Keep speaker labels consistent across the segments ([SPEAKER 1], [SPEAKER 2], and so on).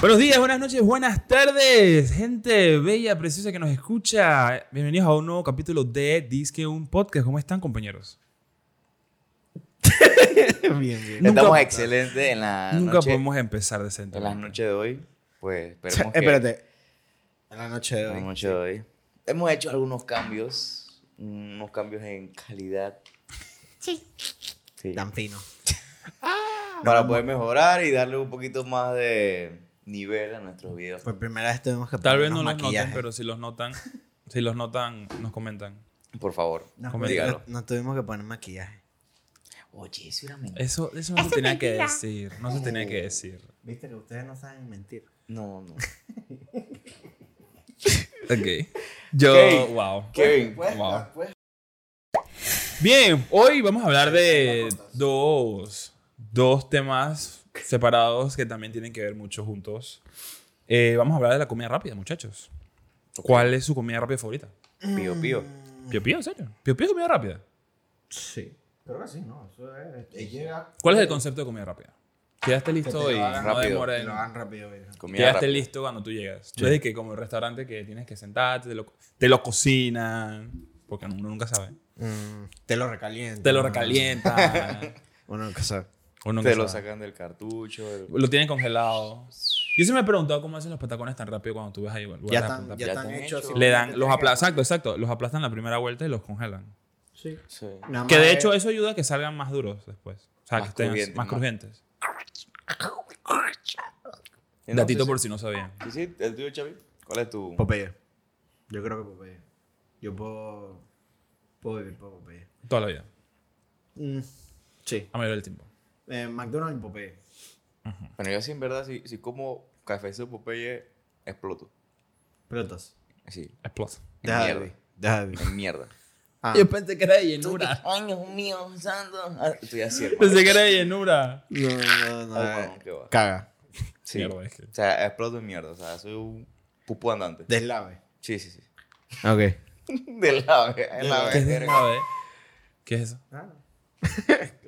[SPEAKER 1] Buenos días, buenas noches, buenas tardes, gente bella, preciosa que nos escucha. Bienvenidos a un nuevo capítulo de Disque un podcast. ¿Cómo están, compañeros?
[SPEAKER 2] bien, bien.
[SPEAKER 1] Nunca-
[SPEAKER 3] Estamos excelentes en la
[SPEAKER 1] Nunca
[SPEAKER 3] noche,
[SPEAKER 1] podemos empezar decente.
[SPEAKER 3] en la noche de hoy. Pues esperemos que
[SPEAKER 2] Espérate. En la noche de
[SPEAKER 3] en la
[SPEAKER 2] hoy.
[SPEAKER 3] noche de hoy. Hemos hecho algunos cambios, unos cambios en calidad. Sí.
[SPEAKER 2] Tan fino.
[SPEAKER 3] Para poder mejorar y darle un poquito más de nivel a nuestros videos.
[SPEAKER 2] Por primera vez tuvimos que
[SPEAKER 1] Tal vez no
[SPEAKER 2] ponernos
[SPEAKER 1] los noten,
[SPEAKER 2] maquillaje.
[SPEAKER 1] pero si los notan, si los notan, nos comentan.
[SPEAKER 3] Por favor,
[SPEAKER 2] Nos-
[SPEAKER 1] Comenta.
[SPEAKER 3] dígalo.
[SPEAKER 2] no, no tuvimos que poner maquillaje.
[SPEAKER 3] Oye, eso era mentira.
[SPEAKER 1] Eso, eso no se tenía que decir, no se tenía que decir.
[SPEAKER 2] Viste que ustedes no saben mentir.
[SPEAKER 3] No, no.
[SPEAKER 1] Ok. Yo,
[SPEAKER 3] Ok.
[SPEAKER 1] wow.
[SPEAKER 3] Kevin,
[SPEAKER 1] Wow. Bien, hoy vamos a hablar de dos, dos temas separados que también tienen que ver mucho juntos. Eh, vamos a hablar de la comida rápida, muchachos. ¿Cuál es su comida rápida favorita?
[SPEAKER 3] pío, pío.
[SPEAKER 1] ¿Pio pío, en serio? ¿Pio pío es comida rápida?
[SPEAKER 2] Sí. Creo que sí, no. Eso es. eh, Llega.
[SPEAKER 1] ¿Cuál es el concepto de comida rápida? Quedaste listo
[SPEAKER 2] te
[SPEAKER 1] y
[SPEAKER 2] lo hagan
[SPEAKER 1] no
[SPEAKER 3] rápido,
[SPEAKER 1] demora en-
[SPEAKER 2] Lo van rápido, viejo.
[SPEAKER 3] Comida
[SPEAKER 1] Quedaste
[SPEAKER 3] rápida.
[SPEAKER 1] listo cuando tú llegas. Yo dije que como el restaurante que tienes que sentarte, te lo, te lo cocinan, porque uno nunca sabe.
[SPEAKER 2] Mm, te lo recaliento.
[SPEAKER 1] Te lo recalientan.
[SPEAKER 2] Bueno, que sabe.
[SPEAKER 1] uno nunca
[SPEAKER 3] Te lo
[SPEAKER 1] sabe.
[SPEAKER 3] sacan del cartucho. el-
[SPEAKER 1] Lo tienen congelado. Yo siempre me he preguntado cómo hacen los patacones tan rápido cuando tú ves ahí. bueno,
[SPEAKER 2] Ya
[SPEAKER 1] la
[SPEAKER 2] están,
[SPEAKER 1] punta.
[SPEAKER 2] ya
[SPEAKER 3] ya
[SPEAKER 2] están
[SPEAKER 3] están
[SPEAKER 2] hechos.
[SPEAKER 3] hechos.
[SPEAKER 1] Le dan, los
[SPEAKER 2] aplazan.
[SPEAKER 1] aplastan, exacto, exacto. Los aplastan la primera vuelta y los congelan.
[SPEAKER 2] Sí.
[SPEAKER 3] Sí.
[SPEAKER 2] Nada
[SPEAKER 1] Que de
[SPEAKER 2] más
[SPEAKER 1] hecho
[SPEAKER 2] es-
[SPEAKER 1] eso ayuda a que salgan más duros después. O sea,
[SPEAKER 3] eh. Más
[SPEAKER 1] que estén
[SPEAKER 3] crujientes,
[SPEAKER 1] más
[SPEAKER 3] más-
[SPEAKER 1] crujientes.
[SPEAKER 3] Entonces,
[SPEAKER 1] Datito por si no sabían.
[SPEAKER 3] sí, sí, el tuyo, Chavi. ¿Cuál es tu...?
[SPEAKER 2] Popeye. Yo creo que Popeye. Yo puedo. Puedo vivir por Popeye.
[SPEAKER 1] Toda la vida.
[SPEAKER 2] Mm, sí.
[SPEAKER 1] A mayoría del tiempo.
[SPEAKER 2] Eh, McDonald's y Popeye.
[SPEAKER 3] Bueno, yo sí, en verdad, si, si como cafecito Popeye, exploto.
[SPEAKER 2] Pelotas.
[SPEAKER 3] Así,
[SPEAKER 1] Explota.
[SPEAKER 3] en
[SPEAKER 2] Deja de
[SPEAKER 3] mierda.
[SPEAKER 2] vivir. Deja de vivir.
[SPEAKER 3] En mierda.
[SPEAKER 2] Ah,
[SPEAKER 1] pensé que era de llenura.
[SPEAKER 3] Ay, Dios mío, santo. Ah, Estoy así, hermano.
[SPEAKER 1] Pensé que era de llenura.
[SPEAKER 2] no, no, no.
[SPEAKER 3] Ay,
[SPEAKER 2] eh,
[SPEAKER 3] Ah, bueno, qué va.
[SPEAKER 2] Caga.
[SPEAKER 3] Sí.
[SPEAKER 1] Mierda, es que-
[SPEAKER 3] O sea, exploto en mierda. O sea, soy un pupo andante.
[SPEAKER 2] Deslave.
[SPEAKER 3] Sí, sí, sí.
[SPEAKER 2] Ok.
[SPEAKER 3] De la vez. En la
[SPEAKER 1] ¿Qué es
[SPEAKER 3] vez.
[SPEAKER 1] eso? A ver. ¿Qué es eso?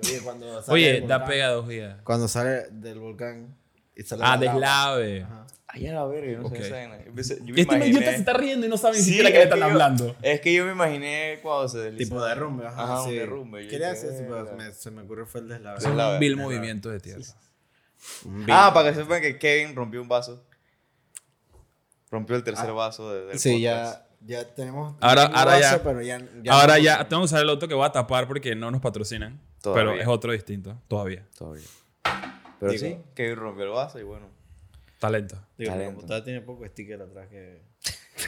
[SPEAKER 2] Oye, cuando sale
[SPEAKER 1] Oye,
[SPEAKER 2] del
[SPEAKER 1] da
[SPEAKER 2] volcán-
[SPEAKER 1] pega dos días.
[SPEAKER 2] Cuando sale del volcán. Y sale
[SPEAKER 1] Ah,
[SPEAKER 2] la lava.
[SPEAKER 1] deslave.
[SPEAKER 2] Ajá.
[SPEAKER 3] Ay, a la verga, yo no
[SPEAKER 1] Ok.
[SPEAKER 3] sé esa vaina. Yo pensé- Yo
[SPEAKER 1] Este
[SPEAKER 3] me
[SPEAKER 1] idiota se
[SPEAKER 3] imaginé...
[SPEAKER 1] está riendo y no sabe ni
[SPEAKER 3] Sí,
[SPEAKER 1] siquiera que le
[SPEAKER 3] es
[SPEAKER 1] están
[SPEAKER 3] que yo-
[SPEAKER 1] hablando.
[SPEAKER 3] Es que yo me imaginé cuando se deslizó.
[SPEAKER 2] Tipo derrumbe. Ajá,
[SPEAKER 3] Ajá, un
[SPEAKER 2] sí.
[SPEAKER 3] derrumbe. Yo
[SPEAKER 2] Quería
[SPEAKER 3] dije,
[SPEAKER 2] hacer eso, pero
[SPEAKER 3] verga.
[SPEAKER 2] me- se me ocurrió fue el deslave.
[SPEAKER 3] Sí.
[SPEAKER 1] Un
[SPEAKER 3] Deslave,
[SPEAKER 1] vil
[SPEAKER 2] deslave.
[SPEAKER 1] movimiento de tierra.
[SPEAKER 2] Un
[SPEAKER 3] Ah,
[SPEAKER 2] bien.
[SPEAKER 3] para que sepan que Kevin rompió un vaso. Rompió el
[SPEAKER 2] Ah.
[SPEAKER 3] tercer vaso de, del
[SPEAKER 2] Sí,
[SPEAKER 3] podcast.
[SPEAKER 2] ya, ya tenemos.
[SPEAKER 1] Ahora-
[SPEAKER 2] un
[SPEAKER 1] ahora ya-
[SPEAKER 2] pero ya,
[SPEAKER 1] Ahora
[SPEAKER 2] no-
[SPEAKER 1] ya tengo que usar el otro que voy a tapar porque no nos patrocinan.
[SPEAKER 3] Todavía.
[SPEAKER 1] Pero es otro distinto, todavía.
[SPEAKER 3] Todavía. Pero
[SPEAKER 2] Digo-
[SPEAKER 3] sí, Kevin rompió el vaso y bueno.
[SPEAKER 1] Talento.
[SPEAKER 2] Digo, la
[SPEAKER 3] Talento.
[SPEAKER 2] computadora tiene poco sticker atrás que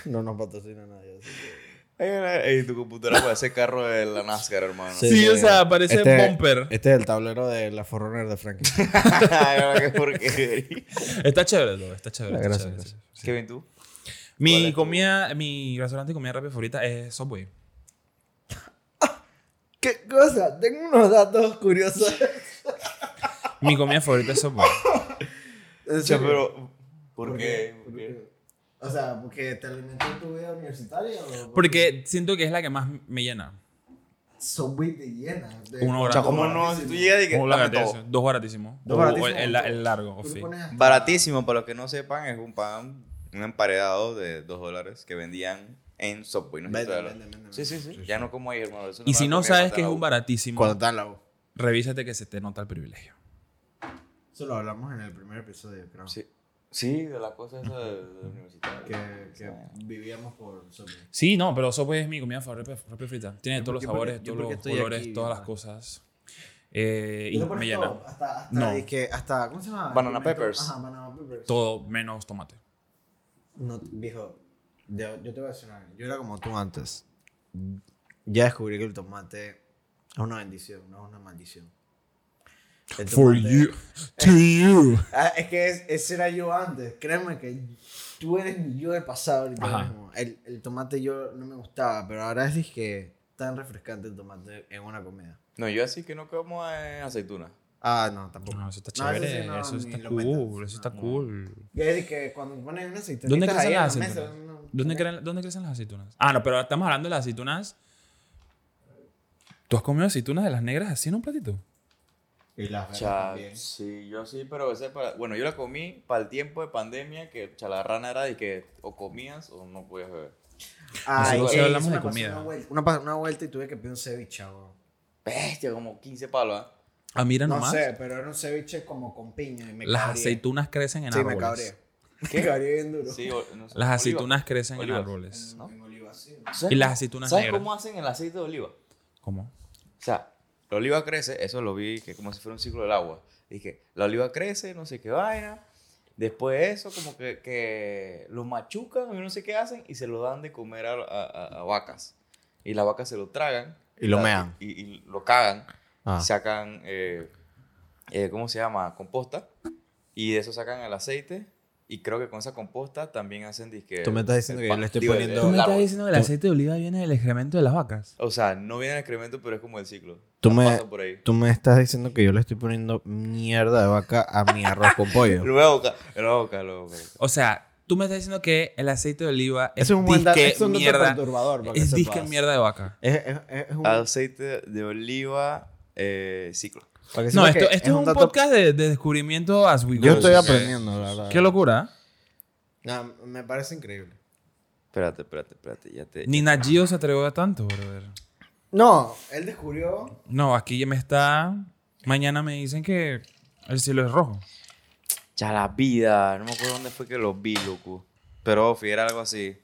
[SPEAKER 2] no nos patrocina nadie. así que-
[SPEAKER 3] Ey, ey, tu computadora puede ser carro de la NASCAR, hermano.
[SPEAKER 1] Sí, o sea, parece bumper.
[SPEAKER 2] Este es el tablero de la Forerunner de Frankie.
[SPEAKER 3] Ay, ahora qué porquería.
[SPEAKER 1] Está chévere todo, está chévere. está
[SPEAKER 2] Gracias,
[SPEAKER 1] chévere,
[SPEAKER 2] gracias.
[SPEAKER 1] sí.
[SPEAKER 3] Kevin, tú. ¿Cuál
[SPEAKER 1] Mi
[SPEAKER 3] es tu-
[SPEAKER 1] comida, mi restaurante de comida rápida favorita es Subway.
[SPEAKER 2] ¿Qué cosa? Tengo unos datos curiosos.
[SPEAKER 1] Mi comida favorita es Subway.
[SPEAKER 2] En
[SPEAKER 3] O sea,
[SPEAKER 2] serio.
[SPEAKER 3] pero. Eh, ¿Por qué? ¿Por qué?
[SPEAKER 2] O sea, porque te alimentó tu vida universitaria o
[SPEAKER 1] Porque siento que es la que más me llena.
[SPEAKER 2] Subway te llena. de-
[SPEAKER 1] Una
[SPEAKER 3] O
[SPEAKER 1] hora.
[SPEAKER 3] sea, ¿cómo no? Si tú llegas y que.
[SPEAKER 1] Dos
[SPEAKER 3] dame
[SPEAKER 1] baratísimos.
[SPEAKER 3] todo.
[SPEAKER 1] Dos baratísimos.
[SPEAKER 2] Dos
[SPEAKER 1] O
[SPEAKER 2] baratísimos.
[SPEAKER 1] El, el- el largo,
[SPEAKER 2] Tú le
[SPEAKER 1] sí.
[SPEAKER 2] pones hasta-
[SPEAKER 3] Baratísimo, para los que no sepan, es un pan, un emparedado de 2 dólares que vendían en Subway. No sé si
[SPEAKER 2] Venden,
[SPEAKER 3] todavía lo-
[SPEAKER 2] venden, venden,
[SPEAKER 3] sí, sí,
[SPEAKER 2] venden.
[SPEAKER 3] sí. Ya no como ahí, hermano. eso
[SPEAKER 1] Y
[SPEAKER 3] me
[SPEAKER 1] si
[SPEAKER 3] la
[SPEAKER 1] no
[SPEAKER 3] comía
[SPEAKER 1] sabes
[SPEAKER 3] cuando
[SPEAKER 1] que es
[SPEAKER 3] era
[SPEAKER 1] un
[SPEAKER 3] un-
[SPEAKER 1] baratísimo,
[SPEAKER 2] Cuando está en la U.
[SPEAKER 1] revísate que se te nota el privilegio.
[SPEAKER 2] Eso lo hablamos en el primer episodio, creo.
[SPEAKER 3] Sí. Sí, de las cosas esas de, de universitario.
[SPEAKER 2] Que, que vivíamos por Subway.
[SPEAKER 1] Sí, no, pero Subway es mi comida favorita, rápida frita. Tiene
[SPEAKER 2] Yo
[SPEAKER 1] todos los
[SPEAKER 2] porque- porque-
[SPEAKER 1] sabores,
[SPEAKER 2] yo
[SPEAKER 1] todos
[SPEAKER 2] porque
[SPEAKER 1] los
[SPEAKER 2] estoy
[SPEAKER 1] colores,
[SPEAKER 2] aquí,
[SPEAKER 1] todas las
[SPEAKER 2] ¿verdad?
[SPEAKER 1] cosas. Eh,
[SPEAKER 2] Y
[SPEAKER 1] y
[SPEAKER 2] lo
[SPEAKER 1] me
[SPEAKER 2] pones
[SPEAKER 1] llena.
[SPEAKER 2] todo, Hasta, hasta,
[SPEAKER 1] No.
[SPEAKER 2] y que hasta, ¿cómo se llama?
[SPEAKER 3] Banana
[SPEAKER 2] Pimiento-
[SPEAKER 3] peppers.
[SPEAKER 2] Ajá, banana peppers.
[SPEAKER 1] Todo menos tomate.
[SPEAKER 2] No, viejo, yo, yo te voy a decir algo. Yo era como tú antes. Ya descubrí que el tomate es una bendición, no es una maldición. El tomate-
[SPEAKER 1] To you.
[SPEAKER 2] Ah, es que es- ese era yo antes. Créeme que tú eres mi yo del pasado ahorita
[SPEAKER 1] Ajá.
[SPEAKER 2] mismo. El, el tomate yo no me gustaba, pero ahora es que tan refrescante el tomate en una comida.
[SPEAKER 3] No, yo así que no como eh, aceituna.
[SPEAKER 2] Ah, no, tampoco.
[SPEAKER 1] No, eso está
[SPEAKER 2] No, eso sí,
[SPEAKER 1] chévere.
[SPEAKER 2] no,
[SPEAKER 1] eso,
[SPEAKER 2] ni
[SPEAKER 1] está
[SPEAKER 2] lo metas.
[SPEAKER 1] cool. Eso está
[SPEAKER 2] No.
[SPEAKER 1] cool.
[SPEAKER 2] Y es que cuando ponen una aceitunitas
[SPEAKER 1] ¿Dónde crecen
[SPEAKER 2] ahí en
[SPEAKER 1] las
[SPEAKER 2] la
[SPEAKER 1] aceitunas?
[SPEAKER 2] mesa, no-
[SPEAKER 1] ¿Dónde, crecen, ¿Dónde crecen las aceitunas? Ah, no, pero ahora estamos hablando de las aceitunas. ¿Tú has comido aceitunas de las negras así en un platito?
[SPEAKER 2] Y las velas
[SPEAKER 3] Cha,
[SPEAKER 2] también.
[SPEAKER 3] sí, yo sí, pero a veces para... Bueno, yo la comí para el tiempo de pandemia que cha, la rana era de que o comías o no podías beber.
[SPEAKER 2] Ay,
[SPEAKER 1] Nosotros sí
[SPEAKER 2] ey,
[SPEAKER 1] hablamos
[SPEAKER 2] eso
[SPEAKER 1] de
[SPEAKER 2] me pasó
[SPEAKER 1] comida.
[SPEAKER 2] Una vuelta, una pa- una vuelta y tuve que pedir un ceviche, weón.
[SPEAKER 3] Bestia, como 15 palos, ¿ah?
[SPEAKER 1] Ah, mira
[SPEAKER 2] No
[SPEAKER 1] nomás.
[SPEAKER 2] sé, pero era un ceviche como con piña y me
[SPEAKER 1] Las
[SPEAKER 2] cabré.
[SPEAKER 1] aceitunas crecen en
[SPEAKER 2] Sí, me
[SPEAKER 1] árboles.
[SPEAKER 2] cabré. Me cabré bien duro.
[SPEAKER 3] Sí, o- no sé,
[SPEAKER 1] Las
[SPEAKER 3] oliva.
[SPEAKER 1] aceitunas crecen
[SPEAKER 3] Olivas.
[SPEAKER 1] en árboles.
[SPEAKER 3] ¿no?
[SPEAKER 2] En oliva, sí.
[SPEAKER 1] Y las aceitunas
[SPEAKER 3] ¿Sabes
[SPEAKER 1] negras.
[SPEAKER 3] cómo hacen el aceite de oliva?
[SPEAKER 1] ¿Cómo?
[SPEAKER 3] O sea, la oliva crece, eso lo vi que como si fuera un ciclo del agua. Dije, la oliva crece, no sé qué vaina. Después de eso, como que, que lo machucan y no sé qué hacen y se lo dan de comer a, a- a- a vacas. Y las vacas se lo tragan.
[SPEAKER 2] Y lo
[SPEAKER 3] la-
[SPEAKER 2] mean.
[SPEAKER 3] Y, y lo cagan.
[SPEAKER 2] Ah.
[SPEAKER 3] Sacan, eh, eh, ¿cómo se llama? Composta. Y de eso sacan el aceite. Y creo que con esa composta también hacen disque.
[SPEAKER 2] Tú me estás diciendo
[SPEAKER 3] el
[SPEAKER 2] que yo
[SPEAKER 3] pa-
[SPEAKER 2] le estoy
[SPEAKER 3] digo, el-
[SPEAKER 2] poniendo-
[SPEAKER 3] el
[SPEAKER 2] Tú me
[SPEAKER 3] árbol.
[SPEAKER 1] que el aceite de oliva viene del excremento de las vacas?
[SPEAKER 3] O sea, no viene el excremento, pero es como el ciclo.
[SPEAKER 2] Tú
[SPEAKER 3] Está
[SPEAKER 2] me-
[SPEAKER 3] pasando por ahí.
[SPEAKER 2] Tú me estás diciendo que yo le estoy poniendo mierda de vaca a mi arroz con pollo.
[SPEAKER 3] Lo voy a buscar, lo voy a buscar, lo voy a buscar.
[SPEAKER 1] O sea, tú me estás diciendo que el aceite de oliva es,
[SPEAKER 2] Eso es un buen dato.
[SPEAKER 1] disque
[SPEAKER 2] Es un dato
[SPEAKER 1] mierda.
[SPEAKER 2] perturbador. para que
[SPEAKER 1] Es disque
[SPEAKER 2] sepas.
[SPEAKER 1] mierda Ah. de vaca.
[SPEAKER 2] Es, es, es- es un,
[SPEAKER 3] Aceite de oliva, eh, ciclo.
[SPEAKER 2] para que
[SPEAKER 1] No,
[SPEAKER 2] sepas
[SPEAKER 1] esto,
[SPEAKER 2] que
[SPEAKER 1] esto es un,
[SPEAKER 2] dato-
[SPEAKER 1] podcast de, de descubrimiento as we go. Eh,
[SPEAKER 2] Yo estoy
[SPEAKER 3] Sí.
[SPEAKER 2] aprendiendo, la verdad.
[SPEAKER 1] Qué locura. ¿eh?
[SPEAKER 2] Nah, me parece increíble.
[SPEAKER 3] Espérate, espérate, espérate, ya te...
[SPEAKER 1] Ni Nagio se atrevió a tanto, brother.
[SPEAKER 2] No, él descubrió.
[SPEAKER 1] No, aquí ya me está. Mañana me dicen que el cielo es rojo.
[SPEAKER 3] Ya la vida, no me acuerdo dónde fue que lo vi, loco. Pero, Ofi, era algo así.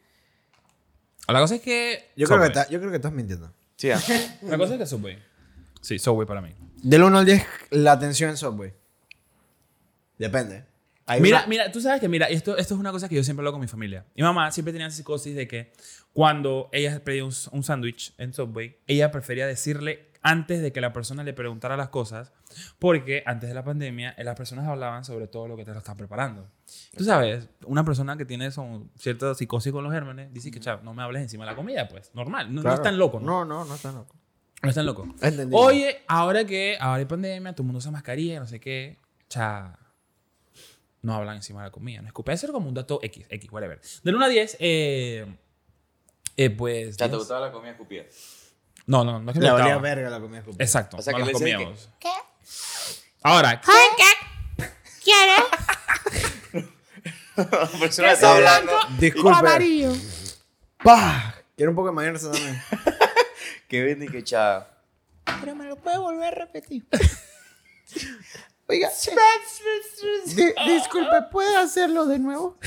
[SPEAKER 1] La cosa es que.
[SPEAKER 2] Yo creo que,
[SPEAKER 1] Subway.
[SPEAKER 2] está- yo creo que estás mintiendo.
[SPEAKER 3] Sí, ah.
[SPEAKER 1] La cosa es que Subway. Sí, Subway para mí.
[SPEAKER 2] Del 1 al 10, la atención en Subway. Depende. Hay
[SPEAKER 1] mira,
[SPEAKER 2] una-
[SPEAKER 1] mira, tú sabes que, mira, esto, esto es una cosa que yo siempre hablo con mi familia. Mi mamá siempre tenía psicosis de que cuando ella pedía un, un sándwich en Subway, ella prefería decirle antes de que la persona le preguntara las cosas, porque antes de la pandemia eh, las personas hablaban sobre todo lo que te lo están preparando. Tú sabes, una persona que tiene son cierta psicosis con los gérmenes dice que, chao, no me hables encima de la comida, pues, normal. No,
[SPEAKER 2] Claro.
[SPEAKER 1] no es tan loco, ¿no?
[SPEAKER 2] No, no, no es tan loco.
[SPEAKER 1] No es tan loco.
[SPEAKER 2] Entendí.
[SPEAKER 1] Oye, ahora que ahora hay pandemia, todo el mundo usa mascarilla, no sé qué. Cha. No hablan encima de la comida. No escupe. Eso era como un dato X, X, whatever. Del 1 a 10, eh, eh, pues.
[SPEAKER 3] Ya te
[SPEAKER 1] 10.
[SPEAKER 3] gustaba la comida escupida.
[SPEAKER 1] No, no, no es que
[SPEAKER 2] Le
[SPEAKER 1] me
[SPEAKER 2] valía
[SPEAKER 1] gustaba.
[SPEAKER 2] verga la comida escupida.
[SPEAKER 1] Exacto.
[SPEAKER 3] O sea,
[SPEAKER 1] no
[SPEAKER 3] que
[SPEAKER 1] las
[SPEAKER 3] le decían
[SPEAKER 1] comíamos. ¿Qué? Ahora, ¿qué?
[SPEAKER 4] ¿Quieres?
[SPEAKER 3] La persona está hablando.
[SPEAKER 2] Disculpe. ¡Pah! Quiero un poco de mayonesa también.
[SPEAKER 3] Que vende y que cha.
[SPEAKER 4] Pero me lo puede volver a repetir.
[SPEAKER 2] Oiga, disculpe, ¿puede hacerlo de nuevo?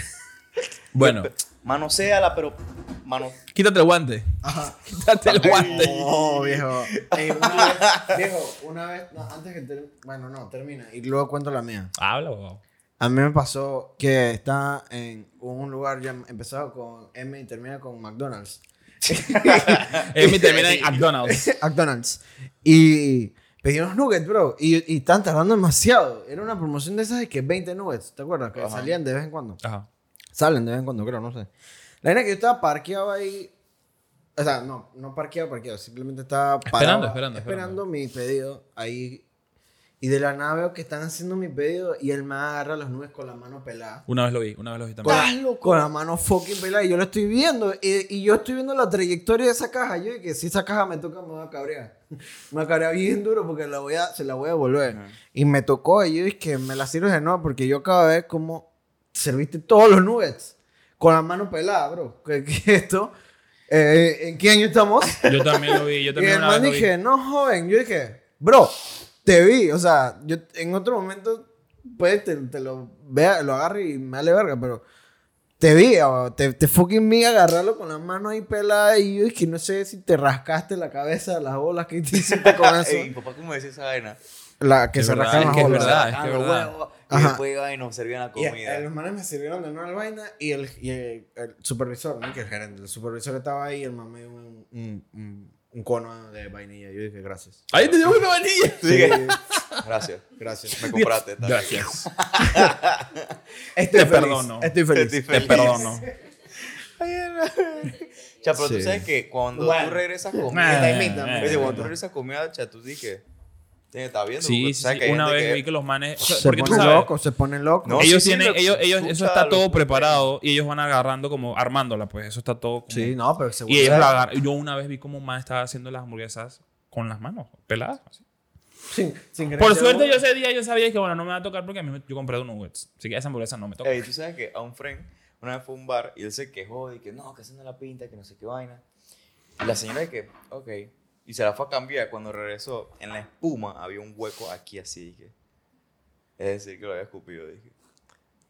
[SPEAKER 1] Bueno,
[SPEAKER 3] Manoseala, pero... Mano...
[SPEAKER 1] quítate el guante. Quítate el guante.
[SPEAKER 2] No, Oh, viejo. Ey, Eh, una vez, viejo, una vez, no, antes que termine, bueno, no, termina y luego cuento la mía.
[SPEAKER 1] Habla, bobo.
[SPEAKER 2] A mí me pasó que estaba en un lugar ya empezado con M y termina con McDonald's.
[SPEAKER 1] Emi termina en McDonald's.
[SPEAKER 2] McDonald's. Y pedí unos nuggets, bro. Y, y estaban tardando demasiado. Era una promoción de esas de que 20 nuggets, ¿te acuerdas? Que
[SPEAKER 3] Ajá.
[SPEAKER 2] salían de vez en cuando.
[SPEAKER 1] Ajá.
[SPEAKER 2] Salen de vez en cuando, creo, no sé. La verdad que yo estaba parqueado ahí. O sea, no, no parqueado, parqueado. Simplemente estaba parado,
[SPEAKER 1] Esperando, esperando,
[SPEAKER 2] esperando mi pedido ahí. Y de la nave que están haciendo mi pedido y él me agarra los nubes con la mano pelada.
[SPEAKER 1] Una vez lo vi, una vez lo vi
[SPEAKER 2] Con
[SPEAKER 1] también.
[SPEAKER 2] la, con la mano fucking pelada. Y yo lo estoy viendo. Y, y yo estoy viendo la trayectoria de esa caja. Yo dije, si esa caja me toca, me va a cabrear. me va a cabrear bien duro porque la voy a, se la voy a devolver. Y me tocó. Y yo dije, me la sirves de nuevo porque yo acabo de ver cómo serviste todos los nuggets. Con la mano pelada, bro. ¿Qué, qué es esto? Eh, ¿En qué año estamos?
[SPEAKER 1] Yo también lo vi, yo
[SPEAKER 2] Y
[SPEAKER 1] también
[SPEAKER 2] el
[SPEAKER 1] una vez
[SPEAKER 2] man
[SPEAKER 1] lo vi.
[SPEAKER 2] dije, no, joven. Yo dije, bro, te vi. O sea, yo en otro momento, pues, te, te lo vea, lo agarre y me vale verga, pero te vi, o te, te fucking vi agarrarlo con la mano ahí pelada y yo dije, no sé si te rascaste la cabeza, las bolas que te hiciste con eso.
[SPEAKER 3] ah, Ey, papá, ¿cómo decía esa vaina?
[SPEAKER 2] la que
[SPEAKER 1] Es
[SPEAKER 2] se
[SPEAKER 1] verdad, es
[SPEAKER 2] rascaban las
[SPEAKER 1] que es
[SPEAKER 2] bolas.
[SPEAKER 1] verdad, es
[SPEAKER 3] Ah,
[SPEAKER 1] que es
[SPEAKER 3] los
[SPEAKER 1] verdad.
[SPEAKER 3] huevos. Y
[SPEAKER 2] Ajá.
[SPEAKER 3] después iban y nos servían la
[SPEAKER 2] Y
[SPEAKER 3] comida.
[SPEAKER 2] eh, los manes me sirvieron de nuevo la vaina y el, y el, el supervisor, ¿no? Que el gerente, el supervisor estaba ahí y el mamá me dio un, un, un- un cono de vainilla. Yo dije, gracias.
[SPEAKER 1] Ahí te dio una vainilla.
[SPEAKER 3] Sí. Gracias.
[SPEAKER 2] gracias.
[SPEAKER 3] Me compraste. está bien.
[SPEAKER 1] Gracias.
[SPEAKER 2] Estoy
[SPEAKER 1] Te
[SPEAKER 2] feliz,
[SPEAKER 1] perdono.
[SPEAKER 2] Estoy feliz.
[SPEAKER 3] Estoy
[SPEAKER 1] Te
[SPEAKER 3] feliz.
[SPEAKER 1] perdono.
[SPEAKER 3] Cha, pero tú
[SPEAKER 2] Sí.
[SPEAKER 3] sabes que cuando
[SPEAKER 2] Bueno.
[SPEAKER 3] tú regresas con
[SPEAKER 1] Ah,
[SPEAKER 2] Te imitan,
[SPEAKER 1] ah,
[SPEAKER 2] me
[SPEAKER 1] ah.
[SPEAKER 3] Oye,
[SPEAKER 2] imitan.
[SPEAKER 3] cuando tú regresas a comida, cha, tú di que. Te está viendo.
[SPEAKER 1] Sí,
[SPEAKER 3] porque tú
[SPEAKER 1] sí,
[SPEAKER 3] sabes
[SPEAKER 1] sí.
[SPEAKER 3] que hay
[SPEAKER 1] una
[SPEAKER 3] gente
[SPEAKER 1] vez
[SPEAKER 3] que-
[SPEAKER 1] vi que los manes. o sea,
[SPEAKER 2] Se
[SPEAKER 1] porque tú
[SPEAKER 2] ponen
[SPEAKER 1] sabes,
[SPEAKER 2] locos, se ponen locos.
[SPEAKER 3] No,
[SPEAKER 1] ellos
[SPEAKER 3] sí, sí,
[SPEAKER 1] tienen,
[SPEAKER 3] lo-
[SPEAKER 1] ellos, ellos,
[SPEAKER 3] escucha,
[SPEAKER 1] eso está
[SPEAKER 3] lo
[SPEAKER 1] todo
[SPEAKER 3] escucha.
[SPEAKER 1] preparado y ellos van agarrando como armándola, pues eso está todo. como-
[SPEAKER 2] Sí, no, pero se
[SPEAKER 1] y ellos la agarran. Yo una vez vi como un man estaba haciendo las hamburguesas con las manos peladas. así.
[SPEAKER 2] Sin, sin querer
[SPEAKER 1] Por
[SPEAKER 2] te
[SPEAKER 1] suerte,
[SPEAKER 2] voy.
[SPEAKER 1] yo ese día yo sabía que, bueno, no me va a tocar porque a mí me- yo compré unos nuggets. Así que esa hamburguesa no me toca.
[SPEAKER 3] Ey, tú sabes que a un friend una vez fue a un bar y él se quejó y que no, que haciendo la pinta, que no sé qué vaina. Y la señora de que, ok. Y se la fue a cambiar. Cuando regresó, en la espuma había un hueco aquí así. Dije. Es decir, que lo había escupido. Dije.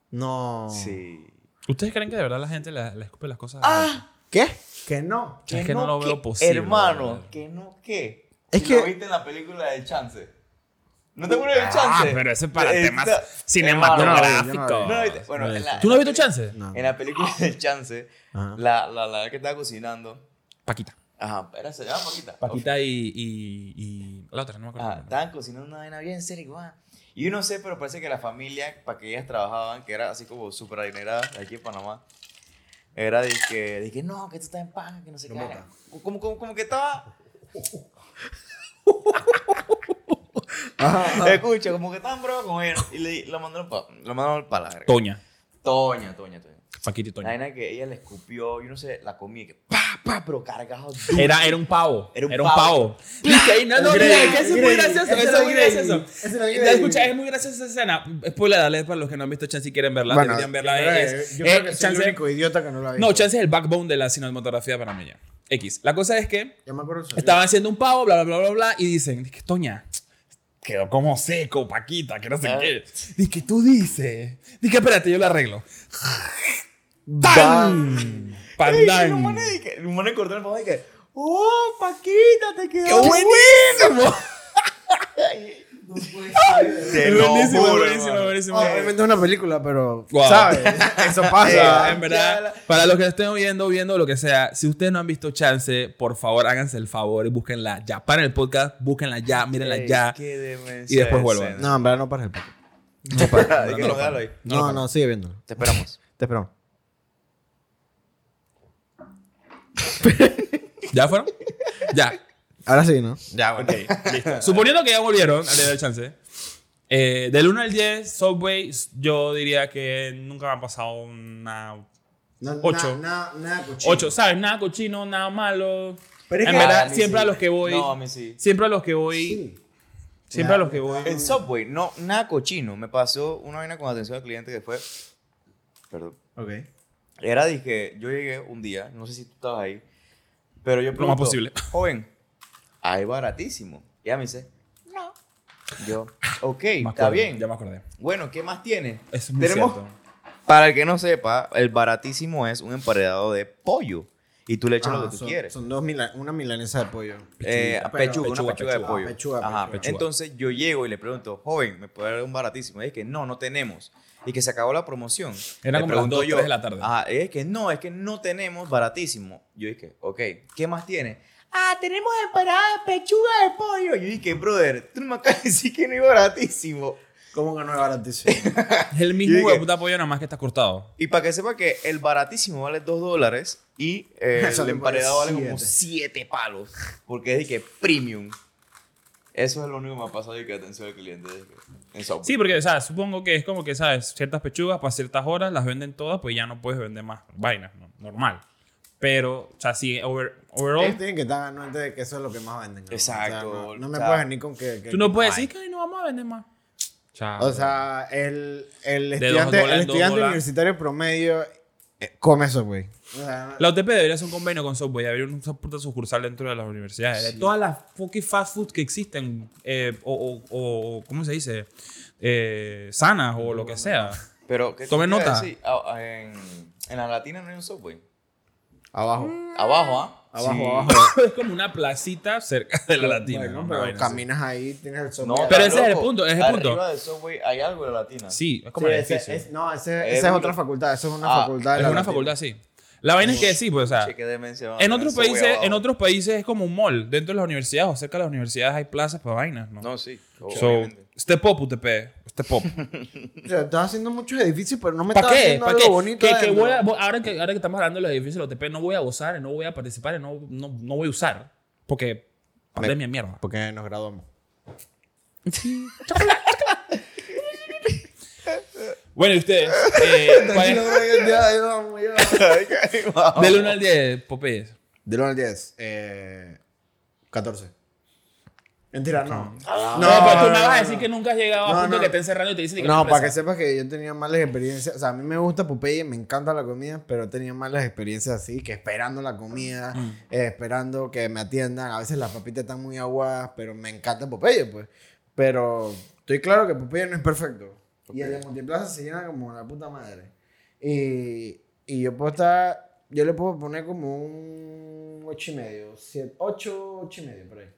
[SPEAKER 2] No.
[SPEAKER 3] Sí.
[SPEAKER 1] ¿Ustedes creen que de verdad la gente le, le escupe las cosas?
[SPEAKER 3] Ah,
[SPEAKER 2] ¿Qué? Que no.
[SPEAKER 1] es que no, lo
[SPEAKER 3] que-
[SPEAKER 1] veo posible.
[SPEAKER 3] Hermano,
[SPEAKER 1] brother.
[SPEAKER 3] que no, ¿qué?
[SPEAKER 2] Es
[SPEAKER 3] Si
[SPEAKER 2] que-
[SPEAKER 3] Lo viste en la película de Chance. ¿No te acuerdas de Chance?
[SPEAKER 1] Ah, pero ese es para
[SPEAKER 3] Eh,
[SPEAKER 1] temas
[SPEAKER 3] no,
[SPEAKER 1] cinematográficos.
[SPEAKER 2] Yo no la vi, yo no
[SPEAKER 3] la vi. No, y- bueno, en la-
[SPEAKER 1] ¿Tú no has visto chance?
[SPEAKER 2] No.
[SPEAKER 3] En la película de Chance,
[SPEAKER 2] Ajá.
[SPEAKER 3] la, la, la que estaba cocinando.
[SPEAKER 1] Paquita.
[SPEAKER 3] Ajá, era se llama Paquita.
[SPEAKER 1] Paquita y, y, y la otra, no me acuerdo.
[SPEAKER 3] Ajá, Ah, estaban cocinando una vaina bien seria. guau. Y yo no sé, pero parece que la familia para que ellas trabajaban, que era así como súper adinerada de aquí en Panamá, era de que, de que no, que esto está en paja, que no sé qué. vaina". Como, como, como que estaba, escucha, como que estaban bravos con ella. Y le, la mandaron para la mandaron pa la verga.
[SPEAKER 1] Toña.
[SPEAKER 3] Toña, Toña, Toña.
[SPEAKER 1] Paquita y
[SPEAKER 3] La
[SPEAKER 1] Toña.
[SPEAKER 3] vaina que ella le escupió, yo no sé, la comí, que pa, pa, pero cargado duro.
[SPEAKER 1] Era, era un pavo.
[SPEAKER 3] Era un pavo.
[SPEAKER 1] Dice ahí, no, no,
[SPEAKER 2] Grey,
[SPEAKER 1] mira, que eso es muy
[SPEAKER 2] Grey,
[SPEAKER 1] gracioso. Eso
[SPEAKER 2] ese era
[SPEAKER 1] es muy
[SPEAKER 2] Grey,
[SPEAKER 1] gracioso.
[SPEAKER 2] ese era Grey.
[SPEAKER 1] Ya Escucha, es muy graciosa esa escena. Spoiler, dale para los que no han visto Chance y quieren verla.
[SPEAKER 2] Bueno,
[SPEAKER 1] deberían verla.
[SPEAKER 2] yo
[SPEAKER 1] Es-
[SPEAKER 2] creo que- yo
[SPEAKER 1] eh,
[SPEAKER 2] creo que soy el
[SPEAKER 1] Chance-
[SPEAKER 2] único idiota que no la vi.
[SPEAKER 1] No, Chance es el backbone de la cinematografía para mí ya. X. La cosa es que
[SPEAKER 2] Ya me acuerdo. de eso.
[SPEAKER 1] estaban haciendo un pavo, bla, bla, bla, bla, bla, y dicen, que Toña, quedó como seco, Paquita, que no sé
[SPEAKER 3] Ah.
[SPEAKER 1] qué. Dice, que tú dices. Dice, espérate, yo lo arreglo.
[SPEAKER 2] Bam.
[SPEAKER 1] ¡Tan!
[SPEAKER 3] Ey, y los
[SPEAKER 1] ¡Pandán!
[SPEAKER 3] manes de que- los manes cortaron el pavo y que, oh, Paquita, te quedó
[SPEAKER 1] ¡Qué buenísimo!
[SPEAKER 3] Te
[SPEAKER 1] ¡Ah! Es
[SPEAKER 3] lo
[SPEAKER 1] buenísimo,
[SPEAKER 3] juro,
[SPEAKER 1] buenísimo,
[SPEAKER 3] hermano.
[SPEAKER 1] buenísimo.
[SPEAKER 2] Oh, Obviamente es una película, pero.
[SPEAKER 1] Wow.
[SPEAKER 2] ¿Sabes? Eso
[SPEAKER 1] O
[SPEAKER 2] pasa.
[SPEAKER 1] sea, en verdad, para los que estén oyendo, viendo lo que sea, si ustedes no han visto Chance, por favor, háganse el favor y búsquenla ya. Paren el podcast, búsquenla ya, mírenla
[SPEAKER 3] Ey,
[SPEAKER 1] ya.
[SPEAKER 3] qué demencia
[SPEAKER 1] y después
[SPEAKER 3] de
[SPEAKER 1] vuelvan.
[SPEAKER 3] escena.
[SPEAKER 2] No, en verdad no para el poco.
[SPEAKER 1] No, para,
[SPEAKER 3] Hay que
[SPEAKER 1] no, no,
[SPEAKER 3] colgarlo ahí.
[SPEAKER 1] em- no, no,
[SPEAKER 2] No, no, sigue viéndolo.
[SPEAKER 3] Te esperamos.
[SPEAKER 2] Te esperamos.
[SPEAKER 1] ¿Ya fueron? Ya.
[SPEAKER 2] Ahora sí, ¿no?
[SPEAKER 3] Ya, bueno.
[SPEAKER 1] Listo. Suponiendo que ya volvieron, al del chance. Eh, del 1 al 10, Subway, yo diría que nunca me ha pasado una
[SPEAKER 2] No,
[SPEAKER 1] Ocho.
[SPEAKER 2] Nada, nada, cochino.
[SPEAKER 1] 8, ¿sabes? Nada cochino, nada malo.
[SPEAKER 2] Pero es
[SPEAKER 1] en
[SPEAKER 2] que-
[SPEAKER 1] verdad,
[SPEAKER 3] Ah, mí
[SPEAKER 1] siempre
[SPEAKER 3] sí.
[SPEAKER 1] a los que voy.
[SPEAKER 3] No, a mí sí.
[SPEAKER 1] Siempre a los que voy.
[SPEAKER 2] Sí.
[SPEAKER 1] Siempre a
[SPEAKER 2] Nah,
[SPEAKER 1] los que voy.
[SPEAKER 2] nah.
[SPEAKER 3] En Subway, no, nada cochino. Me pasó una vaina con atención al cliente que fue. Perdón.
[SPEAKER 2] Ok.
[SPEAKER 3] Era, dije, yo llegué un día, no sé si tú estabas ahí, pero yo
[SPEAKER 1] más
[SPEAKER 3] pregunto,
[SPEAKER 1] posible.
[SPEAKER 3] Joven, hay baratísimo. Y ella me dice,
[SPEAKER 4] No.
[SPEAKER 3] yo, ok,
[SPEAKER 1] Me
[SPEAKER 3] está
[SPEAKER 1] acuerdo,
[SPEAKER 3] bien.
[SPEAKER 1] Ya me acordé.
[SPEAKER 3] Bueno, ¿qué más tiene?
[SPEAKER 1] Eso es muy
[SPEAKER 3] Tenemos-
[SPEAKER 1] cierto.
[SPEAKER 3] Para el que no sepa, el baratísimo es un emparedado de pollo. Y tú le echas lo
[SPEAKER 2] Ah,
[SPEAKER 3] que tú
[SPEAKER 2] son,
[SPEAKER 3] quieres.
[SPEAKER 2] Son dos mila- una milanesa de pollo.
[SPEAKER 3] Eh,
[SPEAKER 2] Pechuguita,
[SPEAKER 3] a
[SPEAKER 2] pero-
[SPEAKER 3] pechuga, una
[SPEAKER 1] pechuga,
[SPEAKER 3] pechuga de
[SPEAKER 1] pechuga.
[SPEAKER 3] pollo.
[SPEAKER 2] Ah, pechuga,
[SPEAKER 3] Ajá.
[SPEAKER 2] pechuga.
[SPEAKER 3] Entonces yo llego y le pregunto, joven, ¿me puede dar un baratísimo? Y es que no, no tenemos. Y que se acabó la promoción.
[SPEAKER 1] Era
[SPEAKER 3] Le
[SPEAKER 1] como las
[SPEAKER 3] pregunto
[SPEAKER 1] dos, tres de la tarde.
[SPEAKER 3] Ajá, y es que no, es que no tenemos baratísimo. Yo dije, ok, ¿qué más tiene?
[SPEAKER 4] Ah, tenemos empanada de pechuga de pollo.
[SPEAKER 3] Yo dije, brother, tú no me acabas de decir que no hay baratísimo.
[SPEAKER 2] ¿Cómo que no es baratísimo?
[SPEAKER 1] Es el mismo
[SPEAKER 3] Yo dije-
[SPEAKER 1] huevo de puta pollo, nada más que está cortado.
[SPEAKER 3] Y para que sepa que el baratísimo vale 2 dólares y eh,
[SPEAKER 2] Eso
[SPEAKER 3] el
[SPEAKER 2] me
[SPEAKER 3] emparedado vale
[SPEAKER 2] parece
[SPEAKER 3] como
[SPEAKER 2] siete.
[SPEAKER 3] 7 palos. Porque es de que premium. Eso es lo único que me ha pasado de que atención al cliente. de que- en Subway.
[SPEAKER 1] Sí, porque, o sea, supongo que es como que, ¿sabes? Ciertas pechugas para ciertas horas las venden todas, pues ya no puedes vender más vainas, ¿no? normal. Pero, o sea, sí, over- overall.
[SPEAKER 2] Ellos tienen que estar ganando antes de que eso es lo que más venden. ¿no?
[SPEAKER 3] Exacto,
[SPEAKER 2] O sea, no, no me
[SPEAKER 3] o sea,
[SPEAKER 2] puedes venir con que. que-
[SPEAKER 1] Tú no puedes
[SPEAKER 3] Ay.
[SPEAKER 1] decir que "Ay, no vamos a vender más. Chao.
[SPEAKER 2] O sea, el, el
[SPEAKER 1] dos
[SPEAKER 2] estudiante,
[SPEAKER 1] dólares,
[SPEAKER 2] el
[SPEAKER 1] dos
[SPEAKER 2] estudiante
[SPEAKER 1] dólares.
[SPEAKER 2] universitario promedio eh, come eso, güey. O sea,
[SPEAKER 1] la UTP debería hacer un convenio con Subway, abrir una puta sucursal dentro de las universidades. De todas las fucking fast food que existen, eh, o, o, o- ¿cómo se dice? Eh, sanas o lo que sea.
[SPEAKER 3] Pero, ¿qué te
[SPEAKER 1] Tome
[SPEAKER 3] iba a
[SPEAKER 1] nota.
[SPEAKER 3] decir? Ah, ah, en, en la latina no hay un subway.
[SPEAKER 2] abajo.
[SPEAKER 1] Mm.
[SPEAKER 3] Abajo, ¿ah?
[SPEAKER 2] Abajo,
[SPEAKER 3] Sí.
[SPEAKER 2] abajo.
[SPEAKER 1] es como una placita cerca de la latina.
[SPEAKER 2] Bueno,
[SPEAKER 1] una
[SPEAKER 2] pero
[SPEAKER 1] vaina así.
[SPEAKER 2] caminas ahí, tienes el sol.
[SPEAKER 3] No,
[SPEAKER 1] Pero
[SPEAKER 3] está
[SPEAKER 1] ese es el
[SPEAKER 3] loco.
[SPEAKER 1] punto, ese es el
[SPEAKER 3] Arriba
[SPEAKER 1] punto.
[SPEAKER 3] del subway hay algo de latina.
[SPEAKER 1] Sí, es como el
[SPEAKER 2] ese-
[SPEAKER 1] edificio.
[SPEAKER 2] es- no, ese-
[SPEAKER 3] Es
[SPEAKER 2] esa es
[SPEAKER 3] un-
[SPEAKER 2] otra facultad. Eso es una
[SPEAKER 3] Ah,
[SPEAKER 2] facultad. de
[SPEAKER 1] Es
[SPEAKER 2] la
[SPEAKER 1] una
[SPEAKER 2] latina.
[SPEAKER 1] facultad, sí. La vaina es que sí, pues, o sea,
[SPEAKER 3] Che, qué demencia, vamos a
[SPEAKER 1] en
[SPEAKER 3] tener
[SPEAKER 1] otros
[SPEAKER 3] subway
[SPEAKER 1] países,
[SPEAKER 3] abajo.
[SPEAKER 1] en otros países es como un mall. Dentro de las universidades o cerca de las universidades hay plazas para vainas, ¿no?
[SPEAKER 3] No, sí.
[SPEAKER 1] so, este
[SPEAKER 3] obviamente.
[SPEAKER 1] step up, UTP. Step up.
[SPEAKER 2] O sea, estás haciendo muchos edificios, pero no me
[SPEAKER 1] ¿Para
[SPEAKER 2] estás
[SPEAKER 1] Este qué?
[SPEAKER 2] haciendo
[SPEAKER 1] ¿Para
[SPEAKER 2] algo
[SPEAKER 1] qué?
[SPEAKER 2] bonito.
[SPEAKER 1] Que- que
[SPEAKER 2] adentro.
[SPEAKER 1] voy a- voy- ahora, que, ahora que estamos hablando de los edificios de la OTP, no voy a gozar, no voy a participar, no, no, no voy a usar. Porque pandemia mierda.
[SPEAKER 2] Porque nos graduamos.
[SPEAKER 1] Bueno, y ustedes, eh, ¿cuál es? del 1 al 10, Popeyes.
[SPEAKER 2] Del 1 al 10, eh, 14. Mentira, no.
[SPEAKER 1] No, pero tú me vas a decir que nunca has llegado
[SPEAKER 2] No,
[SPEAKER 1] a punto
[SPEAKER 2] no.
[SPEAKER 1] que te encerrando y te dicen que
[SPEAKER 2] No,
[SPEAKER 1] estás
[SPEAKER 2] para que
[SPEAKER 1] presa.
[SPEAKER 2] sepas que yo tenía malas experiencias. O sea, a mí me gusta Popeye, me encanta la comida, pero he tenido malas experiencias así, que esperando la comida,
[SPEAKER 1] Mm.
[SPEAKER 2] eh, esperando que me atiendan. A veces las papitas están muy aguadas, pero me encanta Popeye, pues. Pero estoy claro que Popeye no es perfecto. Y el de Multiplaza se llena como la puta madre. Y, y yo puedo estar, yo le puedo poner como un 8 y medio, 8, 8 y medio por ahí.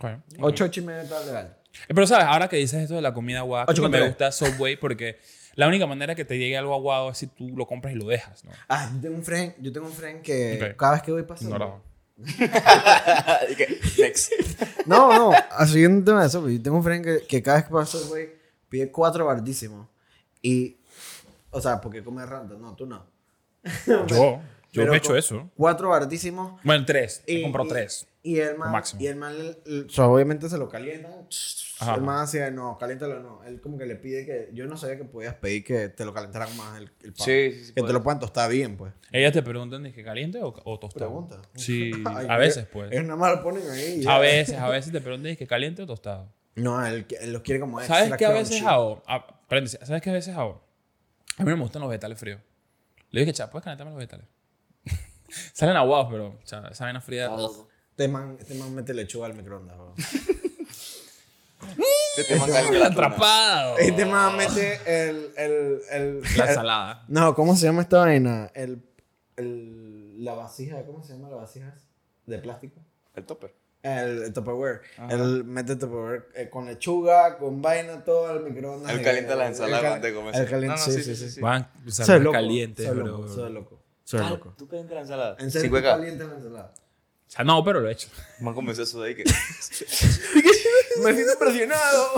[SPEAKER 1] Bueno.
[SPEAKER 2] 8, 8 y medio está legal.
[SPEAKER 1] Eh, Pero sabes, ahora que dices esto de la comida aguada,
[SPEAKER 2] Ocho
[SPEAKER 1] creo que
[SPEAKER 2] con
[SPEAKER 1] me
[SPEAKER 2] tres.
[SPEAKER 1] gusta Subway porque la única manera que te llegue algo aguado es si tú lo compras y lo dejas, ¿no?
[SPEAKER 2] Ah, yo tengo un friend, yo tengo un friend que
[SPEAKER 1] Ok.
[SPEAKER 2] cada vez que voy pasando...
[SPEAKER 1] Ignorado.
[SPEAKER 3] Y que, next.
[SPEAKER 2] No, no, así un tema de eso, güey. Yo tengo un friend que, que cada vez que pasa, güey, pide cuatro bardísimos. Y, o sea, porque come random, no, tú no.
[SPEAKER 1] Yo, yo
[SPEAKER 2] Pero
[SPEAKER 1] he hecho
[SPEAKER 2] con-
[SPEAKER 1] eso.
[SPEAKER 2] Cuatro bardísimos.
[SPEAKER 1] Bueno, tres.
[SPEAKER 2] Y,
[SPEAKER 1] He comprado
[SPEAKER 2] y-
[SPEAKER 1] tres.
[SPEAKER 2] Y el man,
[SPEAKER 1] máximo.
[SPEAKER 2] y el man, l- l- o sea, obviamente se lo calientan.
[SPEAKER 1] Ajá.
[SPEAKER 2] El man hacía, no, caliéntalo, no. Él como que le pide que, yo no sabía que podías pedir que te lo calentaran más el, el pan.
[SPEAKER 3] Sí, sí, sí,
[SPEAKER 2] Que te
[SPEAKER 3] puede.
[SPEAKER 2] lo puedan tostar bien, pues.
[SPEAKER 1] Ellas te preguntan, ¿dije caliente o, o tostado?
[SPEAKER 2] Pregunta.
[SPEAKER 1] Sí,
[SPEAKER 2] Ay,
[SPEAKER 1] a veces,
[SPEAKER 2] Ellos
[SPEAKER 1] pues.
[SPEAKER 2] nada más lo ponen ahí. y ya.
[SPEAKER 1] A veces, a veces te preguntan, ¿dije caliente o tostado?
[SPEAKER 2] No, él, él los quiere como
[SPEAKER 1] ¿Sabes
[SPEAKER 2] extra
[SPEAKER 1] qué a
[SPEAKER 2] crunchy.
[SPEAKER 1] veces hago? Ah, paréntesis, ¿Sabes qué a veces hago? A mí no me gustan los vegetales fríos. Le dije, chá, ¿puedes calentarme los vegetales? Salen aguados, pero, chá, esa vaina fría.
[SPEAKER 2] Este man, este man mete lechuga al microondas. bro.
[SPEAKER 3] Te te mandan
[SPEAKER 1] ¡El
[SPEAKER 3] la
[SPEAKER 1] atrapado!
[SPEAKER 2] Este man mete el, el, el,
[SPEAKER 1] La
[SPEAKER 2] el-
[SPEAKER 1] ensalada.
[SPEAKER 2] No, ¿cómo se llama esta vaina? El, el, la vasija, ¿cómo se llama la vasija? De plástico.
[SPEAKER 3] El topper.
[SPEAKER 2] El, el Tupperware. Él mete Tupperware eh, con lechuga, con vaina, todo al microondas.
[SPEAKER 3] Él
[SPEAKER 2] Y-
[SPEAKER 3] calienta la
[SPEAKER 2] el-
[SPEAKER 3] ensalada
[SPEAKER 2] el cal-
[SPEAKER 3] cuando te comes.
[SPEAKER 2] El calienta,
[SPEAKER 3] No,
[SPEAKER 2] sí,
[SPEAKER 3] no,
[SPEAKER 2] sí,
[SPEAKER 3] sí,
[SPEAKER 2] sí.
[SPEAKER 3] sí, sí.
[SPEAKER 1] Van, o sea,
[SPEAKER 2] Soy
[SPEAKER 1] van
[SPEAKER 2] loco,
[SPEAKER 1] calientes,
[SPEAKER 2] soy
[SPEAKER 1] bro.
[SPEAKER 2] loco, Soy loco. Soy
[SPEAKER 3] Ah,
[SPEAKER 2] loco.
[SPEAKER 3] ¿Tú puedes entrar a la ensalada?
[SPEAKER 2] En
[SPEAKER 3] Sí,
[SPEAKER 2] serio, tú
[SPEAKER 3] hueca.
[SPEAKER 2] calientas la ensalada.
[SPEAKER 1] O sea, no, pero lo he hecho.
[SPEAKER 3] Me han convencido eso de ahí que...
[SPEAKER 2] Me siento presionado.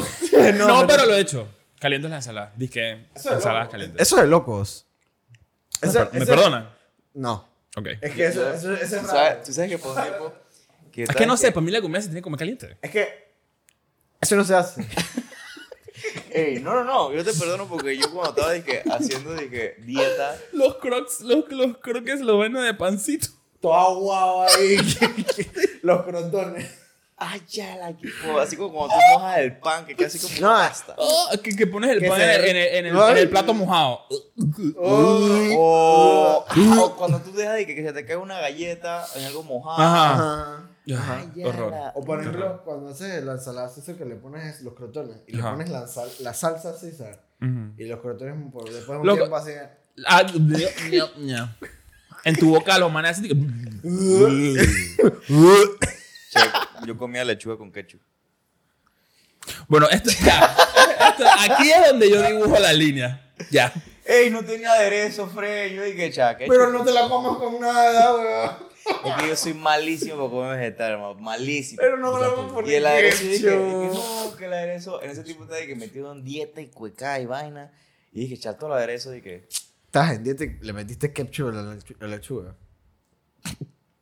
[SPEAKER 1] No, pero, lo he hecho. Calientes la ensalada. Dije, ensaladas calientes.
[SPEAKER 2] Eso de locos.
[SPEAKER 1] ¿Me,
[SPEAKER 2] Eso-
[SPEAKER 1] per- me
[SPEAKER 2] eso-
[SPEAKER 1] perdonan?
[SPEAKER 2] No.
[SPEAKER 1] Ok.
[SPEAKER 2] Es que eso, eso, eso es
[SPEAKER 3] ¿Tú
[SPEAKER 2] raro.
[SPEAKER 3] sabes, tú sabes que por un tiempo...
[SPEAKER 1] Es que no sé, para mí la comida se tiene que comer caliente.
[SPEAKER 2] Es que eso no se hace.
[SPEAKER 3] Ey, no, no, no. Yo te perdono porque yo cuando estaba dije, haciendo dije, dieta...
[SPEAKER 1] Los crocs, los, los croques lo bueno de pancito.
[SPEAKER 2] Todo aguado ahí. Los crotones.
[SPEAKER 3] Ay, ya la que... como- Así como cuando tú mojas el pan, que casi como
[SPEAKER 2] No,
[SPEAKER 3] una pasta.
[SPEAKER 1] Oh, que, que pones el
[SPEAKER 2] Que
[SPEAKER 1] pan
[SPEAKER 2] se
[SPEAKER 1] en el,
[SPEAKER 2] derri-
[SPEAKER 1] en el- en el-
[SPEAKER 2] Ay.
[SPEAKER 1] en el plato mojado. Oh.
[SPEAKER 3] O, o cuando tú dejas de que, que se te cae una galleta en algo mojado.
[SPEAKER 1] Ajá.
[SPEAKER 2] Ajá.
[SPEAKER 1] Ajá,
[SPEAKER 3] Ay, ya
[SPEAKER 1] Horror.
[SPEAKER 3] la-
[SPEAKER 2] O por ejemplo, cuando haces la ensalada César, que le pones los crotones y le
[SPEAKER 1] Ajá.
[SPEAKER 2] pones la, sal- la salsa César
[SPEAKER 1] Ujú.
[SPEAKER 2] y los crotones por después de un
[SPEAKER 1] Loco.
[SPEAKER 2] tiempo así.
[SPEAKER 1] Ah, ña, ña, ña. En tu boca lo manas así. que-
[SPEAKER 3] Che, yo comía lechuga con ketchup.
[SPEAKER 1] Bueno, esto ya. Esto- aquí es donde yo dibujo la línea. Ya.
[SPEAKER 3] Ey, no tenía aderezo, Fred. Yo dije, cha, ketchup.
[SPEAKER 2] Pero no te la comas con nada, weón.
[SPEAKER 3] Es que yo soy malísimo para comer vegetal, hermano. Malísimo.
[SPEAKER 2] Pero no te la vamos a poner.
[SPEAKER 3] y el aderezo, yo dije,
[SPEAKER 2] ketchup.
[SPEAKER 3] dije, no, que el aderezo. En ese tiempo estaba de que metido en dieta y cueca y vaina. Y dije, cha, todo el aderezo. Dije,
[SPEAKER 2] Estás en dieta y le metiste ketchup a la, lechu- a la lechuga.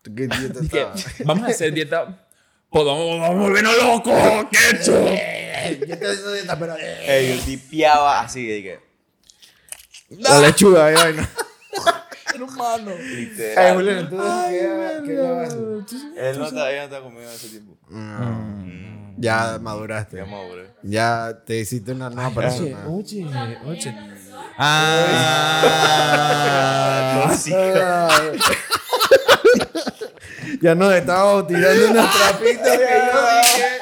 [SPEAKER 2] ¿Tú qué dieta
[SPEAKER 1] Dije,
[SPEAKER 2] estabas?
[SPEAKER 1] vamos a hacer dieta. Podemos vamos a volvernos locos. ¡Ketchup!
[SPEAKER 2] Yo estoy haciendo dieta, pero. eh,
[SPEAKER 3] ey, yo tipeaba así. Dije,
[SPEAKER 2] La lechuga, ahí vaina.
[SPEAKER 1] Hermano.
[SPEAKER 2] Ay,
[SPEAKER 3] literal.
[SPEAKER 2] Julián, entonces, ¿qué, qué llevas?
[SPEAKER 3] Él no estaba, ella no estaba comiendo en ese tiempo.
[SPEAKER 2] Mm, Ya maduraste.
[SPEAKER 3] Ya maduré.
[SPEAKER 2] Ya te hiciste una nueva persona.
[SPEAKER 1] Oye, oye. Ah.
[SPEAKER 2] Ay. ya nos estábamos tirando unos trapitos que yo dije.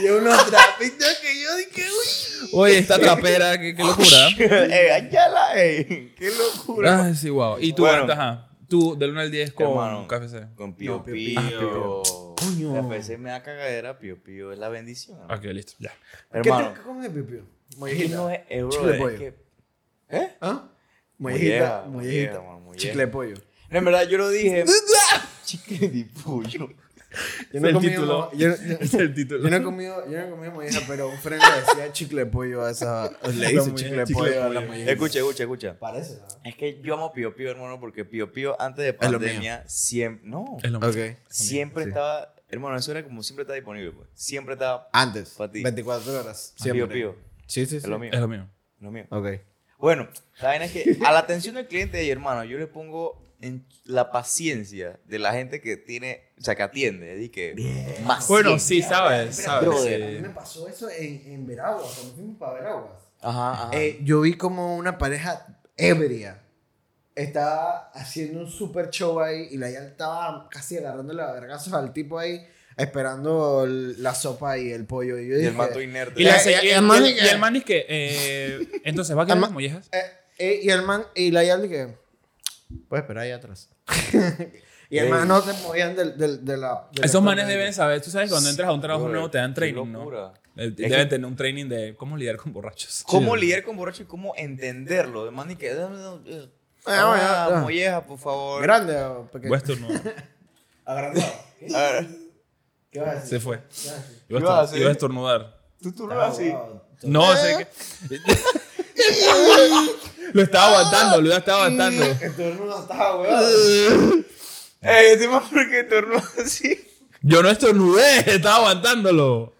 [SPEAKER 2] Y unos trapitos que yo dije, uy.
[SPEAKER 1] Oye, esta trapera, qué, qué locura.
[SPEAKER 3] ey, ayala, ey. Qué locura.
[SPEAKER 1] Ah, sí, wow. Y tú,
[SPEAKER 3] Bueno.
[SPEAKER 1] ajá. Tú, del 1 al 10 con
[SPEAKER 3] Hermano.
[SPEAKER 1] KFC.
[SPEAKER 3] Con Pío
[SPEAKER 2] No, Pío
[SPEAKER 3] Pío.
[SPEAKER 2] Pío. Coño. Ah.
[SPEAKER 3] La PC me da cagadera, Pío Pío es la bendición.
[SPEAKER 1] Ok, listo. Ya.
[SPEAKER 3] Hermano,
[SPEAKER 2] ¿Qué te comes, Pipio?
[SPEAKER 3] es que no
[SPEAKER 2] Mollejita.
[SPEAKER 3] es eh, bro,
[SPEAKER 2] Chicle de
[SPEAKER 3] es
[SPEAKER 2] pollo.
[SPEAKER 3] que- ¿Eh?
[SPEAKER 2] ¿Ah?
[SPEAKER 3] Molleja,
[SPEAKER 2] Mollejita,
[SPEAKER 3] molleja,
[SPEAKER 2] mollejita.
[SPEAKER 3] man, molleja.
[SPEAKER 2] Chicle de pollo.
[SPEAKER 3] No, en verdad, yo lo dije. Chicle de pollo.
[SPEAKER 2] Yo no he
[SPEAKER 1] El
[SPEAKER 2] comido-
[SPEAKER 1] título.
[SPEAKER 2] yo- yo-
[SPEAKER 1] Es el título.
[SPEAKER 2] Yo no he comido, yo no he comido molleja, pero un friend le decía chicle de pollo a esa. Le
[SPEAKER 1] La
[SPEAKER 2] hizo
[SPEAKER 1] molleja,
[SPEAKER 2] chicle de
[SPEAKER 1] chicle de
[SPEAKER 2] pollo a la
[SPEAKER 1] pollo.
[SPEAKER 2] molleja.
[SPEAKER 3] Escucha, escucha, escucha.
[SPEAKER 2] Parece, ¿no?
[SPEAKER 3] Es que yo amo Pío Pío, hermano, porque Pío Pío antes de
[SPEAKER 2] Es lo mío.
[SPEAKER 3] pandemia siempre. No.
[SPEAKER 1] Es lo mismo.
[SPEAKER 2] Ok.
[SPEAKER 3] Siempre
[SPEAKER 2] Sí.
[SPEAKER 3] estaba. Hermano, eso era como siempre está disponible, pues. Siempre estaba.
[SPEAKER 2] Antes.
[SPEAKER 3] Pa' ti.
[SPEAKER 2] 24 horas.
[SPEAKER 3] Ah,
[SPEAKER 2] Siempre.
[SPEAKER 3] pío, pío.
[SPEAKER 2] Sí, sí, sí.
[SPEAKER 3] Es lo mío.
[SPEAKER 1] Es lo mío.
[SPEAKER 3] Lo mío.
[SPEAKER 2] Ok.
[SPEAKER 3] Bueno, la vaina es que a la atención del cliente, hermano, yo le pongo en la paciencia de la gente que tiene, o sea, que atiende. di que
[SPEAKER 2] Bien.
[SPEAKER 3] más
[SPEAKER 1] Bueno, sí,
[SPEAKER 3] ciencia.
[SPEAKER 1] sabes, sabes.
[SPEAKER 3] brother,
[SPEAKER 1] sí.
[SPEAKER 2] A mí me pasó eso en, en Veraguas, cuando fuimos para Veraguas.
[SPEAKER 3] Ajá,
[SPEAKER 1] Ah.
[SPEAKER 3] ajá.
[SPEAKER 2] Eh, yo vi como una pareja ebria estaba haciendo un super show ahí y la ya estaba casi agarrándole a vergazos al tipo ahí, esperando el- la sopa y el pollo. Y yo
[SPEAKER 3] y
[SPEAKER 2] dije,
[SPEAKER 3] el manto inerte.
[SPEAKER 1] Y, la-
[SPEAKER 2] Eh,
[SPEAKER 1] se-
[SPEAKER 2] eh,
[SPEAKER 1] y-
[SPEAKER 2] el man
[SPEAKER 1] y-
[SPEAKER 2] es que-
[SPEAKER 1] y el man es que. eh, entonces, ¿va a quedar
[SPEAKER 2] El
[SPEAKER 1] las
[SPEAKER 2] man-
[SPEAKER 1] mollejas?
[SPEAKER 2] Eh, eh, y el man, y la Yal que, puedes esperar ahí atrás. y el
[SPEAKER 3] Ey.
[SPEAKER 2] man no se movían del, del- de la. del
[SPEAKER 1] Esos manes
[SPEAKER 2] estómago.
[SPEAKER 1] deben saber. Tú sabes, cuando entras a un trabajo
[SPEAKER 3] Brother,
[SPEAKER 1] nuevo te dan
[SPEAKER 3] qué
[SPEAKER 1] training, ¿no?
[SPEAKER 3] locura.
[SPEAKER 1] Eh,
[SPEAKER 3] que-
[SPEAKER 1] Deben tener un training de cómo lidiar con borrachos.
[SPEAKER 3] ¿Cómo
[SPEAKER 2] Sí.
[SPEAKER 3] lidiar con borracho y cómo entenderlo? De man, y que. "Dame, dame, eh,
[SPEAKER 2] Ah, bueno,
[SPEAKER 3] ah,
[SPEAKER 2] ya.
[SPEAKER 3] molleja, por favor.
[SPEAKER 2] Grande o pequeño.
[SPEAKER 1] Weston no.
[SPEAKER 2] Agrandado.
[SPEAKER 3] A ver,
[SPEAKER 2] ¿Qué vas a decir?
[SPEAKER 1] Se fue.
[SPEAKER 2] ¿Qué vas a
[SPEAKER 1] Iba
[SPEAKER 2] decir?
[SPEAKER 1] a,
[SPEAKER 3] Yo iba a
[SPEAKER 1] estor-
[SPEAKER 3] hacer-
[SPEAKER 1] iba a estornudar.
[SPEAKER 3] tú tú
[SPEAKER 2] Ah,
[SPEAKER 3] lo así.
[SPEAKER 1] No, sé que. lo estaba aguantando, lo estaba aguantando.
[SPEAKER 2] Estornudo estaba, weón.
[SPEAKER 3] Ey, este man, ¿por qué tornó así?
[SPEAKER 1] Yo no estornudé, estaba aguantándolo.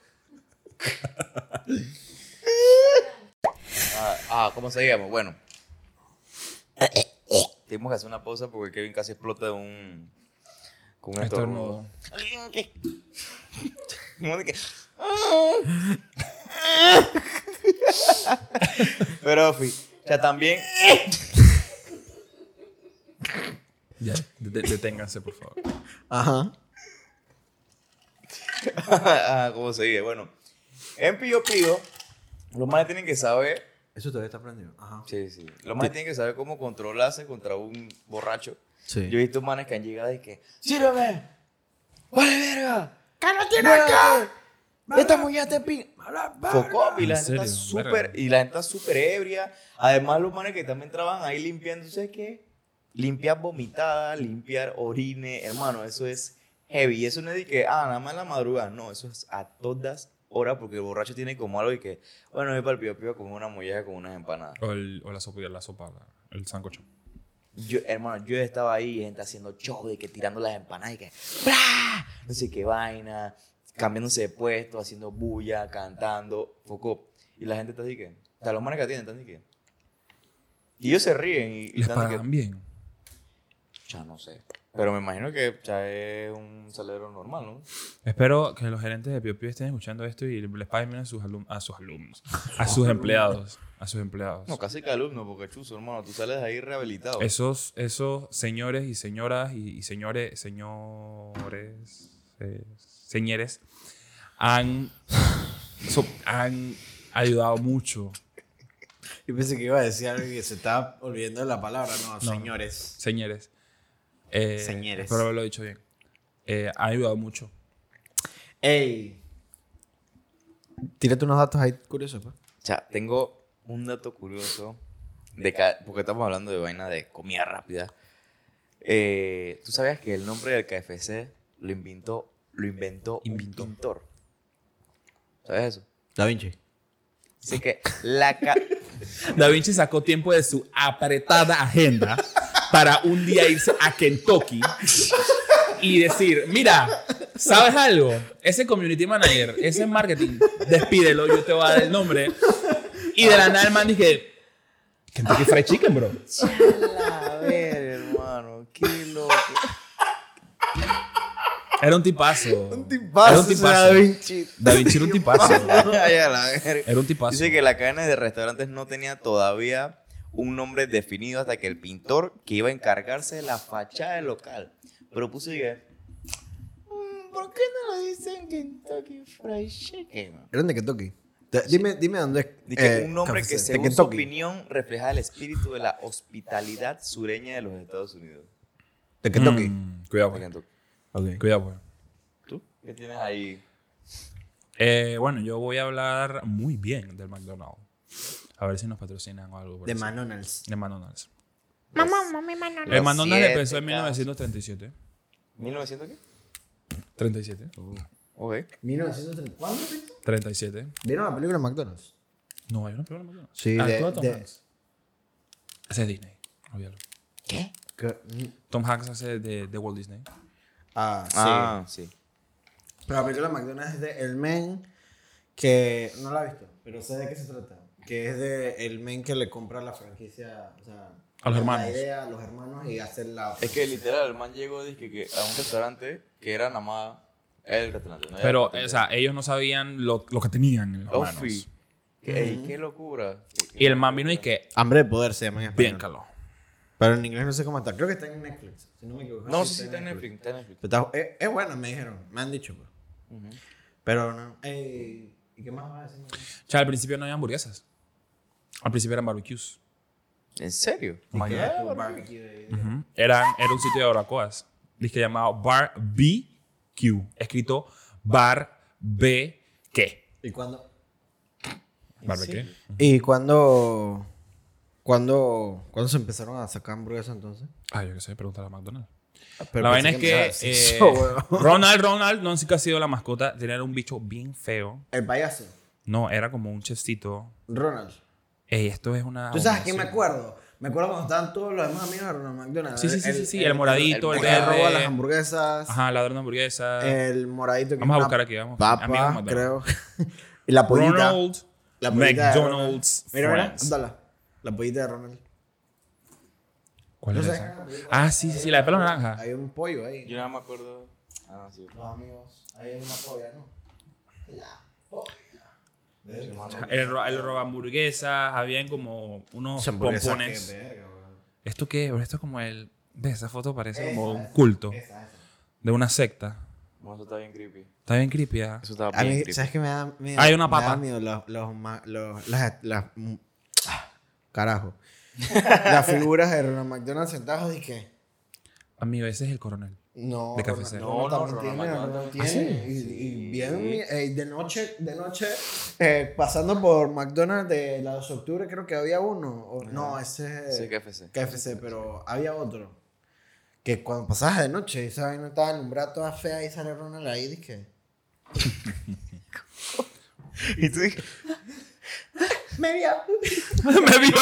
[SPEAKER 3] Ah, ah, ¿cómo seguíamos? Bueno. Tenemos que hacer una pausa porque Kevin casi explota de un. con un estornudo.
[SPEAKER 1] Estornudo.
[SPEAKER 3] Como de que- Pero, fui. O sea, también.
[SPEAKER 1] Ya, de- de- deténganse, por favor.
[SPEAKER 2] Ajá.
[SPEAKER 3] ah, ¿Cómo se dice? Bueno, en Pío Pío, los manes tienen que saber.
[SPEAKER 2] Eso todavía está prendido. Ajá.
[SPEAKER 3] Sí, sí. Los manes tienen que saber cómo controlarse contra un borracho.
[SPEAKER 2] Sí.
[SPEAKER 3] Yo he visto manes que han llegado y que. ¡Sírveme! ¡Vale, verga!
[SPEAKER 4] ¡Que no tiene
[SPEAKER 3] acá! Esta mujer está en pin. Focop y la
[SPEAKER 1] ¿En
[SPEAKER 3] gente
[SPEAKER 1] serio?
[SPEAKER 3] está súper. Y la gente está súper ebria. Además, los manes que también trabajan ahí limpiando, ¿sabes qué? Limpiar vomitada, limpiar orine, hermano, eso es heavy. Eso no es de que, ah, nada más en la madrugada. No, eso es a todas horas porque el borracho tiene como algo y que, bueno, voy para el pío pío como una molleja, como unas empanadas.
[SPEAKER 1] O, el- o la sopa, la sopa la- el sancocho.
[SPEAKER 3] Yo, hermano, yo estaba ahí, gente haciendo show de que tirando las empanadas y que ¡bra! no sé qué vaina, cambiándose de puesto, haciendo bulla, cantando, foco. Y la gente está así que, o sea, los manes que atienden están así que. Y ellos se ríen y, y
[SPEAKER 1] Les
[SPEAKER 3] están así
[SPEAKER 1] pagan
[SPEAKER 3] que,
[SPEAKER 1] bien.
[SPEAKER 3] ya no sé. Pero me imagino que ya es un salero normal, ¿no?
[SPEAKER 1] Espero que los gerentes de PioPio estén escuchando esto y les paguen bien a sus, alum- a sus alumnos, a sus empleados, a sus empleados.
[SPEAKER 3] No, casi que alumno, porque chuzo, hermano, tú sales de ahí rehabilitado.
[SPEAKER 1] Esos, esos señores y señoras y, y señores, señores, eh, señores, han, so- han ayudado mucho.
[SPEAKER 2] Yo pensé que iba a decir algo y se estaba olvidando de la palabra. No, señores.
[SPEAKER 1] Señores. Eh,
[SPEAKER 2] Señores.
[SPEAKER 1] Espero haberlo dicho bien. Eh, han ayudado mucho.
[SPEAKER 2] Ey. Tírate unos datos ahí curiosos, pues. pa.
[SPEAKER 3] O sea, tengo un dato curioso, de ca- porque estamos hablando de vaina de comida rápida. Eh, ¿Tú sabías que el nombre del KFC lo inventó, lo inventó,
[SPEAKER 1] Inventó.
[SPEAKER 3] un pintor? ¿Sabes eso?
[SPEAKER 2] Da Vinci.
[SPEAKER 3] Así que la... ca-
[SPEAKER 1] Da Vinci sacó tiempo de su apretada agenda para un día irse a Kentucky y decir, mira, ¿sabes algo? Ese community manager, ese marketing, despídelo, yo te voy a dar el nombre. Y de la nada el man dije, Kentucky Fried Chicken, bro.
[SPEAKER 3] A ver, hermano, qué loco.
[SPEAKER 1] Era un tipazo. Un
[SPEAKER 2] tipazo
[SPEAKER 1] Era un
[SPEAKER 2] ese
[SPEAKER 1] tipazo.
[SPEAKER 2] Da Vinci.
[SPEAKER 1] Da Vinci era un tipazo.
[SPEAKER 3] Ay, a la verga.
[SPEAKER 1] Era un tipazo.
[SPEAKER 3] Dice que la cadena de restaurantes no tenía todavía un nombre definido hasta que el pintor que iba a encargarse de la fachada del local propuso y que, "Mm, ¿por qué no lo dicen Kentucky Fried Chicken?
[SPEAKER 2] Eran de Kentucky. Da- Dime, dime dónde es.
[SPEAKER 3] Dice
[SPEAKER 2] eh,
[SPEAKER 3] un nombre
[SPEAKER 2] KFC.
[SPEAKER 3] que
[SPEAKER 2] De
[SPEAKER 3] según su
[SPEAKER 2] Kentucky.
[SPEAKER 3] opinión refleja el espíritu de la hospitalidad sureña de los Estados Unidos.
[SPEAKER 2] De Kentucky.
[SPEAKER 1] Mm, cuidado,
[SPEAKER 3] De
[SPEAKER 1] pues.
[SPEAKER 3] Kentucky.
[SPEAKER 2] Ok.
[SPEAKER 1] Cuidado, pues.
[SPEAKER 3] ¿Tú? ¿Qué tienes ahí?
[SPEAKER 1] Eh, bueno, yo voy a hablar muy bien del McDonald's. A ver si nos patrocinan o algo. por
[SPEAKER 2] De
[SPEAKER 1] eso.
[SPEAKER 2] McDonald's.
[SPEAKER 1] De McDonald's.
[SPEAKER 4] Mamá, mami, mano.
[SPEAKER 1] El McDonald's
[SPEAKER 3] siete
[SPEAKER 1] empezó en
[SPEAKER 3] casos.
[SPEAKER 1] 1937.
[SPEAKER 3] ¿1900 qué?
[SPEAKER 1] 37.
[SPEAKER 3] Ok.
[SPEAKER 2] 1930. ¿Cuándo?
[SPEAKER 1] 37.
[SPEAKER 2] ¿Vieron la película de McDonald's?
[SPEAKER 1] No, hay una película de McDonald's.
[SPEAKER 2] Sí,
[SPEAKER 1] Ah,
[SPEAKER 2] de-
[SPEAKER 1] actúa Tom
[SPEAKER 2] de-
[SPEAKER 1] Hanks. Ese es Disney. Olvídalo.
[SPEAKER 3] ¿Qué?
[SPEAKER 2] Que- mm,
[SPEAKER 1] Tom Hanks hace de, de Walt Disney.
[SPEAKER 2] Ah, sí.
[SPEAKER 3] Ah, sí.
[SPEAKER 2] Pero la película de McDonald's es de El Men que no la he visto, pero sé de qué se trata. Que es de El Men que le compra la franquicia, o sea,
[SPEAKER 1] A los
[SPEAKER 2] La
[SPEAKER 1] hermanos.
[SPEAKER 2] idea, a los hermanos y hacer la.
[SPEAKER 3] Es que literal, el man llegó dizque, que a un restaurante que era nada más el restaurante. no era
[SPEAKER 1] Pero,
[SPEAKER 3] el
[SPEAKER 1] o sea, ellos no sabían lo, lo que tenían en las
[SPEAKER 3] restaurante.
[SPEAKER 1] manos.
[SPEAKER 3] Ofi. Que- ey, qué locura.
[SPEAKER 1] Y el man vino y que,
[SPEAKER 2] Hambre de poder se llama en español.
[SPEAKER 1] bien, calor.
[SPEAKER 2] Pero en inglés no sé cómo está. Creo que está en Netflix. Si no me equivoco.
[SPEAKER 3] No, sí, sí, está en Netflix. Está en Netflix.
[SPEAKER 2] Pero está- es, es buena, me dijeron. Me han dicho, pues.
[SPEAKER 3] Ujú.
[SPEAKER 2] Pero no. eh, ¿Y qué más vas a decir?
[SPEAKER 1] O sea, al principio no había hamburguesas. Al principio eran barbecues.
[SPEAKER 3] ¿En serio?
[SPEAKER 2] Ya,
[SPEAKER 3] Mañana.
[SPEAKER 2] tu barbecue ahí.
[SPEAKER 1] Ujú. Eran, era un sitio de barbacoas. Dice llamado Bar BQ. Escrito Bar B ¿qué?
[SPEAKER 2] ¿Y cuándo?
[SPEAKER 1] Barbecue.
[SPEAKER 2] ¿Y cuándo, cuándo, cuándo se empezaron a sacar hamburguesas entonces?
[SPEAKER 1] Ah, yo qué sé, preguntar a McDonald's.
[SPEAKER 2] Ah, pero
[SPEAKER 1] la vaina
[SPEAKER 2] pensé
[SPEAKER 1] es
[SPEAKER 2] me
[SPEAKER 1] que
[SPEAKER 2] ibas a decir
[SPEAKER 1] eh,
[SPEAKER 2] eso, weón.
[SPEAKER 1] Ronald, Ronald, no sé qué ha sido la mascota. Tenía un bicho bien feo.
[SPEAKER 2] El payaso,
[SPEAKER 1] No, era como un chefcito. Ah,
[SPEAKER 2] Ronald.
[SPEAKER 1] Ey, esto es una.
[SPEAKER 2] ¿Tú sabes a quién me
[SPEAKER 1] abominación.
[SPEAKER 2] acuerdo? Me acuerdo cuando estaban todos los demás amigos de Ronald McDonald.
[SPEAKER 1] Sí, sí, sí, sí, sí, el moradito,
[SPEAKER 3] el
[SPEAKER 2] que
[SPEAKER 3] verde.
[SPEAKER 2] roba las hamburguesas.
[SPEAKER 1] Ajá, ladrón de hamburguesas.
[SPEAKER 2] El moradito que
[SPEAKER 1] Vamos a
[SPEAKER 2] es Eh, una
[SPEAKER 1] buscar aquí, vamos. Amigos
[SPEAKER 2] Papa,
[SPEAKER 1] McDonald's.
[SPEAKER 2] creo. y la pollita.
[SPEAKER 1] Ronald
[SPEAKER 2] la pollita de
[SPEAKER 1] McDonald's.
[SPEAKER 2] Ronald. Mira, mira,
[SPEAKER 1] Friends.
[SPEAKER 2] dala. La pollita de Ronald.
[SPEAKER 1] ¿Cuál
[SPEAKER 2] No
[SPEAKER 1] es
[SPEAKER 2] sé.
[SPEAKER 1] esa? Ah, sí, sí, sí, la de pelo naranja.
[SPEAKER 2] Hay un pollo ahí.
[SPEAKER 3] Yo nada me acuerdo. Ah, sí.
[SPEAKER 2] Los amigos. Ahí hay una polla, ¿no?
[SPEAKER 1] El, ro- el roba hamburguesas, habían como unos pompones. ¿Esto qué? Esto es como el. ¿Ves? Esa foto parece como un culto de una secta.
[SPEAKER 3] Bueno, eso está bien creepy.
[SPEAKER 1] Está bien creepy. ¿ah?
[SPEAKER 3] Eso está
[SPEAKER 2] A
[SPEAKER 3] bien
[SPEAKER 2] mí,
[SPEAKER 3] creepy.
[SPEAKER 2] ¿sabes qué me da miedo?
[SPEAKER 1] Hay una
[SPEAKER 2] Me da
[SPEAKER 1] papa.
[SPEAKER 2] miedo los, los, ma- los- las, las- mm, ah, carajo. las figuras de Ronald McDonald sentados y que...
[SPEAKER 1] Amigo, ese es el coronel.
[SPEAKER 2] No,
[SPEAKER 1] De
[SPEAKER 2] Ronald-
[SPEAKER 1] KFC.
[SPEAKER 2] No,
[SPEAKER 3] No,
[SPEAKER 2] no,
[SPEAKER 3] no,
[SPEAKER 2] no, tiene,
[SPEAKER 3] Ronald
[SPEAKER 2] no,
[SPEAKER 3] McDonald.
[SPEAKER 2] tiene.
[SPEAKER 3] ¿Ah, sí?
[SPEAKER 2] Y,
[SPEAKER 3] Sí.
[SPEAKER 2] y bien, eh, de noche, de noche eh, pasando por McDonald's de la 2 de octubre, creo que había uno. o- no, ese
[SPEAKER 3] Sí,
[SPEAKER 2] es
[SPEAKER 3] KFC.
[SPEAKER 2] KFC, pero había otro. Que cuando pasabas de noche, esa vaina estaba alumbrada toda fea y sale Ronald ahí, dije.
[SPEAKER 3] Y tú dije,
[SPEAKER 2] Me vio,
[SPEAKER 1] Me vio.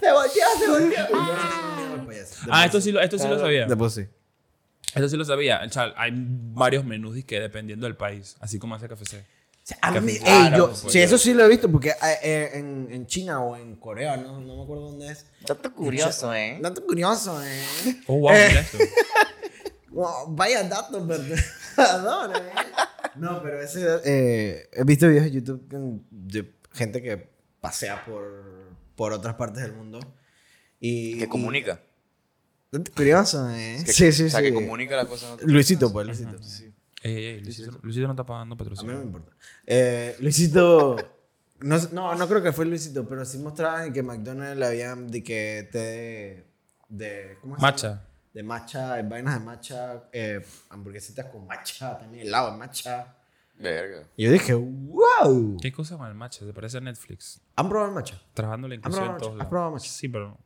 [SPEAKER 2] se volteó, se volteó.
[SPEAKER 1] Ah, esto sí, lo- esto sí lo sabía.
[SPEAKER 2] Después sí.
[SPEAKER 1] Esto sí lo sabía. O sea, hay varios menús y que dependiendo del país, así como hace KFC.
[SPEAKER 2] A mí,
[SPEAKER 1] Café
[SPEAKER 2] ey,
[SPEAKER 1] árabe,
[SPEAKER 2] yo,
[SPEAKER 1] pues,
[SPEAKER 2] sí,
[SPEAKER 1] pues.
[SPEAKER 2] eso sí lo he visto, porque eh, eh, en, en China o en Corea, no, no me acuerdo dónde es.
[SPEAKER 3] tanto curioso, ¿eh?
[SPEAKER 2] Dato curioso, eh.
[SPEAKER 1] Oh, wow, mira esto.
[SPEAKER 2] Wow, vaya dato, perdón, eh. No, pero ese. eh, he visto videos de YouTube con- de gente que pasea por, por otras partes del mundo. Y,
[SPEAKER 3] Que comunica.
[SPEAKER 2] y- dato curioso, eh.
[SPEAKER 3] Que-
[SPEAKER 2] sí, sí,
[SPEAKER 3] O sea,
[SPEAKER 2] sí.
[SPEAKER 3] que comunica las cosas. ¿no?
[SPEAKER 2] Luisito, pues, Luisito.
[SPEAKER 1] Ey, ey, ey, Luisito, Luisito no está pagando
[SPEAKER 2] A mí no me
[SPEAKER 1] patrocinio.
[SPEAKER 2] importa. Eh, Luisito. No, sé- no, no creo que fue Luisito, pero sí mostraban que McDonald's le habían de que té de. de ¿Cómo se llama?
[SPEAKER 1] Macha.
[SPEAKER 2] de matcha, vainas de matcha, eh, hamburguesitas con matcha, también helado de matcha.
[SPEAKER 3] Verga.
[SPEAKER 2] Y yo dije, wow.
[SPEAKER 1] ¿Qué cosa con el matcha? Se parece a Netflix.
[SPEAKER 2] ¿Han probado el matcha?
[SPEAKER 1] Trabajando la inclusión
[SPEAKER 2] probado
[SPEAKER 1] en
[SPEAKER 2] matcha?
[SPEAKER 1] todos
[SPEAKER 2] ¿Has
[SPEAKER 1] lados.
[SPEAKER 2] probado matcha?
[SPEAKER 1] Sí, pero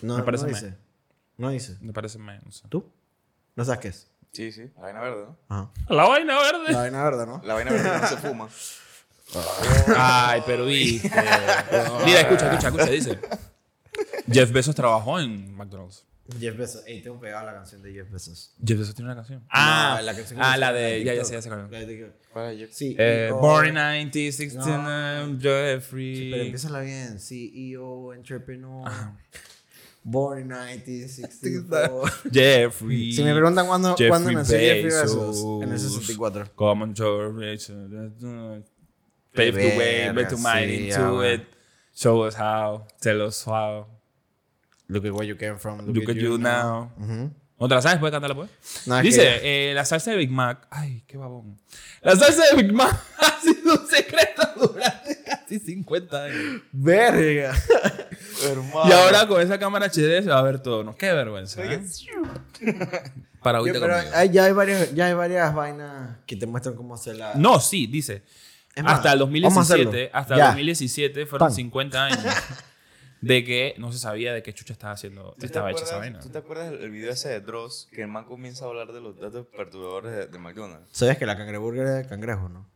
[SPEAKER 2] No,
[SPEAKER 1] Me parece
[SPEAKER 2] no
[SPEAKER 1] me.
[SPEAKER 2] dice. No dice.
[SPEAKER 1] me parece menos.
[SPEAKER 2] ¿Tú? ¿No sabes qué es?
[SPEAKER 3] Sí, sí. La vaina verde, ¿no?
[SPEAKER 2] Ajá.
[SPEAKER 1] La vaina verde.
[SPEAKER 2] La vaina verdad, ¿no?
[SPEAKER 3] La vaina verde no se fuma.
[SPEAKER 1] Ay, pero viste. Mira, escucha, escucha, escucha, dice. Jeff Bezos trabajó en McDonald's.
[SPEAKER 2] Jeff Bezos. Ey, tengo pegado la canción de Jeff Bezos.
[SPEAKER 1] Jeff Bezos tiene una canción.
[SPEAKER 2] No, la canción que
[SPEAKER 1] ah,
[SPEAKER 2] me
[SPEAKER 1] la
[SPEAKER 2] sale
[SPEAKER 1] de. Ya, ya
[SPEAKER 2] TikTok.
[SPEAKER 1] sé, ya sé. cuál es.
[SPEAKER 2] La de TikTok.
[SPEAKER 3] Para yo.
[SPEAKER 2] Sí.
[SPEAKER 1] Eh,
[SPEAKER 2] CEO.
[SPEAKER 1] Born in 1969,
[SPEAKER 2] No.
[SPEAKER 1] Jeffrey.
[SPEAKER 2] Pero empieza bien. CEO, entrepreneur. Born in 1964.
[SPEAKER 1] Jeffrey.
[SPEAKER 2] Si me preguntan cuándo, cuándo
[SPEAKER 1] Jeffrey
[SPEAKER 2] nació Jeffrey
[SPEAKER 1] Bezos.
[SPEAKER 2] Bezos, en el 64.
[SPEAKER 1] Common George. Pave the way,
[SPEAKER 2] Verga,
[SPEAKER 1] bet your mind
[SPEAKER 2] sí,
[SPEAKER 1] into
[SPEAKER 2] ah,
[SPEAKER 1] it. Show us how, tell us how.
[SPEAKER 2] Look at where you came from.
[SPEAKER 1] Look at you now.
[SPEAKER 2] Ujú. Ah,
[SPEAKER 1] ¿No te la sabes? ¿Puedes cantarla, pues?
[SPEAKER 2] No, es
[SPEAKER 1] Dice,
[SPEAKER 2] que-
[SPEAKER 1] eh, la salsa de Big Mac. Ay, qué babón. La salsa de Big Mac ha sido un secreto durante casi 50 años.
[SPEAKER 2] Verga.
[SPEAKER 3] Hermano.
[SPEAKER 1] Y ahora con esa cámara HD se va a ver todo. No, qué vergüenza. ¿eh? Para ahorita
[SPEAKER 2] Pero
[SPEAKER 1] conmigo.
[SPEAKER 2] hay- ya, hay varias, ya hay varias vainas que te muestran cómo hacer la.
[SPEAKER 1] No, sí, dice.
[SPEAKER 2] Es más,
[SPEAKER 1] Hasta el
[SPEAKER 2] vamos a hacerlo.
[SPEAKER 1] 2017, hasta el
[SPEAKER 2] Ya.
[SPEAKER 1] 2017 fueron
[SPEAKER 2] Pan.
[SPEAKER 1] 50 años de que no se sabía de qué chucha estaba haciendo,
[SPEAKER 3] ¿Tú te
[SPEAKER 1] estaba hecha esa
[SPEAKER 3] acuerdas-
[SPEAKER 1] vaina.
[SPEAKER 3] ¿Tú te acuerdas del video ese de Dross que el man comienza a hablar de los datos perturbadores de, de McDonald's?
[SPEAKER 2] Sabes que la cangreburger es de cangrejo, ¿no?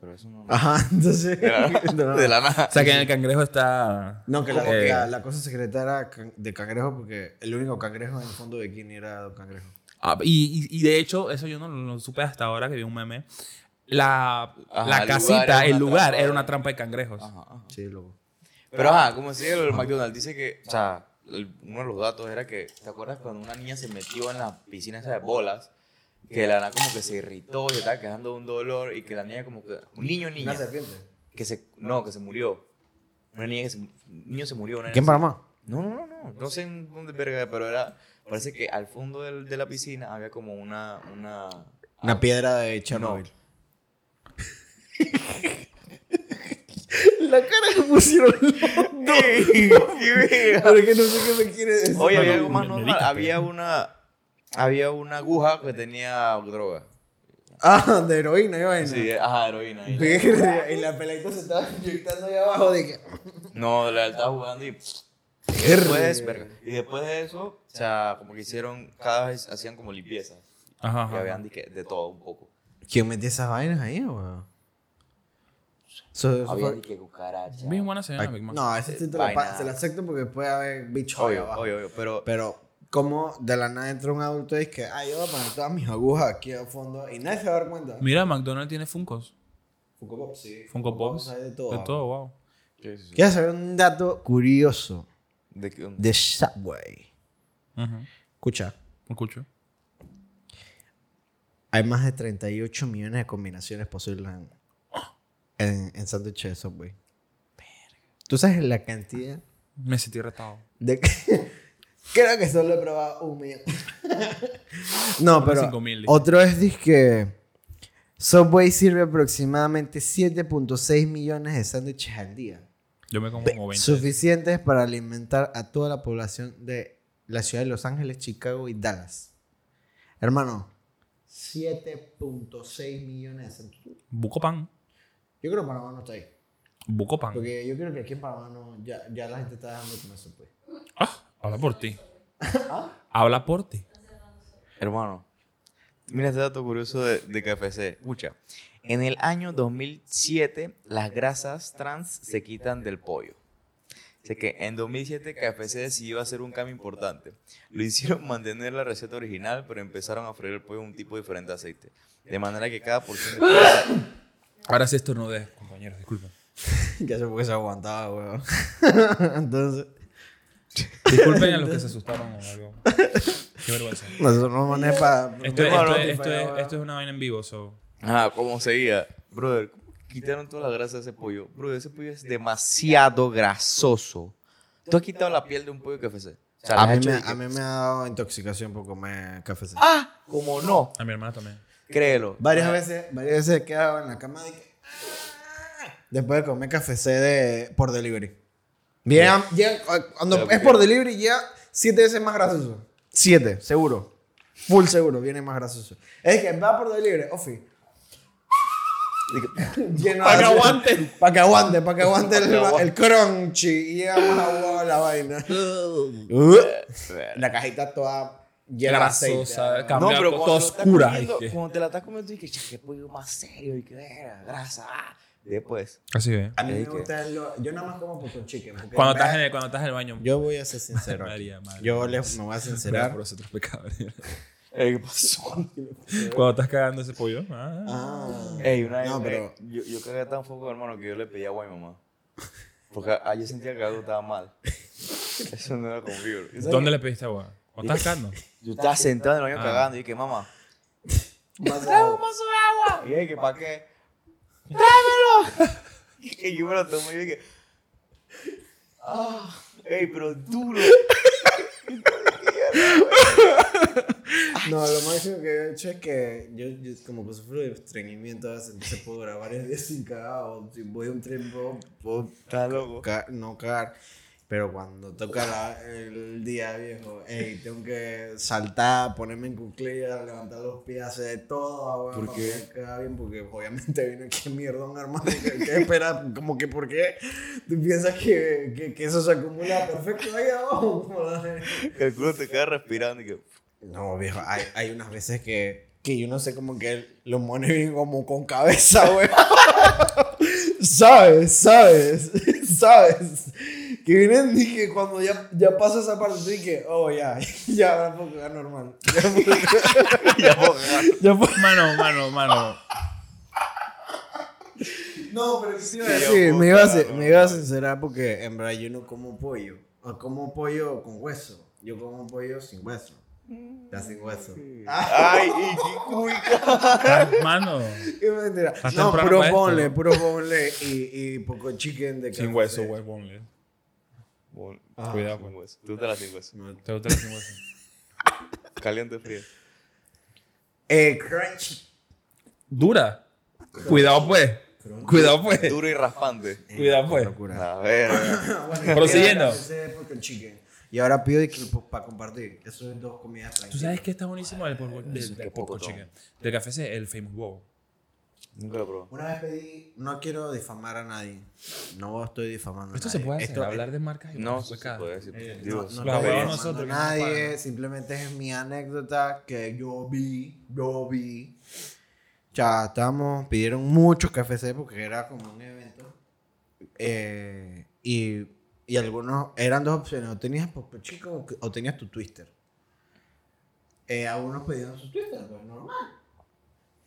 [SPEAKER 3] Pero eso no.
[SPEAKER 2] Ajá, entonces.
[SPEAKER 3] De la,
[SPEAKER 2] no.
[SPEAKER 3] Ah. de la nada.
[SPEAKER 1] O sea, que en el cangrejo está...
[SPEAKER 2] No, que la,
[SPEAKER 1] Eh,
[SPEAKER 2] la- la cosa secreta era can- de cangrejo porque el único cangrejo en el fondo de Kini era Don Cangrejo.
[SPEAKER 1] Ah, y, y- y de hecho, eso yo no lo lo supe hasta ahora que vi un meme. La,
[SPEAKER 3] Ajá,
[SPEAKER 1] la
[SPEAKER 3] el lugar
[SPEAKER 1] casita,
[SPEAKER 3] era
[SPEAKER 1] el
[SPEAKER 3] una
[SPEAKER 1] lugar,
[SPEAKER 3] trampa.
[SPEAKER 1] era una trampa de cangrejos.
[SPEAKER 3] Ajá, ajá.
[SPEAKER 2] Sí, loco.
[SPEAKER 3] Pero ajá, como decía el McDonald's, dice que, o sea, el- uno de los datos era que, ¿te acuerdas cuando una niña se metió en la piscina esa de bolas? Que de la nada como que se irritó y estaba quejando de un dolor y que la niña como que, un niño, niña,
[SPEAKER 2] Una serpiente.
[SPEAKER 3] que se, no, que se murió. Una niña que se, un niño se murió. una niña
[SPEAKER 2] ¿Quién
[SPEAKER 3] se-
[SPEAKER 2] para más?
[SPEAKER 3] No, no, no, no, no sé en dónde verga, pero era, parece que al fondo del- de la piscina había como una, una,
[SPEAKER 2] Una piedra de Chernobyl. la cara que pusieron Pero que no sé qué me quiere decir.
[SPEAKER 3] Oye, había
[SPEAKER 1] Bueno,
[SPEAKER 3] algo más
[SPEAKER 1] me- me
[SPEAKER 3] normal.
[SPEAKER 1] dedica,
[SPEAKER 3] había una. Había una aguja que tenía droga.
[SPEAKER 2] Ah, de heroína, yo vaina.
[SPEAKER 3] Sí, ajá, heroína. y-
[SPEAKER 2] Y la peladita se estaba inyectando ahí abajo de que.
[SPEAKER 3] No, la estaba jugando y. y Después, verga. Y después de eso, o sea, como que hicieron, cada vez hacían como limpiezas.
[SPEAKER 1] Ajá,
[SPEAKER 3] Y
[SPEAKER 1] ajá.
[SPEAKER 3] habían de, que- de todo un poco.
[SPEAKER 2] ¿Quién metió esas vainas ahí, weón? Eso- eso
[SPEAKER 3] Había de
[SPEAKER 2] fue-
[SPEAKER 3] que cucaracha.
[SPEAKER 1] Big Mac se llama Big Mac.
[SPEAKER 2] No, ese sí te lo
[SPEAKER 3] Vaina.
[SPEAKER 2] pa- se lo acepto porque puede haber bichos ahí
[SPEAKER 3] Obvio,
[SPEAKER 2] abajo.
[SPEAKER 3] obvio, obvio. Pero,
[SPEAKER 2] Pero, como de la nada entra un adulto y dice que, ay, yo voy a poner todas mis agujas aquí al fondo y nadie se va a dar cuenta.
[SPEAKER 1] Mira, McDonald's tiene Funkos.
[SPEAKER 2] Funko Pop, sí.
[SPEAKER 1] Funko Pops.
[SPEAKER 2] hay
[SPEAKER 1] De
[SPEAKER 2] de
[SPEAKER 1] todo,
[SPEAKER 2] todo.
[SPEAKER 1] wow.
[SPEAKER 2] Quiero saber un dato curioso
[SPEAKER 3] ¿de qué-
[SPEAKER 2] de Subway.
[SPEAKER 1] Ujú.
[SPEAKER 2] Escucha,
[SPEAKER 1] Escucho.
[SPEAKER 2] hay más de 38 millones de combinaciones posibles en, en, en sándwiches de Subway. ¿Tú sabes la cantidad
[SPEAKER 1] Me sentí retado.
[SPEAKER 2] de que- Creo que solo he probado un millón. no,
[SPEAKER 1] Unos
[SPEAKER 2] pero
[SPEAKER 1] 5.000, dice.
[SPEAKER 2] otro es que Subway sirve aproximadamente 7.6 millones de sándwiches al día.
[SPEAKER 1] Yo me como como 20.
[SPEAKER 2] Suficientes para alimentar a toda la población de la ciudad de Los Ángeles, Chicago y Dallas. Hermano, 7.6 millones de sándwiches.
[SPEAKER 1] Buco pan.
[SPEAKER 2] Yo creo que Panamá no está ahí.
[SPEAKER 1] Buco pan.
[SPEAKER 2] Porque yo creo que aquí en Panamá no, ya, ya la gente está dejando de comer Subway.
[SPEAKER 1] Ah, habla por ti. Habla por ti.
[SPEAKER 3] Hermano, mira este dato curioso de, de KFC. Escucha, en el año 2007 las grasas trans se quitan del pollo. Así que en 2007 KFC decidió hacer un cambio importante. Lo hicieron mantener la receta original, pero empezaron a freír el pollo en un tipo diferente de aceite. De manera que cada porción... de pollo-
[SPEAKER 1] Ahora sí estornudé, compañeros, disculpen.
[SPEAKER 2] Ya sé por qué se aguantaba, weón. Entonces,
[SPEAKER 1] Disculpen a los que se asustaron o algo. Qué vergüenza.
[SPEAKER 2] nosotros no mané para.
[SPEAKER 1] Esto, es- esto es- esto es, esto es una vaina en vivo, so.
[SPEAKER 3] Ah, ¿cómo seguía? Brother, quitaron toda la grasa de ese pollo. Brother, ese pollo es demasiado grasoso. ¿Tú has quitado la piel de un pollo de KFC? O sea, le
[SPEAKER 2] a,
[SPEAKER 3] has
[SPEAKER 2] mí
[SPEAKER 3] hecho
[SPEAKER 2] me,
[SPEAKER 3] de que-
[SPEAKER 2] a mí me ha dado intoxicación por comer café.
[SPEAKER 3] Ah, como no.
[SPEAKER 1] A mi hermana también.
[SPEAKER 3] Créelo.
[SPEAKER 2] Varias veces, varias veces he quedado en la cama de que- "Ah", después de comer café de, por delivery. Bien, bien, cuando es por delivery ya siete veces más grasoso. Siete, seguro. Full seguro, viene más grasoso. Es que va por delivery, ofi. Para que aguante. Para que aguante, para que aguante el, el crunchy. Y llega más agua a la vaina. Uh, la cajita toda llena de aceite. ah.
[SPEAKER 1] Grasosa, cambia, no, toda
[SPEAKER 3] lo estás
[SPEAKER 1] oscura.
[SPEAKER 3] comiendo,
[SPEAKER 1] ¿viste?
[SPEAKER 3] cuando te la estás comiendo, dices, "Che, qué pollo más serio y qué verga, grasa. ah". Después,
[SPEAKER 1] Así es.
[SPEAKER 2] A mí me
[SPEAKER 3] Ey, que-
[SPEAKER 2] gusta lo- Yo nada más como popcorn chicken. porque
[SPEAKER 1] Cuando
[SPEAKER 2] en
[SPEAKER 1] estás, en
[SPEAKER 2] verdad-
[SPEAKER 1] el, cuando estás en el baño.
[SPEAKER 2] Yo voy a ser sincero. aquí.
[SPEAKER 1] María, madre.
[SPEAKER 2] yo les, me voy a
[SPEAKER 1] Perdón
[SPEAKER 2] sincerar.
[SPEAKER 1] por vosotros pecadores.
[SPEAKER 3] Ey, ¿qué pasó?
[SPEAKER 1] Cuando estás cagando ese pollo. Ah.
[SPEAKER 2] Ah.
[SPEAKER 3] Ey, una vez,
[SPEAKER 2] No,
[SPEAKER 3] ey,
[SPEAKER 2] pero-
[SPEAKER 3] yo, yo cagué tan foco, hermano, que yo le pedí agua a mi mamá. Porque ah, yo sentía que algo estaba mal. Eso no era conmigo.
[SPEAKER 1] ¿Dónde le pediste agua? ¿Cuando estás cagando?
[SPEAKER 3] Yo estaba sentado en el baño
[SPEAKER 1] Ah.
[SPEAKER 3] cagando y dije, mamá,
[SPEAKER 2] Más agua.
[SPEAKER 4] Vamos a agua.
[SPEAKER 3] y dije, que ¿para qué? ¡Dámelo! y yo me lo tomé y dije, ¡ah! ¡Ey, pero duro!
[SPEAKER 2] No, lo máximo que yo he hecho es que yo, yo como que sufro de estreñimiento, a veces, entonces puedo durar varios días sin cagar. O si voy a un tren, puedo, puedo
[SPEAKER 3] Estás loco.
[SPEAKER 2] ca- no cagar. Pero cuando toca la- el día viejo, ey, tengo que saltar, ponerme en cuclillas, levantar los pies, hacer de todo, agua,
[SPEAKER 3] ¿Por
[SPEAKER 2] para
[SPEAKER 3] qué?
[SPEAKER 2] poder cagar bien, porque obviamente vino aquí mierdón, hermano, que, que espera, como que por qué tú piensas que, que, que eso se acumula perfecto ahí abajo. ¿Cómo lo haces?
[SPEAKER 3] Que el culo te queda respirando y que.
[SPEAKER 2] No, viejo, hay, hay unas veces que, que yo no sé como que los mones vienen como con cabeza, güey. ¿Sabes? ¿Sabes? ¿Sabes? Que vienen y que cuando ya, ya pasa esa parte, tú que, oh, ya, ya ahora puedo cagar normal. Ya puedo cagar-
[SPEAKER 3] Ya, po-
[SPEAKER 2] ya puedo-
[SPEAKER 1] Mano, mano, mano.
[SPEAKER 2] No, pero sí iba a
[SPEAKER 3] Sí,
[SPEAKER 2] decir,
[SPEAKER 3] yo,
[SPEAKER 2] me iba a,
[SPEAKER 3] puta,
[SPEAKER 2] ce-
[SPEAKER 3] no,
[SPEAKER 2] me iba a
[SPEAKER 3] no.
[SPEAKER 2] sincerar porque en verdad yo no como pollo. O como pollo con hueso. Yo como pollo sin hueso. Ya sin hueso.
[SPEAKER 3] Ay, y qué cuica.
[SPEAKER 1] Mano.
[SPEAKER 2] Qué mentira.
[SPEAKER 1] Estás
[SPEAKER 2] No,
[SPEAKER 1] temprano
[SPEAKER 2] puro
[SPEAKER 1] para esto.
[SPEAKER 2] bonle, puro bonle y, y poco chicken de
[SPEAKER 1] Sin
[SPEAKER 2] KFC.
[SPEAKER 1] hueso, güey, ponle.
[SPEAKER 2] Ah,
[SPEAKER 1] Cuidado,
[SPEAKER 3] Sin
[SPEAKER 1] güey.
[SPEAKER 3] hueso. pues. Tú te la sin hueso.
[SPEAKER 1] Te gusta la sin hueso.
[SPEAKER 3] Caliente frío.
[SPEAKER 2] Eh, crunchy.
[SPEAKER 1] Dura. Cuidado, pues. Cuidado, pues.
[SPEAKER 3] Duro y raspante.
[SPEAKER 1] Cuidado, pues.
[SPEAKER 2] Locura.
[SPEAKER 3] A ver.
[SPEAKER 2] Bueno,
[SPEAKER 1] Prosiguiendo.
[SPEAKER 2] KFC poco chicken. Y ahora pido y que- para compartir. Eso es dos comidas
[SPEAKER 1] ¿Tú
[SPEAKER 2] tranquilas.
[SPEAKER 1] sabes qué está buenísimo del, pork- del,
[SPEAKER 3] Eso es
[SPEAKER 1] del
[SPEAKER 3] que
[SPEAKER 1] pork
[SPEAKER 3] pocotón.
[SPEAKER 1] chicken? Del café ese, el famous bowl.
[SPEAKER 3] Nunca lo probé.
[SPEAKER 2] Una vez pedí, no quiero difamar a nadie. No estoy difamando a
[SPEAKER 1] Esto
[SPEAKER 2] nadie.
[SPEAKER 1] se puede hacer,
[SPEAKER 2] Esto-
[SPEAKER 1] hablar de marcas y
[SPEAKER 3] No,
[SPEAKER 1] marcas
[SPEAKER 3] se
[SPEAKER 1] acá.
[SPEAKER 3] puede decir. pues.
[SPEAKER 2] eh,
[SPEAKER 3] Digo,
[SPEAKER 2] no, no
[SPEAKER 1] lo
[SPEAKER 2] lo
[SPEAKER 1] hablamos
[SPEAKER 2] veo
[SPEAKER 1] nosotros, que
[SPEAKER 2] nosotros.
[SPEAKER 1] no nos
[SPEAKER 2] Nadie,
[SPEAKER 1] pagan.
[SPEAKER 2] simplemente es mi anécdota que yo vi, yo vi. Ya estamos, pidieron muchos KFC porque era como un evento. Eh, y, y algunos, eran dos opciones, o tenías Popo Chico o, que- o tenías tu Twister. Eh, algunos pedían su Twister, pues normal.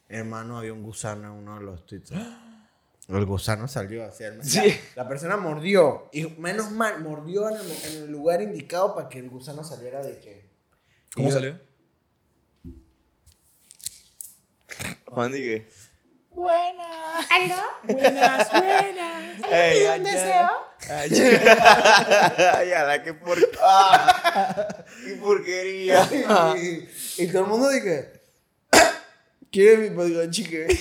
[SPEAKER 2] Hermano, había un gusano en uno de los Twitter. El gusano salió hacia el
[SPEAKER 3] Sí.
[SPEAKER 2] La, la persona mordió. Y menos mal, mordió en el, en el lugar indicado para que el gusano saliera de que.
[SPEAKER 1] ¿Cómo
[SPEAKER 2] Y yo-
[SPEAKER 1] salió?
[SPEAKER 3] Juan dije.
[SPEAKER 4] Buenas. ¿Aló?
[SPEAKER 3] Ey,
[SPEAKER 4] ¿Pido un deseo?
[SPEAKER 3] Ay, ya la que por... ah, ¡Qué porquería!
[SPEAKER 2] y, y todo el mundo dije. ¿Quieres mi pollo chique?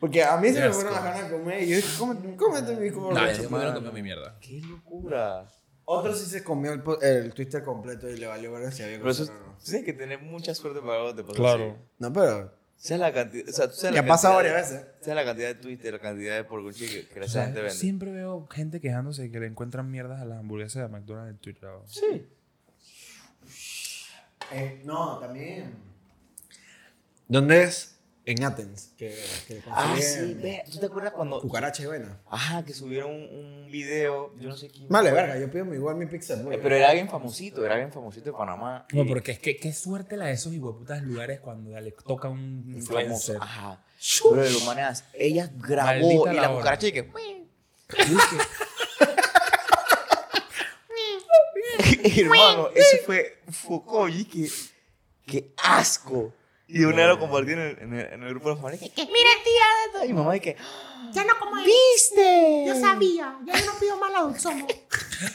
[SPEAKER 2] Porque a mí se me
[SPEAKER 1] Asco.
[SPEAKER 2] fueron las ganas de comer. Y yo dije, este "Cómete- cómete mi pollo
[SPEAKER 1] No,
[SPEAKER 2] chique,
[SPEAKER 1] yo me hubiera
[SPEAKER 2] mano".
[SPEAKER 1] comido mi mierda.
[SPEAKER 3] ¡Qué locura!
[SPEAKER 2] Otro sí se comió el, po- el Twister completo y le valió ver si había
[SPEAKER 3] Pero eso,
[SPEAKER 2] gusano o no.
[SPEAKER 3] tú tienes que tener mucha suerte para algo que te pase
[SPEAKER 1] Claro.
[SPEAKER 3] así.
[SPEAKER 2] No, pero.
[SPEAKER 3] O sea, la cantidad... O sea, tú sabes
[SPEAKER 2] Ya
[SPEAKER 3] la
[SPEAKER 2] ha pasado
[SPEAKER 3] cantidad-
[SPEAKER 2] varias veces.
[SPEAKER 3] ¿Sabes la cantidad de Twitter, la cantidad de porco chique que la
[SPEAKER 1] O sea,
[SPEAKER 3] gente vende?
[SPEAKER 1] siempre veo gente quejándose de que le encuentran mierdas a las hamburguesas de McDonald's en Twitter. ¿no?
[SPEAKER 2] Eh, no, también. ¿Dónde es? En Athens. Que, que
[SPEAKER 3] Ah, sí,
[SPEAKER 2] consiguen
[SPEAKER 3] ve. ¿Tú te acuerdas cuando...?
[SPEAKER 2] Cucaracha y vaina.
[SPEAKER 3] Ajá, que subieron un, un video, yo no sé quién...
[SPEAKER 2] Vale, verga, Pues, yo pido mi- igual mi pizza. pues.
[SPEAKER 3] Eh, Pero era alguien famosito, era alguien famosito de Panamá.
[SPEAKER 1] No,
[SPEAKER 3] Y-
[SPEAKER 1] porque es que qué suerte la de esos hijueputas lugares cuando le toca un
[SPEAKER 3] famoso.
[SPEAKER 1] influencer.
[SPEAKER 3] Ajá. Pero de humanas, ella grabó
[SPEAKER 1] Maldita
[SPEAKER 3] y
[SPEAKER 1] la
[SPEAKER 3] la
[SPEAKER 1] hora.
[SPEAKER 3] cucaracha y que. Hermano, eso fue Foucault y que. ¡Qué asco! Y de una vez lo compartí en el, en el- en el grupo de los familiares. que,
[SPEAKER 4] Mira, tía,
[SPEAKER 3] "Ay, mamá, y que.
[SPEAKER 4] ya no como él.
[SPEAKER 3] ¡Viste!
[SPEAKER 4] Yo sabía. Ya yo no pido más la Dulzomo.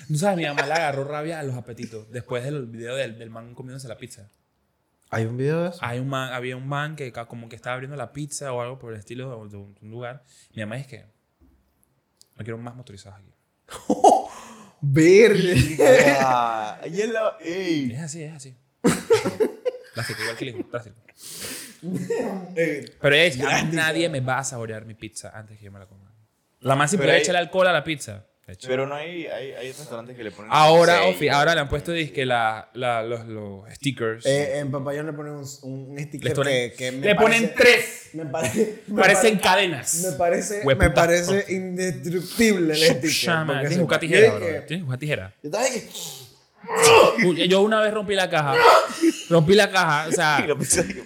[SPEAKER 1] No sabes, mi mamá le agarró rabia a los apetitos después del video del, del man comiéndose la pizza.
[SPEAKER 2] ¿Hay un video de eso?
[SPEAKER 1] Hay un man, había un man que ca- como que estaba abriendo la pizza o algo por el estilo de, de un, de un lugar. Mi mamá es que no quiero más motorizados aquí.
[SPEAKER 2] Ver.
[SPEAKER 3] Ah, y él la. ¡Ey!
[SPEAKER 1] Es así, es así. Plástico, igual que el hijo, plástico. Pero es, a mí nadie me va a saborear mi pizza antes que yo me la coma. La más simple
[SPEAKER 3] Pero
[SPEAKER 1] es
[SPEAKER 3] ahí-
[SPEAKER 1] echarle alcohol a la pizza. De hecho.
[SPEAKER 3] Pero no hay, hay, hay restaurantes que le ponen.
[SPEAKER 1] Ahora,
[SPEAKER 3] sello.
[SPEAKER 1] Ofi, ahora le han puesto dizque, la, la- los, los stickers.
[SPEAKER 2] Eh, en Papayón le ponen un, un
[SPEAKER 1] Les
[SPEAKER 2] sticker
[SPEAKER 1] ponen-
[SPEAKER 2] que, que me
[SPEAKER 1] le ponen
[SPEAKER 2] parece-
[SPEAKER 1] tres.
[SPEAKER 2] Me, pare- me
[SPEAKER 1] Parecen
[SPEAKER 2] pare-
[SPEAKER 1] cadenas.
[SPEAKER 2] Me parece,
[SPEAKER 1] Hueputa.
[SPEAKER 2] me parece indestructible el sticker.
[SPEAKER 1] Chama,
[SPEAKER 2] porque
[SPEAKER 1] Tienes
[SPEAKER 2] se-
[SPEAKER 1] que buscar
[SPEAKER 2] yo
[SPEAKER 1] tijera,
[SPEAKER 2] dije-
[SPEAKER 1] bro. Tienes que buscar tijera.
[SPEAKER 2] Yo estaba dije,
[SPEAKER 1] Uy, Yo una vez rompí la caja. Rompí la caja. O sea,
[SPEAKER 3] Y la pizza, y que,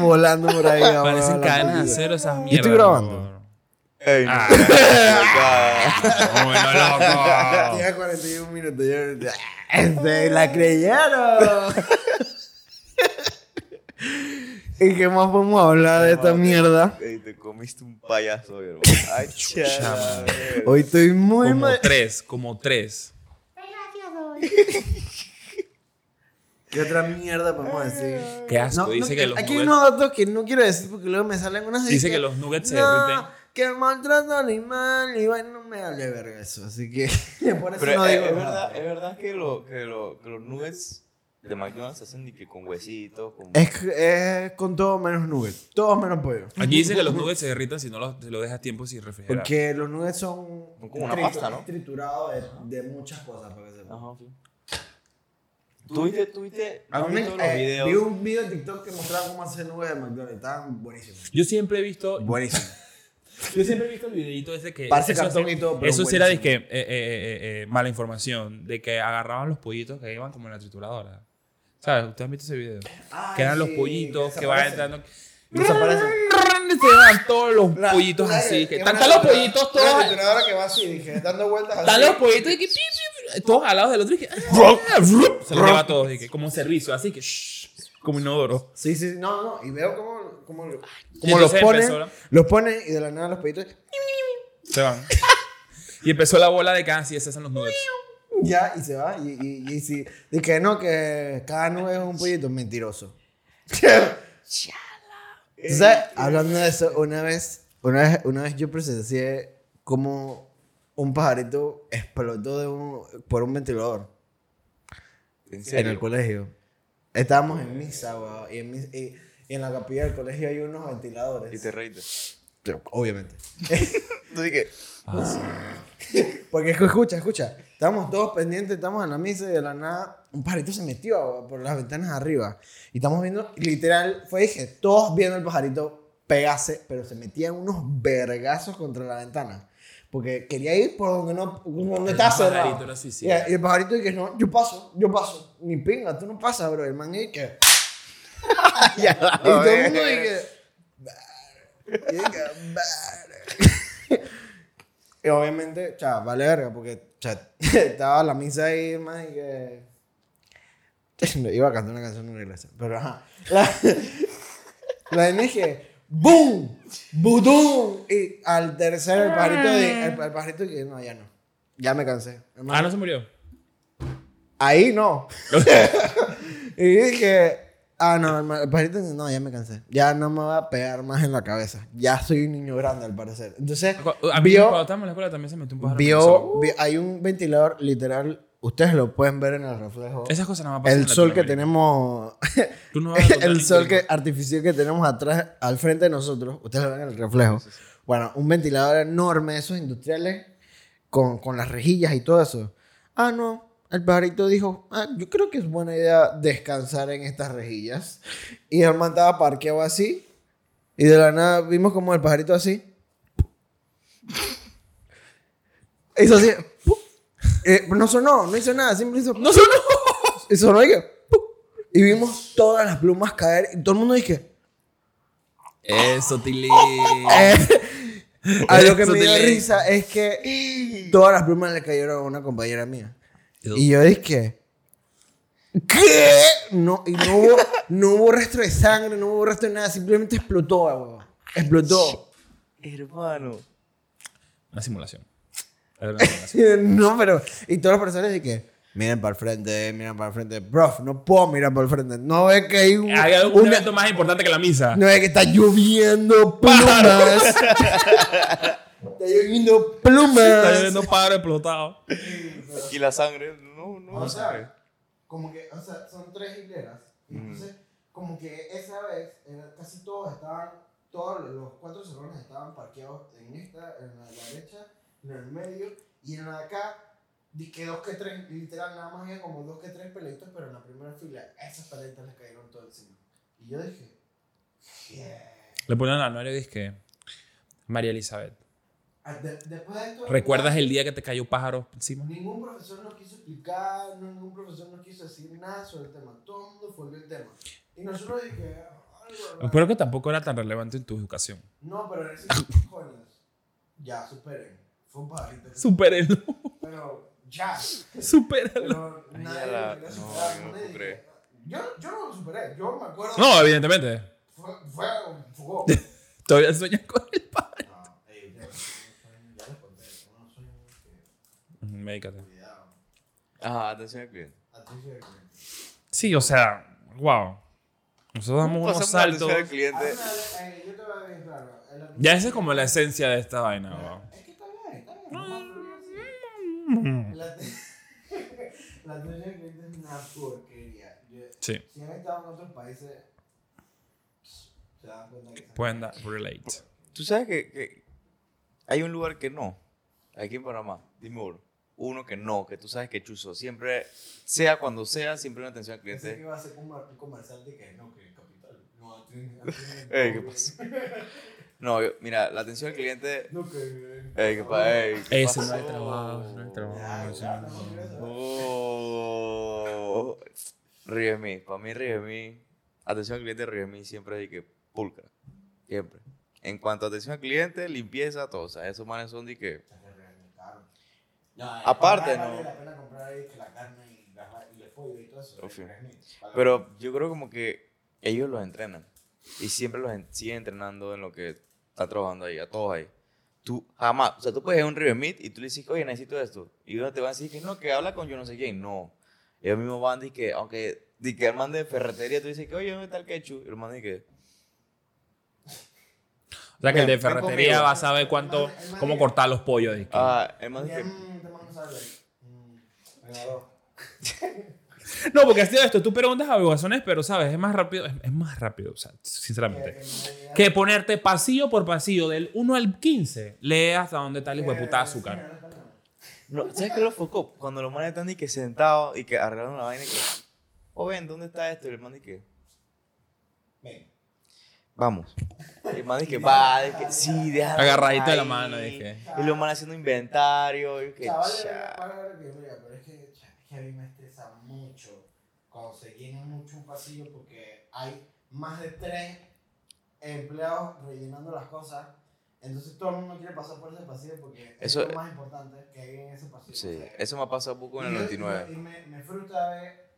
[SPEAKER 2] volando por ahí. abajo,
[SPEAKER 1] parecen
[SPEAKER 2] la
[SPEAKER 1] cadenas de
[SPEAKER 2] comida.
[SPEAKER 1] acero esas mierdas.
[SPEAKER 2] estoy grabando.
[SPEAKER 1] bro.
[SPEAKER 3] ¡Ey! no.
[SPEAKER 1] Ah, Bueno, Ah, loco.
[SPEAKER 2] Llega 41 minutos. Yo, este, la creyeron. ¿Y qué más podemos hablar de esta mierda?
[SPEAKER 3] Ey, te comiste un payaso, hermano. Ay, chama.
[SPEAKER 2] Hoy estoy muy
[SPEAKER 1] Como
[SPEAKER 2] mal.
[SPEAKER 1] tres, como tres.
[SPEAKER 4] Gracias,
[SPEAKER 2] ¿Qué otra mierda podemos decir?
[SPEAKER 1] Qué asco.
[SPEAKER 2] No,
[SPEAKER 1] dice
[SPEAKER 2] no, eh,
[SPEAKER 1] que los
[SPEAKER 2] aquí hay
[SPEAKER 1] nuggets-
[SPEAKER 2] unos datos que no quiero decir porque luego me salen unas.
[SPEAKER 1] Dice
[SPEAKER 2] de
[SPEAKER 1] que los nuggets se derriten".
[SPEAKER 2] Que el maltrato animal y bueno, no me hable verga eso. Así que por eso
[SPEAKER 3] Pero
[SPEAKER 2] no
[SPEAKER 1] eh,
[SPEAKER 3] es,
[SPEAKER 2] digo
[SPEAKER 3] es
[SPEAKER 2] nada.
[SPEAKER 3] verdad, es verdad que, lo, que, lo, que los nuggets de McDonald's se hacen ni que con huesitos, con...
[SPEAKER 2] Es, es con todo menos nuggets. Todo menos pollo.
[SPEAKER 1] Aquí dice que los nuggets se derritan si no los, se lo dejas tiempo sin refrigerar.
[SPEAKER 2] Porque los nuggets son
[SPEAKER 3] Son como una pasta, ¿no?
[SPEAKER 2] triturado de, de muchas cosas. Para que sepa.
[SPEAKER 3] Ajá, sí. ¿Tú viste, tú viste,
[SPEAKER 2] A
[SPEAKER 3] tú
[SPEAKER 2] mí me-
[SPEAKER 3] viste los
[SPEAKER 2] eh,
[SPEAKER 3] videos?
[SPEAKER 2] Vi un video de TikTok que mostraba cómo hacer nuggets de McDonald's. Estaban buenísimos.
[SPEAKER 1] Yo siempre he visto,
[SPEAKER 2] Buenísimo.
[SPEAKER 1] yo siempre he visto el videito ese que
[SPEAKER 2] Parece
[SPEAKER 1] eso,
[SPEAKER 2] cartón y todo, pero
[SPEAKER 1] eso sí era de que
[SPEAKER 2] buenísimo.
[SPEAKER 1] eh, eh, eh, eh, mala información de que agarraban los pollitos que iban como en la trituradora. ¿Sabes? Ustedes han visto ese video.
[SPEAKER 2] Ay,
[SPEAKER 1] que eran los
[SPEAKER 2] sí,
[SPEAKER 1] pollitos
[SPEAKER 2] que
[SPEAKER 1] que van
[SPEAKER 2] desaparecen.
[SPEAKER 1] entrando.
[SPEAKER 2] Desaparece.
[SPEAKER 1] Y se van todos los pollitos así. Que, están están los pollitos todos.
[SPEAKER 2] ahora que va así, dije, dando vueltas
[SPEAKER 1] Están los pollitos y que. pi, pi, pi, Todos alados del otro y que. ah, rup, Se los lleva a todos. Y que, como un servicio, así que. shh, como inodoro.
[SPEAKER 2] Sí, sí, sí, no, no, no, y veo cómo, cómo, cómo
[SPEAKER 1] Y entonces
[SPEAKER 2] los ponen,
[SPEAKER 1] empezó la-
[SPEAKER 2] los ponen y de la nada los pollitos
[SPEAKER 1] Se van. Y empezó la bola de Kansas y esas son los nuggets.
[SPEAKER 2] ya y se va y, y, y si dije no que cada nube es un pollito mentiroso. O sea, hablando de eso, una vez, una vez, una vez yo presencié como un pajarito explotó de un, por un ventilador
[SPEAKER 3] En
[SPEAKER 2] en el
[SPEAKER 3] serio.
[SPEAKER 2] colegio. Estábamos en misa, weón, y en, mis- y- y en la capilla del colegio hay unos
[SPEAKER 3] Y
[SPEAKER 2] ventiladores.
[SPEAKER 3] te reíste.
[SPEAKER 2] Obviamente.
[SPEAKER 3] Tú dije,
[SPEAKER 2] Porque escu- escucha, escucha. Estamos todos pendientes, estamos en la mesa y de la nada un pajarito se metió por las ventanas arriba. Y estamos viendo, literal, fue dije, todos viendo el pajarito pegarse, pero se metían unos vergazos contra la ventana. Porque quería ir por donde no donde estaba cerrado.
[SPEAKER 1] pajarito era suicida.
[SPEAKER 2] Y y el pajarito dije, no, yo paso, yo paso. Ni pinga, tú no pasas, bro. El man y que...
[SPEAKER 3] ya
[SPEAKER 2] Y todo el mundo dije... "Verga". Y dije, "Verga". Y obviamente, o sea, vale verga, porque o sea, estaba la misa ahí, más y que... No, Iba a cantar una canción en inglés, pero ajá. La, la vaina es que... ¡Boom! ¡Budum! Y al tercer, el pajarito, de, el, el pajarito que no, ya no. Ya me cansé.
[SPEAKER 1] Ah, no se murió.
[SPEAKER 2] Ahí no. y dije, ah, no, el, el pajarito dice, no, ya me cansé. Ya no me va a pegar más en la cabeza. Ya soy un niño grande, al parecer. Entonces,
[SPEAKER 1] A mí cuando
[SPEAKER 2] vio,
[SPEAKER 1] estábamos en la escuela también se metió un pájaro. pensaba,
[SPEAKER 2] vio, vi- hay un ventilador literal. Ustedes lo pueden ver en el reflejo.
[SPEAKER 1] Esas cosas nada más pasan
[SPEAKER 2] El
[SPEAKER 1] en
[SPEAKER 2] sol que
[SPEAKER 1] Latinoamérica.
[SPEAKER 2] tenemos,
[SPEAKER 1] Tú no vas a encontrar
[SPEAKER 2] el sol
[SPEAKER 1] ninguno.
[SPEAKER 2] que, artificial que tenemos atrás, al frente de nosotros, ustedes lo ven en el reflejo. Bueno, un ventilador enorme, esos industriales, con, con las rejillas y todo eso. Ah, no, el pajarito dijo, ah, yo creo que es buena idea descansar en estas rejillas. Y el man estaba parqueado así, y de la nada vimos como el pajarito así. Hizo así. ¡puf! Eh, no sonó, no hizo nada, siempre hizo. ¡No sonó! Y sonó y que, ¡puf! Y vimos todas las plumas caer, y todo el mundo dije.
[SPEAKER 1] Eso, Tilly.
[SPEAKER 2] "Eh". A lo que
[SPEAKER 1] Eso
[SPEAKER 2] me
[SPEAKER 1] te
[SPEAKER 2] dio
[SPEAKER 1] leí.
[SPEAKER 2] risa es que todas las plumas le cayeron a una compañera mía. Y yo dije. ¿Qué? No, y no hubo, no hubo resto de sangre, no hubo resto de nada, simplemente explotó, huevón. Explotó.
[SPEAKER 3] hermano.
[SPEAKER 1] Una simulación. Era una simulación.
[SPEAKER 2] no, pero. Y todas las personas de que. Miren para el frente, miran para el frente. Bro, no puedo mirar para el frente. No ves que hay un.
[SPEAKER 1] Había un
[SPEAKER 2] una-
[SPEAKER 1] evento más importante que la misa.
[SPEAKER 2] no ves que está lloviendo plumas. está lloviendo plumas.
[SPEAKER 1] Está lloviendo pájaro explotado.
[SPEAKER 3] Y la sangre, no, no.
[SPEAKER 2] O sea, como que, o sea, son tres hileras. Y Entonces, como que esa vez, era- casi todos estaban, todos los cuatro salones estaban parqueados en esta, en la derecha, en el medio, y en la de acá, di que dos que tres, literal, nada más había como dos que tres peleitos, pero en la primera fila, esas peleitas les cayeron todo encima. Y yo dije, "Yeah".
[SPEAKER 1] Le ponen al anuario y que María Elizabeth,
[SPEAKER 2] Ah, de- después de esto,
[SPEAKER 1] ¿recuerdas el día que te cayó pájaro encima?
[SPEAKER 2] Ningún profesor nos quiso explicar, no- ningún profesor nos quiso decir nada sobre el tema. Todo el mundo fue el tema. Y nosotros dije, "Ay, bueno,
[SPEAKER 1] Espero que tampoco era tan relevante en tu educación.
[SPEAKER 2] no, pero esos
[SPEAKER 1] Ah.
[SPEAKER 2] cojones, ya, superen. Fue un pajarito.
[SPEAKER 1] Supérenlo,
[SPEAKER 2] Pero ya.
[SPEAKER 1] supérenlo.
[SPEAKER 2] Pero
[SPEAKER 3] Ay,
[SPEAKER 2] nadie
[SPEAKER 3] ya
[SPEAKER 2] lo
[SPEAKER 3] la-
[SPEAKER 2] quería
[SPEAKER 3] no,
[SPEAKER 2] superar,
[SPEAKER 3] yo no
[SPEAKER 2] nadie
[SPEAKER 3] puedo
[SPEAKER 2] quería-
[SPEAKER 3] creer.
[SPEAKER 2] Yo, yo no lo superé, yo me acuerdo.
[SPEAKER 1] No, evidentemente.
[SPEAKER 2] Fue, fue un fuego.
[SPEAKER 1] Todavía sueñas con el pájaro.
[SPEAKER 2] No, ey, ya, ya les conté, yo no soy un que-
[SPEAKER 1] Médicate.
[SPEAKER 2] cuidado.
[SPEAKER 3] Ajá, atención al cliente.
[SPEAKER 2] Atención al cliente.
[SPEAKER 1] Sí, o sea, wow. Nosotros damos unos
[SPEAKER 3] Pasamos a atención
[SPEAKER 1] saltos.
[SPEAKER 3] al cliente.
[SPEAKER 2] Hazme la- eh, Yo te voy a decir, claro. el-
[SPEAKER 1] Ya esa es como la esencia de esta vaina, wow.
[SPEAKER 2] Es que está bien, está bien. nomás lo voy a decir. La te- La atención al cliente es una porquería. Yo-
[SPEAKER 1] Sí,
[SPEAKER 2] Si han estado en otros países, pues, se dan cuenta que.
[SPEAKER 1] pueden dar relate.
[SPEAKER 3] Tú sabes que, que hay un lugar que no. Aquí en Panamá. Dime uno. Uno que no, que tú sabes que chuzo. Siempre, sea cuando sea, siempre una atención al
[SPEAKER 2] Pensé que
[SPEAKER 3] cliente.
[SPEAKER 2] iba a ser como un comercial de que no, que capital. No, tiene-
[SPEAKER 3] Ey, ¿qué pasa? No, yo- mira, la atención al cliente.
[SPEAKER 2] No, que.
[SPEAKER 3] Ey, ¿qué pa- ey, ¿qué
[SPEAKER 1] Eso no
[SPEAKER 3] pasó?
[SPEAKER 1] hay trabajo, eso no hay trabajo.
[SPEAKER 2] Ya, ya, no, no, no, no.
[SPEAKER 3] Oh. Rivemí, para mí Rivemí, atención al cliente Rivemí siempre es de que pulcra, siempre. En cuanto a atención al cliente, limpieza, todo, o sea, esos manes son de que... Aparte, no. En fin. Pero yo creo como que ellos los entrenan y siempre los en- siguen entrenando en lo que está trabajando ahí, a todos ahí. Tú jamás, o sea, tú puedes ir a un Rivemit y tú le dices, oye, necesito esto. Y uno te va a decir que no, que habla con yo no sé quién. No. Ellos mismos van y que, aunque di que el man de ferretería, tú dices que, oye, ¿dónde está el ketchup? Y el man dice
[SPEAKER 1] O sea, que el de
[SPEAKER 3] Ven, ven
[SPEAKER 1] ferretería
[SPEAKER 3] conmigo.
[SPEAKER 1] va a saber cuánto, cómo cortar los pollos. dizque.
[SPEAKER 3] ah, el man dice
[SPEAKER 2] Mm,
[SPEAKER 1] No, porque así es esto. Tú preguntas averiguaciones, pero sabes, es más rápido. Es, es más rápido, o sea, sinceramente. Que ponerte pasillo por pasillo, del 1 al 15, lee hasta dónde está el hijo de pues, puta azúcar.
[SPEAKER 3] No, ¿Sabes qué lo focó? Cuando los manes están y que sentados y que arreglaron la vaina y que. O ven, ¿dónde está esto? Y el man dice que. Vamos. Y el man dice que va, dice que sí, deja.
[SPEAKER 1] Agarradito de la mano, dije.
[SPEAKER 3] Y los manes haciendo inventario. Y que, cha.
[SPEAKER 2] pero es que, cha, es que a mí me estresa mucho cuando se llena mucho un pasillo porque hay más de tres empleados rellenando las cosas. Entonces todo el mundo quiere pasar por ese pasillo porque
[SPEAKER 3] Eso-
[SPEAKER 2] es lo más importante que hay en ese pasillo.
[SPEAKER 3] Sí,
[SPEAKER 2] o sea,
[SPEAKER 3] eso me ha pasado poco en el
[SPEAKER 2] y yo-
[SPEAKER 3] 99.
[SPEAKER 2] Y me, me frustra ver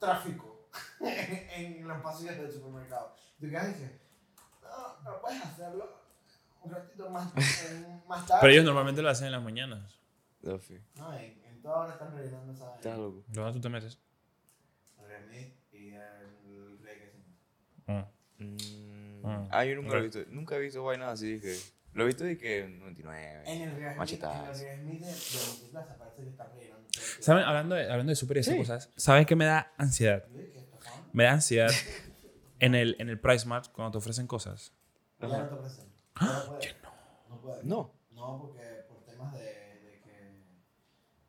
[SPEAKER 2] tráfico en los pasillos del supermercado. Tú quedas y dices, no, no puedes hacerlo un ratito más, en- más tarde.
[SPEAKER 1] Pero ellos normalmente lo hacen en las mañanas.
[SPEAKER 3] Lo fui.
[SPEAKER 2] No, en, en toda hora están rellenando esa vaina.
[SPEAKER 3] Estás loco.
[SPEAKER 1] ¿Dónde tú te metes?
[SPEAKER 2] Remit y el rey que se-
[SPEAKER 1] Ah.
[SPEAKER 3] Mm,
[SPEAKER 1] Ah,
[SPEAKER 3] ah, yo nunca lo he
[SPEAKER 1] ok.
[SPEAKER 3] visto. Nunca he visto vaina así, dije. Lo he visto y que en 99.
[SPEAKER 2] En el Real Madrid- en
[SPEAKER 3] Machetadas.
[SPEAKER 2] el Real Madrid de, de Multiplaza parece que están rellenando. todo el
[SPEAKER 1] ¿Saben? Hablando de, hablando de súper y esas cosas, ¿sabes qué me da ansiedad?
[SPEAKER 2] tiempo. Yo dije, "Esto, ¿cómo?
[SPEAKER 1] Me da ansiedad en el, en el Price Mart cuando te ofrecen cosas.
[SPEAKER 2] Ya no te ofrecen. No puede. No puede.
[SPEAKER 3] No.
[SPEAKER 2] No, porque por temas de, de que.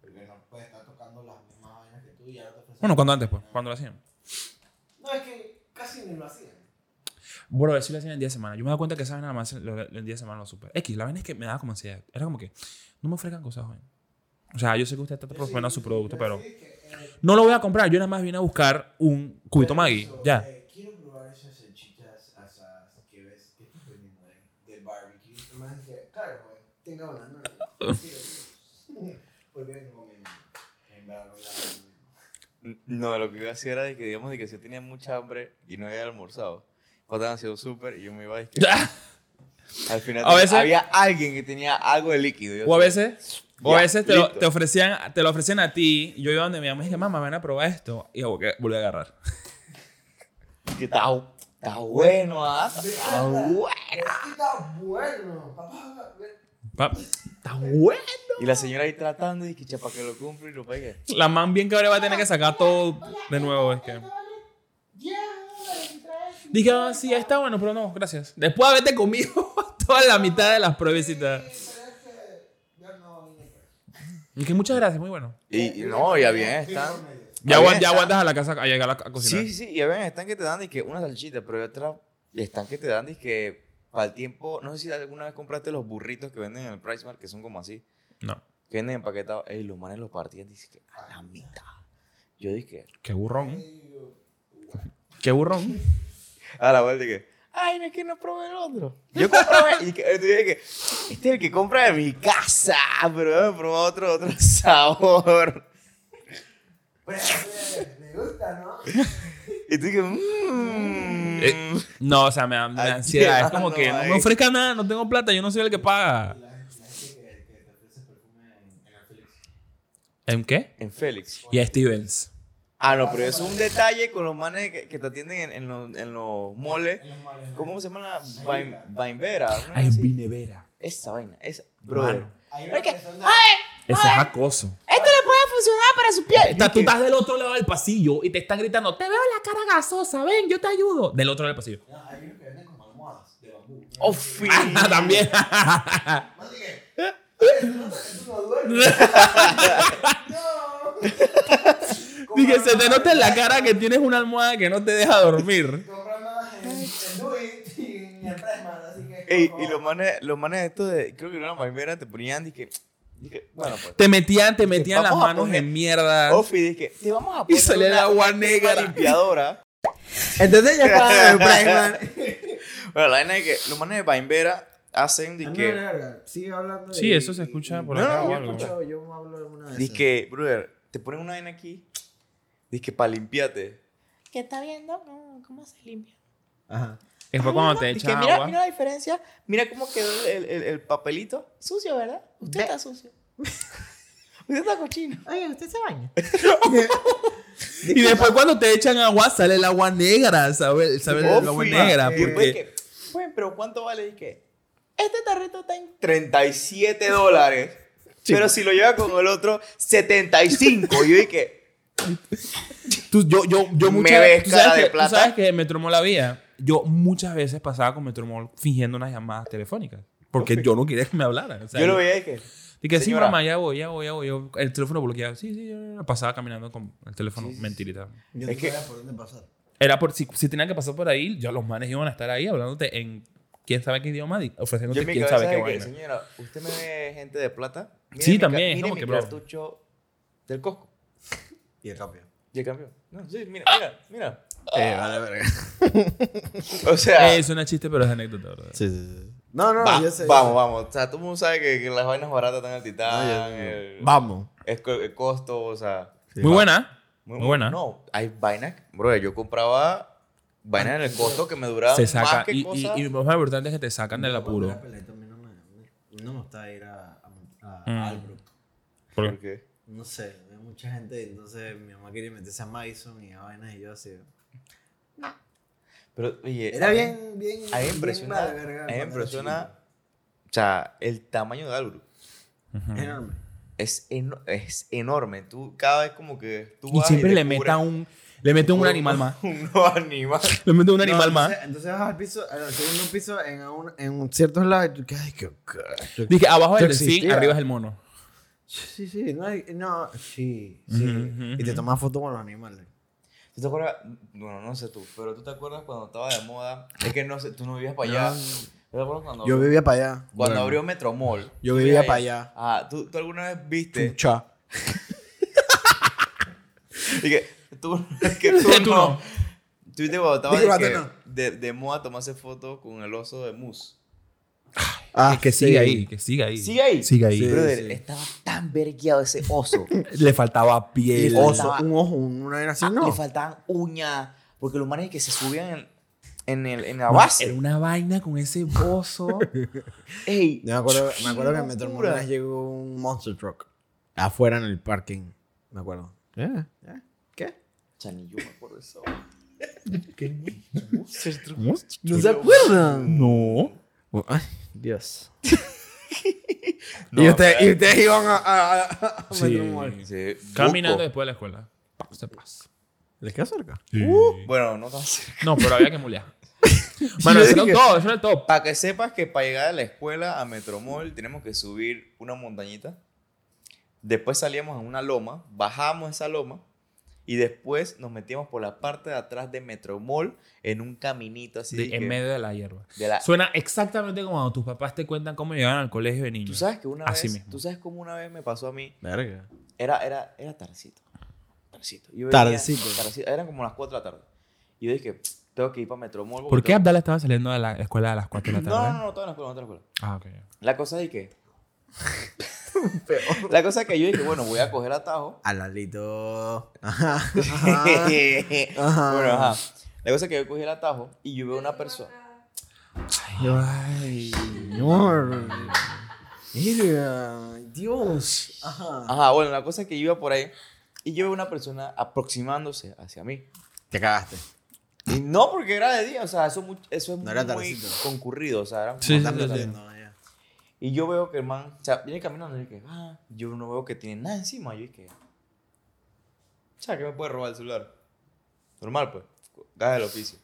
[SPEAKER 2] Porque no puedes estar tocando las mismas vainas que tú y ya no te ofrecen.
[SPEAKER 1] Bueno, cuando antes, pues, cuando lo hacían.
[SPEAKER 2] No, es que casi ni lo hacían.
[SPEAKER 1] Bueno, a ver si lo hacían en día de semana. Yo me daba cuenta que saben nada más en lo- en día de semana lo super. X, la vaina es que me daba como ansiedad. Era como que, no me ofrezcan cosas, joven. O sea, yo sé que usted está promocionando su producto, pero
[SPEAKER 2] eh,
[SPEAKER 1] no lo voy a comprar. Yo nada más vine a buscar un cubito Maggi. Ya.
[SPEAKER 2] eh, quiero probar esas salchichas asas que ves que estás vendiendo de, del barbecue. Y me dije, claro, joven, tenga una, no, no, quiero". Porque vengo comiendo. En verdad,
[SPEAKER 3] No, lo que yo hacía era de que, digamos, de que si yo tenía mucha hambre y no había almorzado, cuando estaban haciendo súper y yo me iba a que Al final
[SPEAKER 1] A veces-
[SPEAKER 3] había alguien que tenía algo de líquido. yo
[SPEAKER 1] O a
[SPEAKER 3] decía,
[SPEAKER 1] veces, o a
[SPEAKER 3] Ya,
[SPEAKER 1] veces te, lo,
[SPEAKER 3] listo.
[SPEAKER 1] te ofrecían, te lo ofrecían a ti. Yo iba donde mi mamá y dije, mamá, ven a probar esto. Y yo, "Ok, volví a agarrar.
[SPEAKER 3] Que está, está bueno, ¿ah? Está bueno.
[SPEAKER 2] Es que está bueno, papá.
[SPEAKER 1] Pa- Está bueno.
[SPEAKER 3] Y la señora ahí tratando y que chapa que lo cumple y lo pegue.
[SPEAKER 1] La man bien que ahora va a tener que sacar todo de nuevo. Es que.
[SPEAKER 4] Te vale 10 dólares y traes-
[SPEAKER 1] Dije, "Ah, sí, ahí está bueno, pero no, gracias. Después de haberte comido toda la mitad de las pruebecitas.
[SPEAKER 2] Yo no vine por eso.
[SPEAKER 1] Dije, muchas gracias, muy bueno.
[SPEAKER 3] Y, y no, ya bien
[SPEAKER 2] Vine por
[SPEAKER 3] están.
[SPEAKER 2] medio.
[SPEAKER 1] Ya,
[SPEAKER 3] Ah,
[SPEAKER 1] aguan-
[SPEAKER 3] bien,
[SPEAKER 1] ya
[SPEAKER 3] está.
[SPEAKER 1] aguantas a la casa a llegar a, la- a cocinar.
[SPEAKER 3] Sí, sí, ya ven, están que te dan y que una salchita, pero hay otra están que te dan y que para el tiempo, no sé si alguna vez compraste los burritos que venden en el Price Mart, que son como así.
[SPEAKER 1] No,
[SPEAKER 3] que venden empaquetados, y los manes los partían, dice que a la mitad. Yo dije,
[SPEAKER 1] qué burrón. Qué burrón.
[SPEAKER 3] a la vuelta dije, ay, no es que no probé el otro. Yo compraba, y que, yo dije que, este es el que compra de mi casa, pero yo me probé otro, otro sabor.
[SPEAKER 2] Pero eh, me gusta, ¿no?
[SPEAKER 3] Y tú dije, mmm.
[SPEAKER 1] Eh, no, o sea, me da, me da
[SPEAKER 3] Ay,
[SPEAKER 1] ansiedad. Es
[SPEAKER 3] qué
[SPEAKER 1] como que
[SPEAKER 3] bárbaro,
[SPEAKER 1] no me
[SPEAKER 3] eh.
[SPEAKER 1] ofrezca nada, no tengo plata, yo no soy el que paga.
[SPEAKER 2] La, la gente que, que te ofrece perfume en, en el Felix.
[SPEAKER 1] ¿En qué?
[SPEAKER 3] En Félix.
[SPEAKER 1] Y a Stevens.
[SPEAKER 3] Ah, no, pero es un detalle con los manes que, que te atienden en, en los, en los moles.
[SPEAKER 2] En los males.
[SPEAKER 3] ¿Cómo se llama la vain- vainvera? una
[SPEAKER 1] Ay,
[SPEAKER 3] así.
[SPEAKER 1] Vinevera.
[SPEAKER 3] Esa vaina, esa. Brother.
[SPEAKER 1] Mano.
[SPEAKER 2] Hay una persona.
[SPEAKER 1] Ese es acoso.
[SPEAKER 4] Esto le puede funcionar para su piel.
[SPEAKER 1] Está- tú estás del otro lado del pasillo y te están gritando, te veo la cara gasosa, ven, yo te ayudo. Del otro lado del pasillo.
[SPEAKER 2] No, hay unos que venden como almohadas de bambú.
[SPEAKER 3] Oh, fi-
[SPEAKER 1] Ah, también.
[SPEAKER 2] Más de que. "Ay, eso no- eso no duerme". No.
[SPEAKER 1] Dije, se te nota en la cara que tienes una almohada que no te deja dormir.
[SPEAKER 2] Compran nada en, en Louis y en el Pressman, así que.
[SPEAKER 3] Ey,
[SPEAKER 2] por
[SPEAKER 3] y los
[SPEAKER 2] favor.
[SPEAKER 3] manes, los manes estos de, creo que era una palmera, te ponían, dije, Dije, bueno, pues.
[SPEAKER 1] Te metían, te metían las
[SPEAKER 3] Vamos a
[SPEAKER 1] manos
[SPEAKER 3] poner-
[SPEAKER 1] en mierda.
[SPEAKER 3] Ofi, dije, te vamos a
[SPEAKER 1] Ah. Y
[SPEAKER 3] poner
[SPEAKER 1] salía el
[SPEAKER 3] una-
[SPEAKER 1] agua
[SPEAKER 3] una
[SPEAKER 1] negra.
[SPEAKER 3] limpiadora.
[SPEAKER 2] Entonces ya estaba en Blackman.
[SPEAKER 3] Bueno, la vaina es que los manes de Baimbera hacen,
[SPEAKER 2] No,
[SPEAKER 3] dije,
[SPEAKER 2] Ah, no, verga. Sigue hablando.
[SPEAKER 1] Sí,
[SPEAKER 2] y-
[SPEAKER 1] eso se escucha por
[SPEAKER 2] no,
[SPEAKER 1] acá
[SPEAKER 2] no,
[SPEAKER 1] o
[SPEAKER 2] yo
[SPEAKER 1] algo.
[SPEAKER 2] escucho, yo hablo alguna vez.
[SPEAKER 3] dije, brother, te ponen una vaina aquí, dije, para limpiarte.
[SPEAKER 4] ¿Qué está viendo? No, ¿cómo se limpia?
[SPEAKER 2] Ajá.
[SPEAKER 1] Es fue cuando te echan
[SPEAKER 3] mira,
[SPEAKER 1] agua.
[SPEAKER 3] mira la diferencia, mira cómo quedó el, el- el papelito.
[SPEAKER 4] Sucio, ¿verdad? Usted
[SPEAKER 3] Ve.
[SPEAKER 4] está sucio.
[SPEAKER 3] Usted está cochino.
[SPEAKER 4] Oye, usted se baña.
[SPEAKER 1] Y después cuando te echan agua sale el agua negra, ¿sabes? Sabe el agua
[SPEAKER 3] Ofi,
[SPEAKER 1] negra.
[SPEAKER 3] y después
[SPEAKER 1] Porque
[SPEAKER 3] que, "Bueno, pero ¿cuánto vale? Dije,
[SPEAKER 4] Este tarrito está en...
[SPEAKER 3] 37 dólares. Pero si lo lleva con el otro, 75. Yo dije,
[SPEAKER 1] tú, yo, yo, yo
[SPEAKER 3] Me
[SPEAKER 1] muchas
[SPEAKER 3] ves
[SPEAKER 1] tú
[SPEAKER 3] cara
[SPEAKER 1] sabes
[SPEAKER 3] de
[SPEAKER 1] que-
[SPEAKER 3] plata.
[SPEAKER 1] Tú sabes que Metromol había. Yo muchas veces pasaba con Metromol fingiendo unas llamadas telefónicas. Porque yo no quería que me hablaran. o sea,
[SPEAKER 3] yo lo veía y dije,
[SPEAKER 1] Dije, sí,
[SPEAKER 3] Señora.
[SPEAKER 1] mamá, ya voy, ya voy, ya voy. Yo, el teléfono bloqueado. Sí, sí, yo yo pasaba caminando con el teléfono. Mentirita.
[SPEAKER 2] Yo
[SPEAKER 3] Es
[SPEAKER 2] no
[SPEAKER 3] que-
[SPEAKER 2] sabía por dónde pasar.
[SPEAKER 1] Era por, si, si tenían que pasar por ahí, ya los manes iban a estar ahí hablándote en quién sabe qué idioma, di-
[SPEAKER 3] yo
[SPEAKER 1] ofreciéndote
[SPEAKER 3] en mi
[SPEAKER 1] quién
[SPEAKER 3] cabeza
[SPEAKER 1] sabe
[SPEAKER 3] sabe
[SPEAKER 1] qué
[SPEAKER 3] que,
[SPEAKER 1] vaina.
[SPEAKER 3] señora, ¿usted me ve gente de plata?
[SPEAKER 1] Sí,
[SPEAKER 3] mi ca-
[SPEAKER 1] también, es
[SPEAKER 3] Mire
[SPEAKER 1] como
[SPEAKER 3] mi
[SPEAKER 1] que, bro.
[SPEAKER 3] cartucho del Costco.
[SPEAKER 2] Y el rápido.
[SPEAKER 3] Y el campeón. No, sí, mira, mira, mira.
[SPEAKER 2] Eh, vale, verga.
[SPEAKER 3] O sea,
[SPEAKER 1] Eh, es una chiste, pero es anécdota, ¿verdad?
[SPEAKER 2] Sí, sí, sí. No, no,
[SPEAKER 3] va-
[SPEAKER 2] yo sé. yo
[SPEAKER 3] vamos,
[SPEAKER 2] sé.
[SPEAKER 3] vamos. O sea, todo el mundo sabe que, que las vainas baratas están al
[SPEAKER 2] No, yo-
[SPEAKER 3] titán. el,
[SPEAKER 2] Vamos.
[SPEAKER 3] es co- el costo, o sea.
[SPEAKER 1] Muy buena. Muy,
[SPEAKER 3] bu-
[SPEAKER 1] buena.
[SPEAKER 3] No, hay vainas. Bro, yo compraba vainas en el costo que me duraban
[SPEAKER 1] Se
[SPEAKER 3] más
[SPEAKER 1] saca.
[SPEAKER 3] que
[SPEAKER 1] Y, y,
[SPEAKER 3] cosas.
[SPEAKER 1] y lo más importante es que te sacan del apuro.
[SPEAKER 2] No me, no me gustaba ir a, a, a
[SPEAKER 1] Mm.
[SPEAKER 2] Albrook.
[SPEAKER 3] ¿Por qué?
[SPEAKER 2] No sé, había mucha gente. Entonces mi mamá quería meterse a Madison y a vainas y yo así.
[SPEAKER 3] Pero, oye,
[SPEAKER 2] Era
[SPEAKER 3] a mí-
[SPEAKER 2] bien, bien.
[SPEAKER 3] A mí me
[SPEAKER 2] bien
[SPEAKER 3] impresiona,
[SPEAKER 2] vale verga
[SPEAKER 3] a mí
[SPEAKER 2] cuando
[SPEAKER 3] me
[SPEAKER 2] era
[SPEAKER 3] impresiona, o sea, el tamaño de Albrook.
[SPEAKER 2] chiquito. Enorme.
[SPEAKER 3] Es, eno- es enorme. Tú cada vez como que tú
[SPEAKER 1] Y
[SPEAKER 3] vas
[SPEAKER 1] siempre
[SPEAKER 3] te
[SPEAKER 1] le
[SPEAKER 3] cubres
[SPEAKER 1] meta un. Le mete un animal más.
[SPEAKER 3] Un nuevo animal.
[SPEAKER 1] Le mete un animal
[SPEAKER 2] No,
[SPEAKER 1] más.
[SPEAKER 2] Entonces, entonces vas al piso, al segundo piso en, un, en ciertos lados y tú quedas, que, que-
[SPEAKER 1] Dije, abajo es
[SPEAKER 2] Yo
[SPEAKER 1] el delfín,
[SPEAKER 2] existía.
[SPEAKER 1] arriba es el mono.
[SPEAKER 2] Sí, sí, no, hay- no, sí, sí.
[SPEAKER 1] Ujú,
[SPEAKER 2] Y te tomas fotos con los animales.
[SPEAKER 3] ¿Tú te acuerdas? Bueno, no sé tú, pero tú te acuerdas cuando estaba de moda. Es que no sé, tú no vivías para allá. ¿Tú te acuerdas cuando,
[SPEAKER 2] Yo vivía para allá.
[SPEAKER 3] cuando
[SPEAKER 2] Bueno,
[SPEAKER 3] abrió Metromol?
[SPEAKER 2] Yo
[SPEAKER 3] Tú
[SPEAKER 2] vivía
[SPEAKER 3] vivías
[SPEAKER 2] pa' allá.
[SPEAKER 3] Ah, ¿tú, tú alguna vez viste.
[SPEAKER 2] Chucha.
[SPEAKER 3] Y que tú, que tú,
[SPEAKER 1] Tú
[SPEAKER 3] no.
[SPEAKER 1] no.
[SPEAKER 3] Tú viste cuando estaba
[SPEAKER 2] Dije,
[SPEAKER 3] de,
[SPEAKER 2] "Bate,
[SPEAKER 3] que
[SPEAKER 2] no".
[SPEAKER 3] de, de moda tomarse fotos con el oso de Moose.
[SPEAKER 2] Ah,
[SPEAKER 1] Que sigue ahí, que sigue ahí.
[SPEAKER 3] ¿Sigue ahí?
[SPEAKER 1] Sigue ahí.
[SPEAKER 2] Sí.
[SPEAKER 3] Brother, estaba tan vergueado ese oso.
[SPEAKER 1] Le faltaba piel.
[SPEAKER 3] Le
[SPEAKER 2] Oso,
[SPEAKER 3] Estaba-
[SPEAKER 2] un ojo, un- una vaina así, no.
[SPEAKER 3] Ah, Le faltaban uñas. Porque los manes que se subían en, en, el, en la
[SPEAKER 1] No,
[SPEAKER 3] base.
[SPEAKER 1] Era una vaina con ese bozo.
[SPEAKER 3] Ey,
[SPEAKER 2] Yo me acuerdo,
[SPEAKER 3] qué
[SPEAKER 2] me acuerdo que en Metro
[SPEAKER 3] locura.
[SPEAKER 2] Monas llegó un monster truck afuera en el parking. Me acuerdo. ¿Eh? ¿Qué?
[SPEAKER 3] Chan, ni yo me acuerdo de eso.
[SPEAKER 2] ¿No se acuerdan?
[SPEAKER 1] no.
[SPEAKER 2] Ay, Dios.
[SPEAKER 3] No,
[SPEAKER 2] y, usted- y ustedes iban a, a, a, a
[SPEAKER 1] Sí.
[SPEAKER 2] Metro Mall.
[SPEAKER 3] Sí,
[SPEAKER 1] Caminando
[SPEAKER 3] buco.
[SPEAKER 1] después de la escuela. Pa, Se pasa.
[SPEAKER 2] ¿Les queda cerca?
[SPEAKER 3] Uh, bueno, no tan cerca.
[SPEAKER 1] No, pero había que mulear. Mano, eso era
[SPEAKER 2] dije-
[SPEAKER 1] todo, eso era todo.
[SPEAKER 3] Para que sepas que para llegar a la escuela a Metromol tenemos que subir una montañita. Después salíamos a una loma, bajamos esa loma y después nos metíamos por la parte de atrás de Metromol en un caminito así.
[SPEAKER 1] De-
[SPEAKER 3] que-
[SPEAKER 1] en medio de la hierba.
[SPEAKER 3] de la-
[SPEAKER 1] Suena exactamente como cuando tus papás te cuentan cómo llegaban al colegio de niños.
[SPEAKER 3] Tú sabes que una
[SPEAKER 1] Así
[SPEAKER 3] vez,
[SPEAKER 1] mismo.
[SPEAKER 3] tú sabes cómo una vez me pasó a mí
[SPEAKER 2] Verga.
[SPEAKER 3] Era, era, era tardecito. Tardecito. Yo venía-
[SPEAKER 2] Tardecito.
[SPEAKER 3] tardecito. Eran como las 4 de la tarde. Y yo dije, tengo que ir para Metromol. porque
[SPEAKER 1] ¿Por qué
[SPEAKER 3] tengo-
[SPEAKER 1] Abdala estaba saliendo de la escuela a las 4 de la
[SPEAKER 3] No,
[SPEAKER 1] tarde?
[SPEAKER 3] no, no, no, toda la escuela, toda la escuela.
[SPEAKER 1] Ah, ok.
[SPEAKER 3] La cosa es que. La cosa es que yo dije, bueno, voy a coger atajo.
[SPEAKER 2] Alalito. Ajá. Ajá.
[SPEAKER 3] bueno, ajá. La cosa es que yo cogí el atajo y yo veo una persona.
[SPEAKER 2] Ay, señor. Mira, Dios. Ajá.
[SPEAKER 3] Ajá, bueno, la cosa es que yo iba por ahí y yo veo una persona aproximándose hacia mí.
[SPEAKER 2] Te cagaste.
[SPEAKER 3] Y no porque era de día, o sea, eso, mu- eso es
[SPEAKER 2] No era
[SPEAKER 3] muy
[SPEAKER 2] tardecito.
[SPEAKER 3] concurrido, o sea, era
[SPEAKER 1] Sí, sí,
[SPEAKER 2] Dame
[SPEAKER 1] sí,
[SPEAKER 2] la
[SPEAKER 1] sí.
[SPEAKER 2] tarjeta, no, ya.
[SPEAKER 3] Y yo veo que el man, o sea, viene caminando y yo dije, ah, yo no veo que tiene nada encima. Yo dije, o sea, que me puede robar el celular. Normal, pues. Gaja del oficio.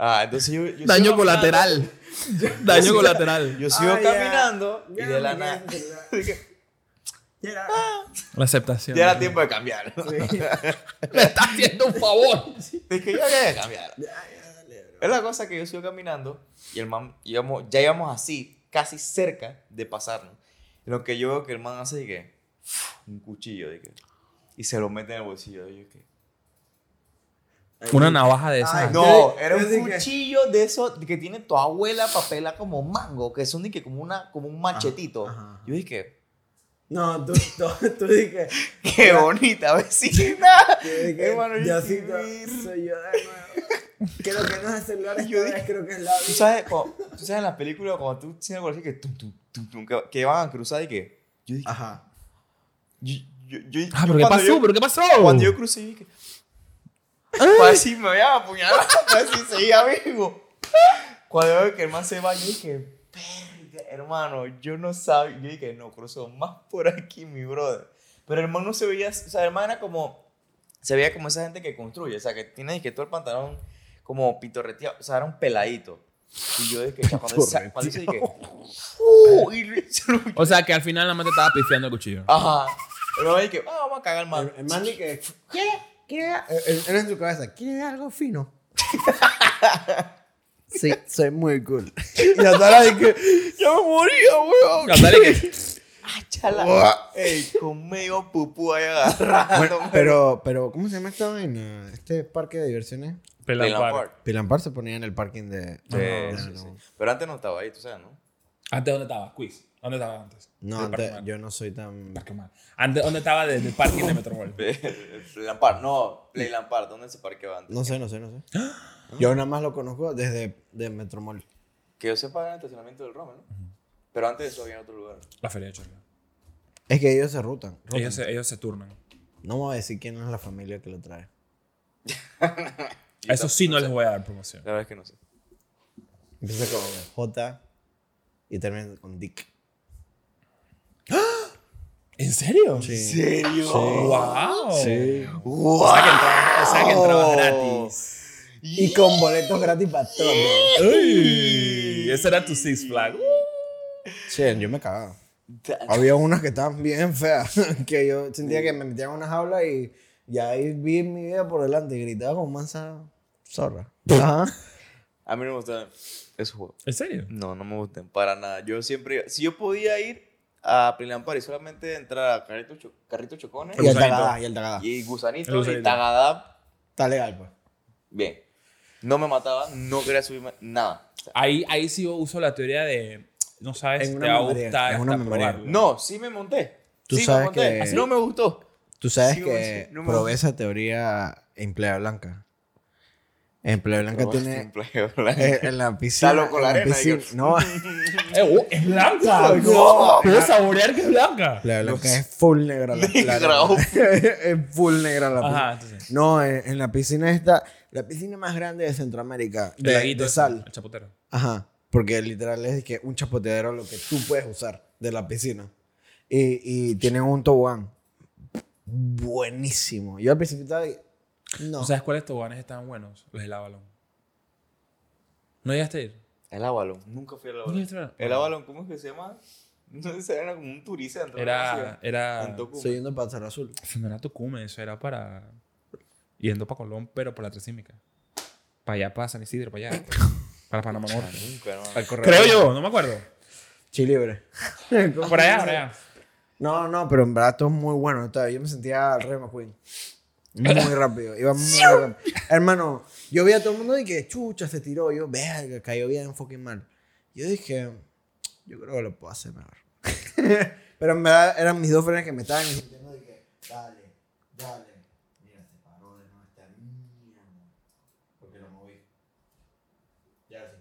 [SPEAKER 3] Ah, entonces yo. yo
[SPEAKER 1] Daño
[SPEAKER 3] sigo caminando,
[SPEAKER 1] colateral. Daño colateral.
[SPEAKER 3] Yo sigo
[SPEAKER 2] Ah, ya.
[SPEAKER 3] caminando
[SPEAKER 2] Ya
[SPEAKER 3] y de la
[SPEAKER 2] me
[SPEAKER 3] nada.
[SPEAKER 2] quedé sin celular.
[SPEAKER 3] dije,
[SPEAKER 2] Ya era-
[SPEAKER 1] La aceptación.
[SPEAKER 3] Ya era tiempo de cambiar.
[SPEAKER 1] Me estás haciendo un favor.
[SPEAKER 3] Dije, ya había de cambiar.
[SPEAKER 2] ya, ya, dale, bro.
[SPEAKER 3] Es la cosa que yo sigo caminando y el man, íbamos, ya íbamos así, casi cerca de pasarnos. Lo que yo veo que el man hace y que. Un cuchillo, y que. Y se lo mete en el bolsillo. Y yo que.
[SPEAKER 1] Una navaja de
[SPEAKER 2] Ay,
[SPEAKER 1] esas.
[SPEAKER 3] No,
[SPEAKER 2] Ah, Yo-
[SPEAKER 3] era
[SPEAKER 2] yo
[SPEAKER 3] un
[SPEAKER 2] dije-
[SPEAKER 3] cuchillo de eso que tiene tu abuela papela como mango, que son de que como, una, como un machetito.
[SPEAKER 2] Ah, ajá, ajá.
[SPEAKER 3] Yo dije,
[SPEAKER 2] No, tú, tú, tú dije.
[SPEAKER 3] qué bonita vecina.
[SPEAKER 2] Yo dije,
[SPEAKER 3] Hermano, yo
[SPEAKER 2] Yacito,
[SPEAKER 3] quiero ir.
[SPEAKER 2] soy yo de nuevo. Creo que no es el celular esta
[SPEAKER 3] Yo
[SPEAKER 2] vez,
[SPEAKER 3] dije-
[SPEAKER 2] creo que es la
[SPEAKER 3] ¿Tú
[SPEAKER 2] vida.
[SPEAKER 3] sabes, cuando- tú sabes en las películas cuando tú tienes algo así que, tum, tum, tum, tum, que, que van a cruzar y que... Yo dije,
[SPEAKER 2] Ajá.
[SPEAKER 3] yo- yo- yo-
[SPEAKER 1] Ah,
[SPEAKER 3] yo
[SPEAKER 1] pero ¿qué
[SPEAKER 3] cuando
[SPEAKER 1] pasó?
[SPEAKER 3] yo-
[SPEAKER 1] ¿Pero qué pasó?
[SPEAKER 3] Cuando yo crucé, yo dije, para si me voy a apuñalar, pues para si seguía vivo. Cuando veo que el man se va, yo dije, "Verga, hermano, yo no sabía. Yo dije, no, cruzo más por aquí, mi brother. Pero el man no se veía, o sea, el man era como, se veía como esa gente que construye, o sea, que tiene dije, todo el pantalón como pintorreteado, o sea, era un peladito. Y yo dije, "Chao", cuando se cuando se dije, ¡Uh! Y le- se lo-
[SPEAKER 1] O sea, que al final nada más te estaba pifiando el cuchillo.
[SPEAKER 3] Ajá. El man dije, ah, vamos a cagar el man.
[SPEAKER 2] El, el man ni que. ¿Quiere? ¿Quiere? Era en su cabeza. ¿Quiere algo fino? sí, soy muy cool.
[SPEAKER 3] Y la Sara de que ya me moría, weón.
[SPEAKER 1] Ya, dale que-
[SPEAKER 3] Ay, chala. Ey, con medio pupú ahí agarrando.
[SPEAKER 2] Pero, pero, ¿cómo se llama esta vaina? Este parque de diversiones.
[SPEAKER 1] Pelan par.
[SPEAKER 2] Pilampar se ponía en el parking de.
[SPEAKER 3] Sí,
[SPEAKER 2] de-
[SPEAKER 3] sí,
[SPEAKER 2] no.
[SPEAKER 3] sí. Pero antes no estaba ahí, tú sabes, ¿no?
[SPEAKER 1] ¿Antes dónde estaba? Quiz. ¿Dónde estaba antes?
[SPEAKER 2] No,
[SPEAKER 1] Del
[SPEAKER 2] antes,
[SPEAKER 1] Parque Mar.
[SPEAKER 2] yo no soy tan.
[SPEAKER 1] Parque Mar. Antes, ¿dónde estaba de- del parking de Metromol?
[SPEAKER 3] Play Lampard, no, Play Lampard, ¿dónde se parqueaba antes?
[SPEAKER 2] No sé, no sé, no sé. Yo nada más lo conozco desde de Metromol.
[SPEAKER 3] Que yo sepa era el estacionamiento del Roma, ¿no? Pero antes de eso había en otro lugar.
[SPEAKER 1] La feria de Chorrillos.
[SPEAKER 2] Es que ellos se rutan. rutan.
[SPEAKER 1] Ellos se, ellos se turnan.
[SPEAKER 2] No me voy a decir quién es la familia que lo trae.
[SPEAKER 3] Y
[SPEAKER 1] A eso
[SPEAKER 3] tam-
[SPEAKER 1] sí no les voy a dar promoción.
[SPEAKER 3] La verdad es que no sé.
[SPEAKER 2] Empieza con J y termina con Dick.
[SPEAKER 1] ¿En serio?
[SPEAKER 2] Sí.
[SPEAKER 3] serio?
[SPEAKER 1] ¡Wow!
[SPEAKER 2] Sí.
[SPEAKER 3] ¡Wow!
[SPEAKER 1] O sea Oh. que entraba gratis.
[SPEAKER 2] Y con boletos gratis para todos.
[SPEAKER 1] ¡Uy! Ese era tu Six Uh. Flag.
[SPEAKER 2] Che, yo me cagaba.
[SPEAKER 3] Ta-
[SPEAKER 2] Había unas que estaban bien feas. Que yo sentía que me metían en una jaula y ya ahí vi mi vida por delante y gritaba como mansa zorra. Ajá.
[SPEAKER 3] A mí no me gustaban esos juegos.
[SPEAKER 1] ¿En serio?
[SPEAKER 3] No, no me gustan para nada. Yo siempre iba- Si yo podía ir a Prilampar y solamente entrar a Carrito, Cho- Carrito Chocones
[SPEAKER 2] Y
[SPEAKER 1] El
[SPEAKER 2] el
[SPEAKER 1] gusanito.
[SPEAKER 2] tagadá, y el tagadá.
[SPEAKER 3] y Gusanito,
[SPEAKER 1] El gusanito.
[SPEAKER 3] y Tagadá,
[SPEAKER 2] Está legal, pues.
[SPEAKER 3] bien. No me mataba, no quería subirme nada. O sea,
[SPEAKER 1] Ahí, ahí sí uso la teoría de no sabes
[SPEAKER 2] En
[SPEAKER 1] te
[SPEAKER 2] una
[SPEAKER 1] va a
[SPEAKER 2] mamaría,
[SPEAKER 1] gustar
[SPEAKER 2] en una
[SPEAKER 1] hasta
[SPEAKER 2] mamaría.
[SPEAKER 1] probarlo.
[SPEAKER 3] no, sí me monté.
[SPEAKER 2] Tú
[SPEAKER 3] sí
[SPEAKER 2] sabes
[SPEAKER 3] me monté.
[SPEAKER 2] que-
[SPEAKER 3] No me gustó.
[SPEAKER 2] Tú sabes
[SPEAKER 3] Sí,
[SPEAKER 2] que
[SPEAKER 3] sí, no me-
[SPEAKER 2] probé esa teoría en Playa Blanca. En Playa Blanca
[SPEAKER 3] Pero
[SPEAKER 2] tiene.
[SPEAKER 3] bueno, en plan,
[SPEAKER 2] eh, En la piscina.
[SPEAKER 3] loco
[SPEAKER 2] en
[SPEAKER 3] la
[SPEAKER 2] la
[SPEAKER 3] arena,
[SPEAKER 2] piscina-
[SPEAKER 3] digo.
[SPEAKER 2] No,
[SPEAKER 1] Eh, oh, ¡Es blanca!
[SPEAKER 2] No,
[SPEAKER 1] ¡No! ¡Puedo saborear que es blanca!
[SPEAKER 2] Playa Blanca es full negra. La, la
[SPEAKER 3] Negra,
[SPEAKER 2] arena.
[SPEAKER 3] oh.
[SPEAKER 2] es full negra la piscina.
[SPEAKER 1] Ajá, entonces.
[SPEAKER 2] No, eh, en, en la piscina está. La piscina más grande de Centroamérica.
[SPEAKER 1] El
[SPEAKER 2] De,
[SPEAKER 1] laguito
[SPEAKER 2] de
[SPEAKER 1] ese,
[SPEAKER 2] sal.
[SPEAKER 1] El chapotero.
[SPEAKER 2] Ajá. Porque literal es que un chapoteadero lo que tú puedes usar de la piscina. Y, y tienen un tobogán. Buenísimo. Yo al principio estaba. ahí, No.
[SPEAKER 1] ¿Tú sabes cuáles toboganes estaban buenos? Los del Avalon. ¿No llegaste a ir?
[SPEAKER 3] El Avalon, nunca fui al
[SPEAKER 1] ¿No
[SPEAKER 3] Avalon.
[SPEAKER 1] llegaste a ir?
[SPEAKER 3] El Avalon, ¿cómo es que se llama? No sé, era como un turista.
[SPEAKER 1] Era...
[SPEAKER 3] En
[SPEAKER 1] Era...
[SPEAKER 3] Tocumen.
[SPEAKER 2] Soy yendo para Cerro Azul.
[SPEAKER 1] Eso no era Tucumán, eso era para... Yendo para Colón, pero por la Tricímica. Para allá, para San Isidro, para allá. Para Panamá Norte.
[SPEAKER 3] Nunca, hermano.
[SPEAKER 1] Al correo. Creo yo, no me acuerdo.
[SPEAKER 2] Chilibre.
[SPEAKER 1] Por allá, por allá.
[SPEAKER 2] No, no, pero en verdad todo es muy bueno. estaba- Yo me sentía al Rey McQueen. Muy rápido. Iba muy rápido. Hermano, yo vi a todo el mundo y que chucha se tiró. Yo, verga, cayó bien, fucking mal. Yo dije, yo creo que lo puedo hacer mejor. pero en verdad eran mis dos frenes que me estaban insistiendo. Dije, dale, dale. Mira, se paró de nuevo esta mierda. Porque lo moví. Ya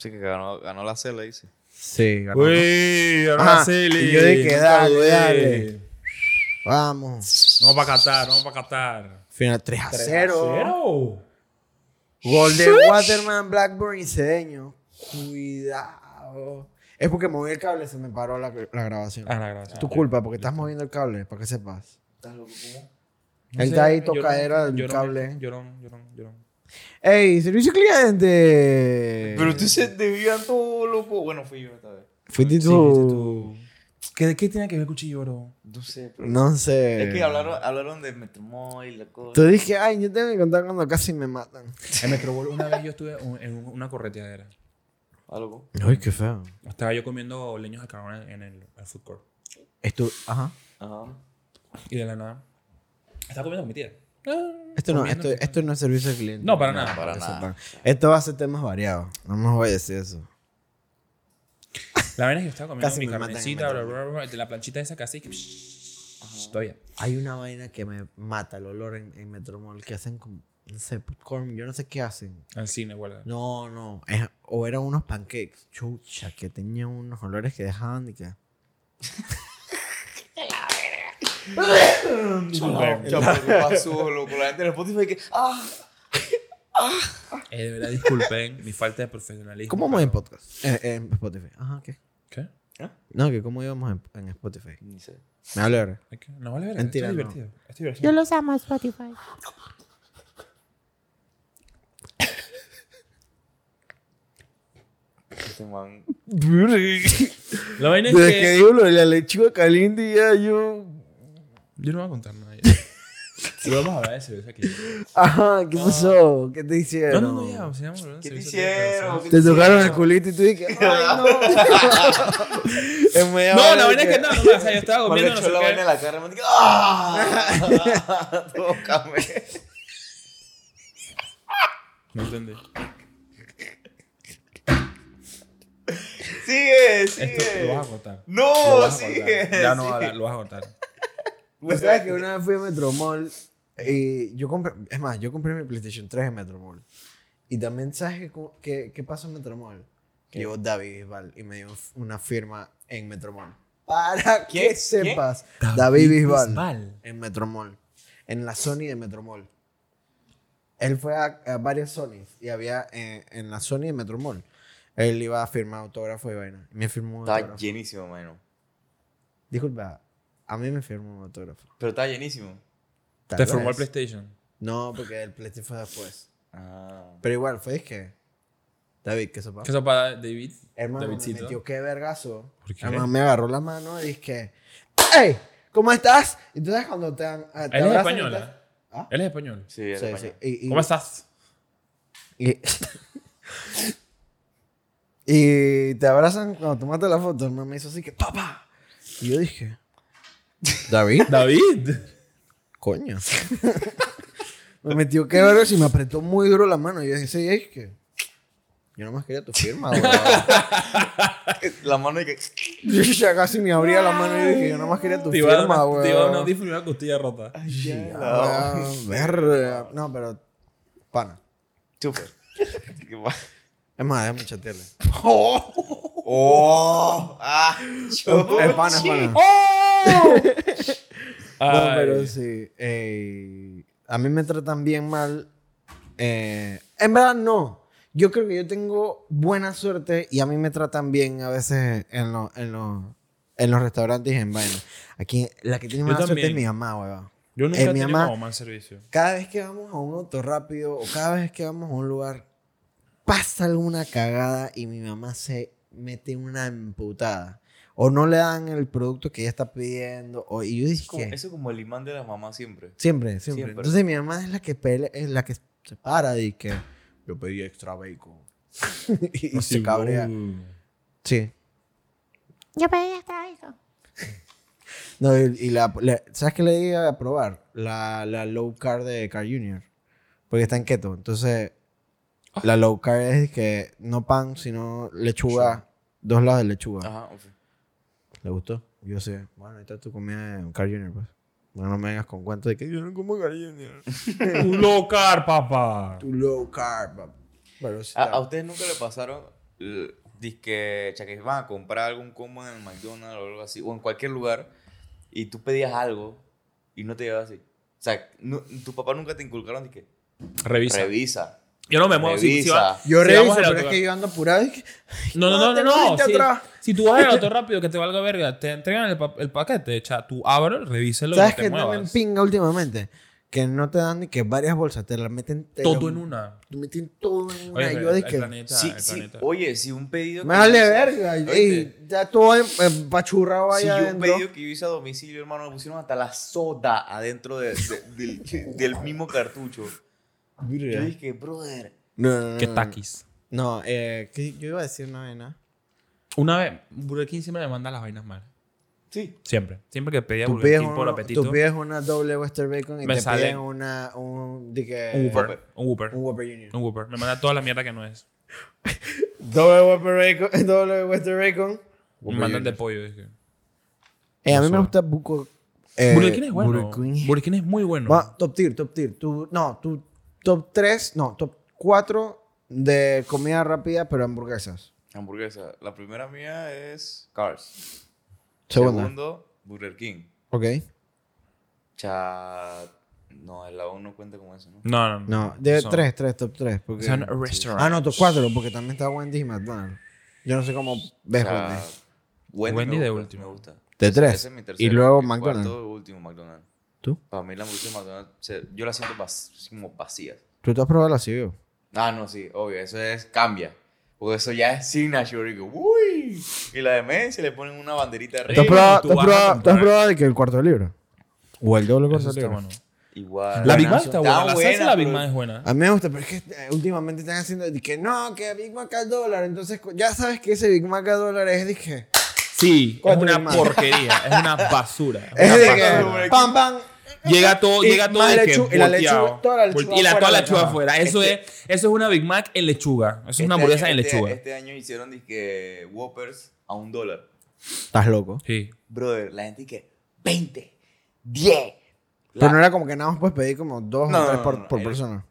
[SPEAKER 3] Sí, que ganó, ganó la cela, dice.
[SPEAKER 2] sí. Sí,
[SPEAKER 1] Uy,
[SPEAKER 2] Ajá,
[SPEAKER 1] Araceli.
[SPEAKER 2] y yo dije,
[SPEAKER 1] nunca
[SPEAKER 2] dale,
[SPEAKER 1] llegué.
[SPEAKER 2] dale. Vamos.
[SPEAKER 1] Vamos para Qatar, vamos para Qatar.
[SPEAKER 2] Final 3 a 0.
[SPEAKER 1] Cero.
[SPEAKER 2] Gol de Waterman, Blackburn y Cedeño. Cuidado. Es porque moví el cable, se me paró la, la grabación.
[SPEAKER 1] Ah, la grabación.
[SPEAKER 2] tu culpa, porque estás moviendo el cable, para que sepas.
[SPEAKER 3] ¿Estás loco? ¿Cómo?
[SPEAKER 2] Eh,
[SPEAKER 1] No
[SPEAKER 2] Él
[SPEAKER 1] sé,
[SPEAKER 2] está ahí
[SPEAKER 1] llorón,
[SPEAKER 2] tocadera del
[SPEAKER 1] llorón,
[SPEAKER 2] cable.
[SPEAKER 1] Llorón, llorón, llorón.
[SPEAKER 2] ¡Ey, servicio cliente!
[SPEAKER 3] Pero ustedes se debían todo, loco. Bueno, fui yo esta vez.
[SPEAKER 2] Fuiste
[SPEAKER 1] Sí, viste
[SPEAKER 2] tú.
[SPEAKER 1] tú. ¿Qué, ¿Qué tiene que ver el cuchillo, bro?
[SPEAKER 3] No sé, pero.
[SPEAKER 2] No sé.
[SPEAKER 3] Es que hablaron, hablaron de Metromoy, la cosa.
[SPEAKER 2] Eh, Tú dije, ay, yo tengo que contar cuando casi me matan.
[SPEAKER 1] En Metro Bowl una vez yo estuve un- en un- una correteadera.
[SPEAKER 3] Algo.
[SPEAKER 2] Ay, qué feo.
[SPEAKER 1] Estaba yo comiendo leños al carbón en en el, en el food court.
[SPEAKER 2] Esto, ajá.
[SPEAKER 3] Ajá.
[SPEAKER 1] Y de la nada. Estaba comiendo con mi tía.
[SPEAKER 2] Esto no,
[SPEAKER 1] Comiendo
[SPEAKER 2] esto,
[SPEAKER 1] que-
[SPEAKER 2] esto no es servicio al cliente.
[SPEAKER 1] No, para nada.
[SPEAKER 3] Para
[SPEAKER 2] que
[SPEAKER 3] nada.
[SPEAKER 2] sepan. Esto va a ser temas variados. No me voy a decir eso.
[SPEAKER 1] La verdad es que yo estaba comiendo
[SPEAKER 2] Casi
[SPEAKER 1] mi
[SPEAKER 2] me matan,
[SPEAKER 1] carnecita,
[SPEAKER 2] me
[SPEAKER 1] bla, bla,
[SPEAKER 2] matan.
[SPEAKER 1] bla, de la planchita esa casi que. psh, Todavía.
[SPEAKER 2] Hay una vaina que me mata el olor en, en Metromol que hacen con, no sé, popcorn, yo no sé qué hacen.
[SPEAKER 1] Al cine, guarda.
[SPEAKER 2] No, no. es- o eran unos pancakes. Chucha, que tenían unos olores que dejaban de que.
[SPEAKER 1] Eh, Súper.
[SPEAKER 3] Chapo, ¿qué pasó, loco? La gente en Spotify que. ¡Ah!
[SPEAKER 1] Eh, de verdad, disculpen mi falta de profesionalismo.
[SPEAKER 2] ¿Cómo vamos en podcast? Eh, en Spotify. Ajá, ¿qué?
[SPEAKER 1] ¿Qué?
[SPEAKER 2] No, que cómo íbamos en, en Spotify.
[SPEAKER 3] Ni sé.
[SPEAKER 2] Me hablo ahora.
[SPEAKER 1] ¿Qué? No vale ver.
[SPEAKER 2] Mentira,
[SPEAKER 1] Esto es
[SPEAKER 2] no.
[SPEAKER 1] divertido. Esto es divertido.
[SPEAKER 4] Yo los amo Spotify.
[SPEAKER 3] Este man.
[SPEAKER 1] La vaina es
[SPEAKER 2] Desde que
[SPEAKER 1] que.
[SPEAKER 2] digo lo de la lechuga caliente ya yo...
[SPEAKER 1] Yo no voy a contar nada. ya. Pero vamos a hablar de cerveza aquí.
[SPEAKER 2] Ajá, ¿qué pasó? ¿qué te
[SPEAKER 1] No,
[SPEAKER 2] hicieron?
[SPEAKER 1] no, no, ya. sigamos hablando de
[SPEAKER 3] ¿Qué te
[SPEAKER 1] cerveza
[SPEAKER 3] hicieron?
[SPEAKER 1] aquí.
[SPEAKER 3] ¿Qué
[SPEAKER 2] Te tocaron el
[SPEAKER 3] hicieron?
[SPEAKER 2] culito y tú dijiste, ¡ay, no! En media
[SPEAKER 1] No,
[SPEAKER 2] hora
[SPEAKER 1] la vaina es que no,
[SPEAKER 2] dije,
[SPEAKER 1] no, o sea, yo estaba
[SPEAKER 3] Porque
[SPEAKER 1] comiendo, no
[SPEAKER 3] echó
[SPEAKER 1] sé
[SPEAKER 3] la
[SPEAKER 1] qué.
[SPEAKER 3] vaina en la cara y me dijo, ¡Ah! Tócame.
[SPEAKER 1] No entendí.
[SPEAKER 3] Sigue,
[SPEAKER 1] Esto lo vas a
[SPEAKER 3] sigue.
[SPEAKER 1] cortar. Lo
[SPEAKER 3] No,
[SPEAKER 1] vas a
[SPEAKER 3] sigue.
[SPEAKER 1] cortar. Ya no
[SPEAKER 3] sigue.
[SPEAKER 1] va a dar, lo vas a cortar.
[SPEAKER 2] ¿Tú
[SPEAKER 3] Pues,
[SPEAKER 2] sabes que una vez fui a Metromol y yo compré, es más, yo compré mi PlayStation 3 en Metromol. Y también, ¿sabes qué, co- qué, qué pasó en Metromol? Que Llegó David Bisbal y me dio una firma en Metromol. Para
[SPEAKER 3] ¿Quién?
[SPEAKER 2] que sepas, David Bisbal,
[SPEAKER 1] Bisbal.
[SPEAKER 2] en Metromol, en la Sony de Metromol. Él fue a, a varias Sonys y había eh, en la Sony de Metromol. Él iba a firmar autógrafo y vaina. Y me firmó un
[SPEAKER 3] Está
[SPEAKER 2] autógrafo.
[SPEAKER 3] llenísimo, mano.
[SPEAKER 2] Disculpa, a mí me firmó un autógrafo.
[SPEAKER 3] Pero está llenísimo.
[SPEAKER 2] Tal
[SPEAKER 1] Te formó el
[SPEAKER 2] vez.
[SPEAKER 1] PlayStation.
[SPEAKER 2] No, porque el PlayStation fue después.
[SPEAKER 3] Ah.
[SPEAKER 2] Pero igual, fue que. David, ¿qué sopa?
[SPEAKER 1] ¿Qué eso para David?
[SPEAKER 2] Hermano, me
[SPEAKER 1] Davidcito.
[SPEAKER 2] metió qué vergazo.
[SPEAKER 1] ¿Por qué?
[SPEAKER 2] Hermano, me agarró la mano y dije, ¡Ey! ¿Cómo estás? Y tú sabes cuando te, dan- te
[SPEAKER 1] Él es
[SPEAKER 2] abrazan y
[SPEAKER 1] español,
[SPEAKER 2] te-
[SPEAKER 1] ¿eh?
[SPEAKER 2] ¿Ah?
[SPEAKER 1] Él es español.
[SPEAKER 3] Sí, era
[SPEAKER 2] Sí, sí.
[SPEAKER 3] español.
[SPEAKER 2] Y, y-
[SPEAKER 1] ¿Cómo estás?
[SPEAKER 2] Y, y te abrazan cuando tomaste la foto. Hermano, me hizo así que, ¡Papá! Y yo dije, ¿David?
[SPEAKER 1] David.
[SPEAKER 2] Coño. me metió que vergas y me apretó muy duro la mano. Y yo dije, sí, es que. Yo nomás quería tu firma, güey.
[SPEAKER 3] La mano y que.
[SPEAKER 2] Yo ya casi ni abría la mano y yo dije, yo nomás quería tu
[SPEAKER 1] Te iba a dar
[SPEAKER 2] firma,
[SPEAKER 1] una- te iba a dar un
[SPEAKER 2] güey.
[SPEAKER 1] audífono y una costilla rota.
[SPEAKER 2] Sí,
[SPEAKER 3] Ya,
[SPEAKER 2] ah, verga. No, pero. Pana.
[SPEAKER 3] Súper. ¿Qué más?
[SPEAKER 2] Es más, déjame chatearle.
[SPEAKER 3] ¡Oh! ¡Ah! chup.
[SPEAKER 2] Es pana, es pana. No,
[SPEAKER 1] Ay.
[SPEAKER 2] pero sí. eh, a mí me tratan bien mal. eh, en verdad, no. Yo creo que yo tengo buena suerte y a mí me tratan bien a veces en, los en, los en los restaurantes y en vainas. Aquí, la que tiene
[SPEAKER 1] Yo
[SPEAKER 2] más suerte es
[SPEAKER 1] también.
[SPEAKER 2] mi mamá, weón.
[SPEAKER 1] Yo nunca
[SPEAKER 2] Eh,
[SPEAKER 1] he
[SPEAKER 2] mi
[SPEAKER 1] tenido
[SPEAKER 2] mamá-
[SPEAKER 1] como mal servicio.
[SPEAKER 2] Cada vez que vamos a un auto rápido o cada vez que vamos a un lugar, pasa alguna cagada y mi mamá se mete una emputada. O no le dan el producto que ella está pidiendo. O, y yo dije,
[SPEAKER 3] Como-
[SPEAKER 2] "¿Qué?".
[SPEAKER 3] Eso es como el imán de la mamá siempre.
[SPEAKER 2] Siempre, siempre,
[SPEAKER 3] Siempre.
[SPEAKER 2] Entonces mi mamá es la que pelea, es la que se para y que yo pedí extra bacon. y
[SPEAKER 1] Ah,
[SPEAKER 2] se cabrea.
[SPEAKER 1] uh.
[SPEAKER 2] Sí.
[SPEAKER 4] Yo pedí hasta eso.
[SPEAKER 2] No, y, y la, la- ¿sabes qué le di a probar? La, la low carb de Car Junior. Porque está en keto. Entonces, la low carb es que no pan, sino lechuga. Dos lados de lechuga.
[SPEAKER 3] Ajá, ok.
[SPEAKER 2] ¿Le gustó? Yo sé. Bueno, ahí está tu comida en Car Junior, pues. No, no me vengas con cuentos de que yo no como Car Junior.
[SPEAKER 1] Tu locar, papá.
[SPEAKER 2] tu low carb. papá. Pero sí
[SPEAKER 3] Ah, ¿A,
[SPEAKER 2] está-
[SPEAKER 3] a ustedes nunca le pasaron l- disque cha, que van a comprar algún combo en el McDonald's o algo así, o en cualquier lugar, y tú pedías algo y no te llegaba así? O sea, no- tu papá nunca te inculcaron de que
[SPEAKER 1] Revisa.
[SPEAKER 3] revisa.
[SPEAKER 1] Yo no me muevo. Si, si va-
[SPEAKER 2] Yo
[SPEAKER 1] si
[SPEAKER 2] reviso,
[SPEAKER 1] vamos al
[SPEAKER 2] pero
[SPEAKER 1] auto-
[SPEAKER 2] es que yo ando apurado. y que-
[SPEAKER 1] No, no,
[SPEAKER 2] No,
[SPEAKER 1] no,
[SPEAKER 2] te
[SPEAKER 1] no. no.
[SPEAKER 2] fuiste
[SPEAKER 1] Si,
[SPEAKER 2] atrás.
[SPEAKER 1] si tú vas al auto rápido que te valga verga, te entregan el, pa- el paquete, echa, tú ábrelo, revíselo y no
[SPEAKER 2] ¿Sabes
[SPEAKER 1] te
[SPEAKER 2] qué también
[SPEAKER 1] muevas.
[SPEAKER 2] pinga últimamente? Que no te dan ni que varias bolsas, te las meten te
[SPEAKER 1] Todo
[SPEAKER 2] lo-
[SPEAKER 1] en una.
[SPEAKER 2] Te meten todo en una.
[SPEAKER 1] Oye,
[SPEAKER 2] yo
[SPEAKER 1] el, el
[SPEAKER 2] dije, me
[SPEAKER 1] planeta,
[SPEAKER 3] Sí,
[SPEAKER 1] el
[SPEAKER 3] sí,
[SPEAKER 1] planeta.
[SPEAKER 3] oye, si un pedido. que
[SPEAKER 2] vale
[SPEAKER 3] yo hice-
[SPEAKER 2] verga. y-
[SPEAKER 3] Oíste,
[SPEAKER 2] Y ya todo em- empachurrado
[SPEAKER 3] Si
[SPEAKER 2] allá
[SPEAKER 3] yo un
[SPEAKER 2] adentro.
[SPEAKER 3] pedido que yo hice a domicilio, hermano, me pusieron hasta la soda adentro de- de- del, del mismo cartucho. Yo dije, brother,
[SPEAKER 2] No, no, no,
[SPEAKER 1] Qué
[SPEAKER 2] no.
[SPEAKER 1] taquis.
[SPEAKER 2] No, eh, ¿qué- yo iba a decir una vaina.
[SPEAKER 1] Una vez, Burger King siempre me manda las vainas malas.
[SPEAKER 3] Sí.
[SPEAKER 1] Siempre. Siempre que pedía
[SPEAKER 2] Tú
[SPEAKER 1] Burger
[SPEAKER 2] pides,
[SPEAKER 1] King por
[SPEAKER 2] uno-
[SPEAKER 1] apetito.
[SPEAKER 2] tú pides una doble Western Bacon y
[SPEAKER 1] Me
[SPEAKER 2] te
[SPEAKER 1] sale
[SPEAKER 2] piden una, un, de que-
[SPEAKER 1] Un Whopper. Un Whopper.
[SPEAKER 2] Un Whopper Junior.
[SPEAKER 1] Un Whopper. Me manda toda la mierda que no es.
[SPEAKER 2] Doble Whopper Bacon. Doble Western Bacon.
[SPEAKER 1] Me mandan de pollo. dije.
[SPEAKER 2] Eh, a
[SPEAKER 1] No
[SPEAKER 2] mí me
[SPEAKER 1] sé.
[SPEAKER 2] gusta Buco. eh,
[SPEAKER 1] Burger King es bueno.
[SPEAKER 2] Burger King.
[SPEAKER 1] Burger King es muy bueno.
[SPEAKER 2] Va, top tier, top tier. Tu, no, tu top 3, no, top 4 de comida rápida, pero hamburguesas.
[SPEAKER 3] Hamburguesa. La primera mía es Cars.
[SPEAKER 2] Segunda.
[SPEAKER 3] Segundo, Burger King.
[SPEAKER 2] Ok. Cha.
[SPEAKER 3] Chat. No, el lado no cuenta con eso, ¿no?
[SPEAKER 1] No, no, no.
[SPEAKER 2] No, de
[SPEAKER 1] Son-
[SPEAKER 2] 3, 3, top 3. Porque...
[SPEAKER 1] Son restaurants.
[SPEAKER 2] Ah, no, top 4, porque también está Wendy's y McDonald's. Yo no sé cómo ves
[SPEAKER 3] Cha-
[SPEAKER 2] Wendy's.
[SPEAKER 3] Wendy,
[SPEAKER 1] Wendy
[SPEAKER 3] me
[SPEAKER 1] de
[SPEAKER 3] gusta,
[SPEAKER 1] último.
[SPEAKER 3] Me gusta.
[SPEAKER 2] De tres.
[SPEAKER 3] Ese es mi
[SPEAKER 2] Y
[SPEAKER 3] tercero.
[SPEAKER 2] luego
[SPEAKER 3] Mi
[SPEAKER 2] McDonald's.
[SPEAKER 3] Cuarto, último McDonald's.
[SPEAKER 2] ¿Tú?
[SPEAKER 3] Para mí la hamburguesa de McDonald's, se- yo la siento vac- como vacía.
[SPEAKER 2] ¿Tú te has probado la CBO?
[SPEAKER 3] Ah, no, sí, obvio, eso es, cambia. Porque eso ya es signature. Y que, uy, y la demencia le ponen una banderita
[SPEAKER 2] ¿Tú
[SPEAKER 3] arriba.
[SPEAKER 2] has probado,
[SPEAKER 1] tú
[SPEAKER 2] tú has
[SPEAKER 1] vas a
[SPEAKER 2] probado, tú has
[SPEAKER 1] comprar.
[SPEAKER 2] probado de que el cuarto libro? O el doble
[SPEAKER 1] Eso
[SPEAKER 2] cuarto
[SPEAKER 1] está
[SPEAKER 2] libro.
[SPEAKER 1] bueno.
[SPEAKER 3] Igual.
[SPEAKER 1] La Big
[SPEAKER 3] Buenazo.
[SPEAKER 1] Mac está Ah, buena. La salsa de la
[SPEAKER 3] Ah, pero-
[SPEAKER 1] Big Mac es buena.
[SPEAKER 2] A mí me gusta, pero es que eh, últimamente están haciendo de que no, que Big Mac al dólar. Entonces, cu- ya sabes que ese Big Mac al dólar es, dije.
[SPEAKER 1] Sí, es
[SPEAKER 2] Cuatro
[SPEAKER 1] una
[SPEAKER 2] Big Mac.
[SPEAKER 1] porquería. Es una basura.
[SPEAKER 2] Es
[SPEAKER 1] una
[SPEAKER 2] de
[SPEAKER 1] basura.
[SPEAKER 2] que. Pam, pam.
[SPEAKER 1] Llega todo,
[SPEAKER 2] Y
[SPEAKER 1] llega todo
[SPEAKER 2] más
[SPEAKER 1] de que
[SPEAKER 2] lechu- y la lechuga-
[SPEAKER 1] volteado.
[SPEAKER 2] toda la lechuga
[SPEAKER 1] Volte- y la,
[SPEAKER 2] afuera
[SPEAKER 1] toda la
[SPEAKER 2] de la
[SPEAKER 1] lechuga
[SPEAKER 2] cama.
[SPEAKER 1] afuera. Eso, es, eso es una Big Mac en lechuga. Eso es una
[SPEAKER 3] este
[SPEAKER 1] hamburguesa
[SPEAKER 3] año-
[SPEAKER 1] en
[SPEAKER 3] este-
[SPEAKER 1] lechuga.
[SPEAKER 3] Este año hicieron disque Whoppers a un dólar.
[SPEAKER 2] Estás loco.
[SPEAKER 3] este
[SPEAKER 1] Sí.
[SPEAKER 3] Brother, la gente que 20, 10.
[SPEAKER 2] Pero no era como que nada más puedes pedir como dos
[SPEAKER 3] No,
[SPEAKER 2] o tres
[SPEAKER 3] no,
[SPEAKER 2] por,
[SPEAKER 3] no,
[SPEAKER 1] eh,
[SPEAKER 2] por
[SPEAKER 3] era-
[SPEAKER 2] persona.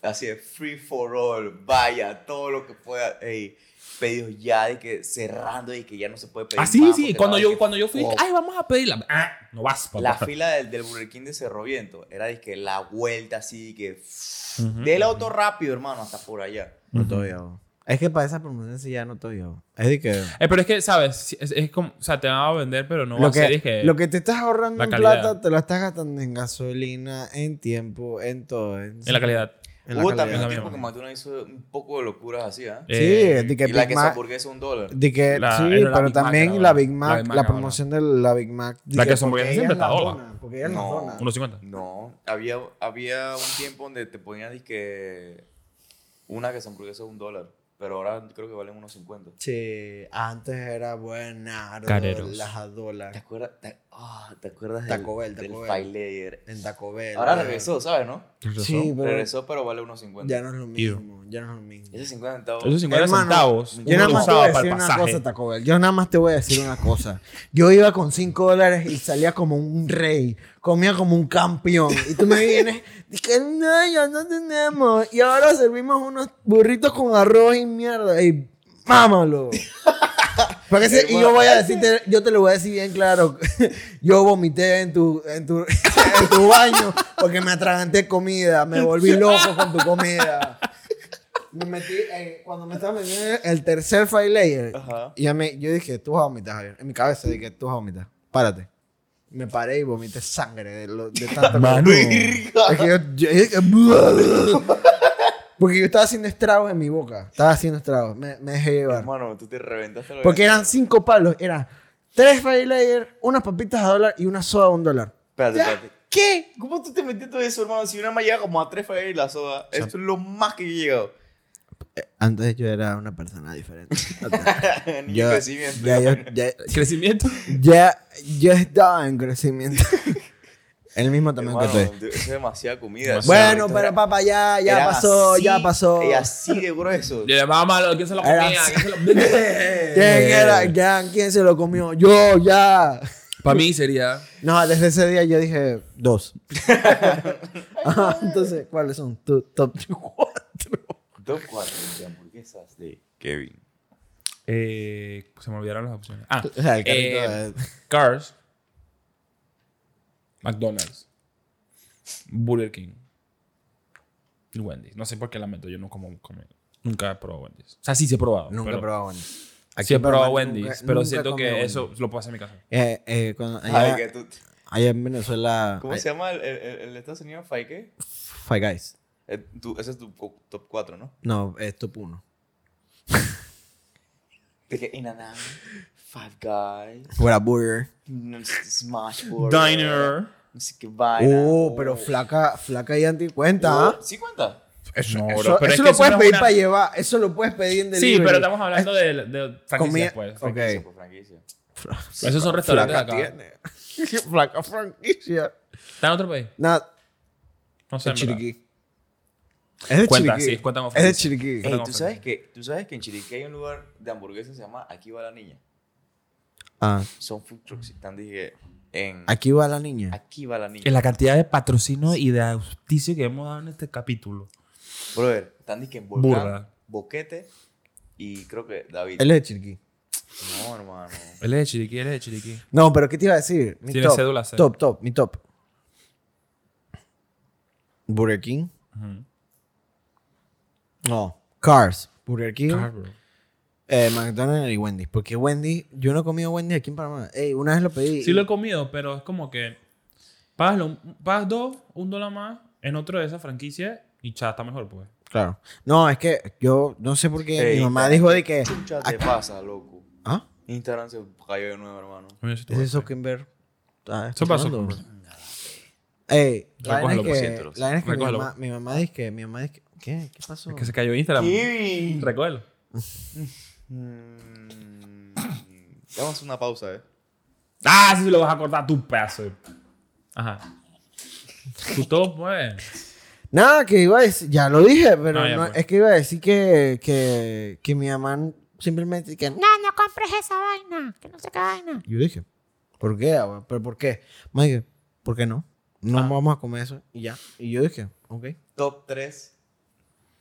[SPEAKER 3] Así es, free for all, vaya, todo lo que pueda. Ey, pedidos ya de que cerrando y que ya no se puede pedir.
[SPEAKER 1] Ah, sí,
[SPEAKER 3] más
[SPEAKER 1] sí.
[SPEAKER 3] porque
[SPEAKER 1] Cuando
[SPEAKER 3] la-
[SPEAKER 1] yo,
[SPEAKER 3] que-
[SPEAKER 1] cuando yo fui,
[SPEAKER 3] oh,
[SPEAKER 1] ay, vamos a pedirla. Ah, no vas, papá.
[SPEAKER 3] este la fila del, del Burger King de Cerro Viento era de que la vuelta así, que. del auto rápido, hermano, hasta por allá.
[SPEAKER 2] No todavía. bro. Es que para esas promociones sí ya no todavía. bro. Es de que.
[SPEAKER 1] Eh, pero es que, ¿sabes? Es, es como, o sea, te van a vender, pero no va
[SPEAKER 2] Lo
[SPEAKER 1] a ser.
[SPEAKER 2] que,
[SPEAKER 1] Es que,
[SPEAKER 2] lo que te estás ahorrando
[SPEAKER 1] la
[SPEAKER 2] en
[SPEAKER 1] calidad.
[SPEAKER 2] plata, te lo estás gastando en gasolina, en tiempo, en todo. En,
[SPEAKER 1] en la calidad. Uh,
[SPEAKER 2] en la
[SPEAKER 3] Hubo
[SPEAKER 2] calidad.
[SPEAKER 3] también un tiempo
[SPEAKER 1] Mira,
[SPEAKER 3] que
[SPEAKER 1] mira.
[SPEAKER 3] McDonald's hizo un poco de locuras así, ¿ah?
[SPEAKER 1] Eh,
[SPEAKER 2] Sí, de que
[SPEAKER 3] y la
[SPEAKER 2] Big
[SPEAKER 3] que
[SPEAKER 2] Mac.
[SPEAKER 3] hamburguesa un dólar.
[SPEAKER 2] De que,
[SPEAKER 1] La-
[SPEAKER 2] sí,
[SPEAKER 1] era la
[SPEAKER 2] pero
[SPEAKER 1] Big Mac
[SPEAKER 2] también
[SPEAKER 1] ahora.
[SPEAKER 2] la Big Mac,
[SPEAKER 1] La
[SPEAKER 2] la,
[SPEAKER 1] Big Mac ahora.
[SPEAKER 2] promoción de la Big Mac.
[SPEAKER 1] La
[SPEAKER 2] Dice,
[SPEAKER 1] que son
[SPEAKER 2] porque
[SPEAKER 1] hamburguesas
[SPEAKER 2] ella
[SPEAKER 1] siempre
[SPEAKER 2] es la
[SPEAKER 1] está dólar.
[SPEAKER 2] dona, Porque ella es
[SPEAKER 3] No.
[SPEAKER 2] la dona.
[SPEAKER 1] 1.50.
[SPEAKER 3] No, había, había un tiempo donde te ponían disque una que son hamburguesa un dólar, pero ahora creo que valen unos 50.
[SPEAKER 2] Sí, antes era buena.
[SPEAKER 1] Careros.
[SPEAKER 2] Las dólares.
[SPEAKER 3] ¿Te acuerdas? Te, ah, ¿te acuerdas
[SPEAKER 2] Taco
[SPEAKER 3] del,
[SPEAKER 2] Bell, Taco
[SPEAKER 3] del
[SPEAKER 2] Bell.
[SPEAKER 3] Five Layer?
[SPEAKER 2] En Taco Bell.
[SPEAKER 3] Ahora
[SPEAKER 2] ya.
[SPEAKER 3] regresó, ¿sabes, no?
[SPEAKER 2] Sí, pero
[SPEAKER 3] Regresó, pero vale unos 50.
[SPEAKER 2] ya no es lo mismo. Ya no es lo mismo.
[SPEAKER 3] Ese 50 centavos.
[SPEAKER 1] Esos 50
[SPEAKER 2] Hermano,
[SPEAKER 1] centavos.
[SPEAKER 2] Yo
[SPEAKER 1] uno
[SPEAKER 2] nada
[SPEAKER 1] lo
[SPEAKER 2] más te
[SPEAKER 1] usaba
[SPEAKER 2] voy a
[SPEAKER 1] para
[SPEAKER 2] decir
[SPEAKER 1] el
[SPEAKER 2] una cosa,
[SPEAKER 1] pasaje.
[SPEAKER 2] Taco Bell. Yo nada más te voy a decir una cosa. Yo iba con 5 dólares y salía como un rey. Comía como un campeón. Y tú me vienes, dije, no, ya no tenemos. Y ahora servimos unos burritos con arroz y mierda. Y mámalo. Porque ese- y yo voy a decirte, yo te lo voy a decir bien claro. Yo vomité en tu, en tu, en tu baño porque me atraganté comida. Me volví loco con tu comida. Me metí, eh, cuando me estaba metiendo el tercer file layer,
[SPEAKER 3] Ajá.
[SPEAKER 2] y ya me, yo dije, tú vas a vomitar, Javier. En mi cabeza dije, tú vas a vomitar. Párate. Me paré y vomité sangre de, lo, de tanto
[SPEAKER 1] Mano.
[SPEAKER 2] Es que yo, yo- yo dije, Porque yo estaba haciendo estragos en mi boca. Estaba haciendo estragos. Me, me dejé llevar.
[SPEAKER 3] Hermano, tú te reventaste la
[SPEAKER 2] Porque
[SPEAKER 3] cabeza.
[SPEAKER 2] eran cinco palos. Era tres file layer, unas papitas a dólar y una soda a un dólar.
[SPEAKER 3] Espérate,
[SPEAKER 2] Ya,
[SPEAKER 3] espérate.
[SPEAKER 2] ¿Qué?
[SPEAKER 3] ¿Cómo tú te metiste todo eso, hermano? Si una más llega como a 3 Five Layer la soda. Eso es lo más que yo he llegado.
[SPEAKER 2] Antes yo era una persona diferente.
[SPEAKER 3] Ni
[SPEAKER 2] Ya-
[SPEAKER 3] crecimiento.
[SPEAKER 2] ya yo- ya-
[SPEAKER 1] Crecimiento.
[SPEAKER 2] Ya, ya estaba en crecimiento. El mismo tamaño
[SPEAKER 3] Hermano,
[SPEAKER 2] que tú.
[SPEAKER 3] de- eso es demasiada comida.
[SPEAKER 2] Bueno,
[SPEAKER 3] Entonces,
[SPEAKER 2] pero
[SPEAKER 3] era-
[SPEAKER 2] papá, ya, ya
[SPEAKER 3] era
[SPEAKER 2] pasó, ya
[SPEAKER 3] así,
[SPEAKER 2] pasó.
[SPEAKER 3] Y así de grueso.
[SPEAKER 1] Le llamaba malo. ¿Quién se lo comía? Eh, ¿Quién
[SPEAKER 2] Era-
[SPEAKER 1] se lo-
[SPEAKER 2] ¿Quién era? Ya, ¿Quién se lo comió? Yo, ya.
[SPEAKER 1] Para mí sería.
[SPEAKER 2] No, desde ese día yo dije dos. Ajá, Entonces, ¿cuáles son? Tu top cuatro.
[SPEAKER 3] Top 4 de hamburguesas de Kevin.
[SPEAKER 1] Eh, se me olvidaron las opciones. Ah,
[SPEAKER 2] O sea, el carrito
[SPEAKER 1] eh,
[SPEAKER 2] de-
[SPEAKER 1] Cars, McDonald's, Burger King y Wendy's. No sé por qué la meto, yo no como, como- nunca he probado Wendy's. O sea, sí, sí he probado.
[SPEAKER 2] Nunca
[SPEAKER 1] pero-
[SPEAKER 2] he probado Wendy's.
[SPEAKER 1] Sí he
[SPEAKER 2] en Panamá
[SPEAKER 1] probado
[SPEAKER 2] nunca-
[SPEAKER 1] Wendy's, pero
[SPEAKER 2] nunca
[SPEAKER 1] siento
[SPEAKER 2] comí
[SPEAKER 1] que
[SPEAKER 2] Wendy's.
[SPEAKER 1] eso lo puedo hacer en mi casa.
[SPEAKER 2] Eh, eh, cuando-
[SPEAKER 3] Ay,
[SPEAKER 2] allá,
[SPEAKER 3] que tú-
[SPEAKER 2] allá en Venezuela.
[SPEAKER 3] ¿Cómo
[SPEAKER 2] hay-
[SPEAKER 3] se llama el, el, el- el de Estados Unidos? ¿Fike?
[SPEAKER 2] Five Guys.
[SPEAKER 3] Eh, ese es tu co- top 4, ¿no?
[SPEAKER 2] No, es top uno.
[SPEAKER 3] De que Inanan, Five Guys,
[SPEAKER 2] Fuera Burger.
[SPEAKER 3] no sé, Smash Burger.
[SPEAKER 1] Diner.
[SPEAKER 3] No sé qué vaina.
[SPEAKER 2] Uh, Oh, pero flaca, flaca y anticuenta.
[SPEAKER 3] ¿Sí cuenta?
[SPEAKER 5] Eso, no,
[SPEAKER 2] Eso,
[SPEAKER 5] bro, pero
[SPEAKER 2] eso
[SPEAKER 5] es que
[SPEAKER 2] lo puedes
[SPEAKER 5] no es
[SPEAKER 2] pedir
[SPEAKER 5] una-
[SPEAKER 2] para llevar. Eso lo puedes pedir en delivery.
[SPEAKER 1] Sí, pero estamos hablando de, de franquicias,
[SPEAKER 2] Comida-
[SPEAKER 1] pues.
[SPEAKER 2] Ok.
[SPEAKER 3] Franquicia, pues, franquicia.
[SPEAKER 1] Esos son restaurantes de
[SPEAKER 2] Flaca
[SPEAKER 1] acá.
[SPEAKER 2] tiene. Flaca franquicia.
[SPEAKER 1] ¿Está en otro país?
[SPEAKER 2] Nada.
[SPEAKER 1] No sé.
[SPEAKER 2] De
[SPEAKER 1] en verdad.
[SPEAKER 2] Chiriquí. Es de
[SPEAKER 1] Cuenta,
[SPEAKER 2] Chiriquí.
[SPEAKER 1] sí, cuenta como
[SPEAKER 2] Es de
[SPEAKER 1] franquicia.
[SPEAKER 2] Chiriquí.
[SPEAKER 1] Pero
[SPEAKER 3] Ey,
[SPEAKER 1] no,
[SPEAKER 3] ¿tú,
[SPEAKER 1] pero-
[SPEAKER 3] sabes que, tú sabes que en Chiriquí hay un lugar de hamburguesas que se llama Aquí va la niña.
[SPEAKER 2] Ah,
[SPEAKER 3] Son food trucks. Están, dije, en
[SPEAKER 2] aquí va la niña.
[SPEAKER 3] Aquí va la niña.
[SPEAKER 1] En la cantidad de patrocinio y de auspicio que hemos dado en este capítulo.
[SPEAKER 3] Brother, están dije en Volcán,
[SPEAKER 1] Burda.
[SPEAKER 3] Boquete y creo que David.
[SPEAKER 2] Él es de Chiriquí.
[SPEAKER 3] No, hermano.
[SPEAKER 1] Él es de Chiriquí, él es de Chiriquí.
[SPEAKER 2] No, pero ¿qué te iba a decir? Mi
[SPEAKER 1] Tiene
[SPEAKER 2] top,
[SPEAKER 1] cédula C.
[SPEAKER 2] Top, top, mi top. Burger King. No. Cars. Burger King. Eh, McDonald's y Wendy's. Porque Wendy, yo no he comido Wendy aquí en Panamá. Ey, una vez lo pedí.
[SPEAKER 1] Sí
[SPEAKER 2] y-
[SPEAKER 1] lo he comido, pero es como que pagas, lo- pagas dos, un dólar más en otro de esas franquicias y ya está mejor, pues.
[SPEAKER 2] Claro. No, es que yo no sé por qué.
[SPEAKER 3] Ey,
[SPEAKER 2] mi mamá
[SPEAKER 3] Instagram,
[SPEAKER 2] dijo de
[SPEAKER 3] ¿qué
[SPEAKER 2] que.
[SPEAKER 3] Chucha te
[SPEAKER 2] acá-
[SPEAKER 3] pasa, loco.
[SPEAKER 2] ¿Ah?
[SPEAKER 3] Instagram se cayó de nuevo, hermano.
[SPEAKER 1] Coño, sí, tú,
[SPEAKER 2] ¿Es
[SPEAKER 1] güey.
[SPEAKER 2] eso Kimber? Ah,
[SPEAKER 1] Eso pasó,
[SPEAKER 2] ¿cuándo?
[SPEAKER 1] Kimber.
[SPEAKER 2] Ey, la vaina es
[SPEAKER 1] Recógelo,
[SPEAKER 2] que,
[SPEAKER 1] por
[SPEAKER 3] ciento,
[SPEAKER 2] la vaina es que mi,
[SPEAKER 1] Recógelo.
[SPEAKER 2] mamá, mi mamá dice que. Mi mamá dice que ¿Qué? ¿Qué pasó?
[SPEAKER 1] Que se cayó Instagram.
[SPEAKER 3] Kiwi.
[SPEAKER 1] Recuerdo.
[SPEAKER 3] Mm, Vamos a hacer una pausa, ¿eh?
[SPEAKER 1] Ah, sí, lo vas a cortar tu pedazo. de- Ajá. Tú todo, pues.
[SPEAKER 2] Nada, que iba a decir. Ya lo dije, pero
[SPEAKER 1] Ah, ya,
[SPEAKER 2] no-
[SPEAKER 1] pues.
[SPEAKER 2] es que iba a decir que, que, que mi mamá simplemente. Que,
[SPEAKER 4] No, no compres esa vaina. Que no sé qué vaina.
[SPEAKER 2] Yo dije, ¿por qué? abue? ¿Pero por qué? Me dije, ¿por qué no? No
[SPEAKER 1] Ah.
[SPEAKER 2] vamos a comer eso y ya. Y yo dije, ok.
[SPEAKER 3] Top 3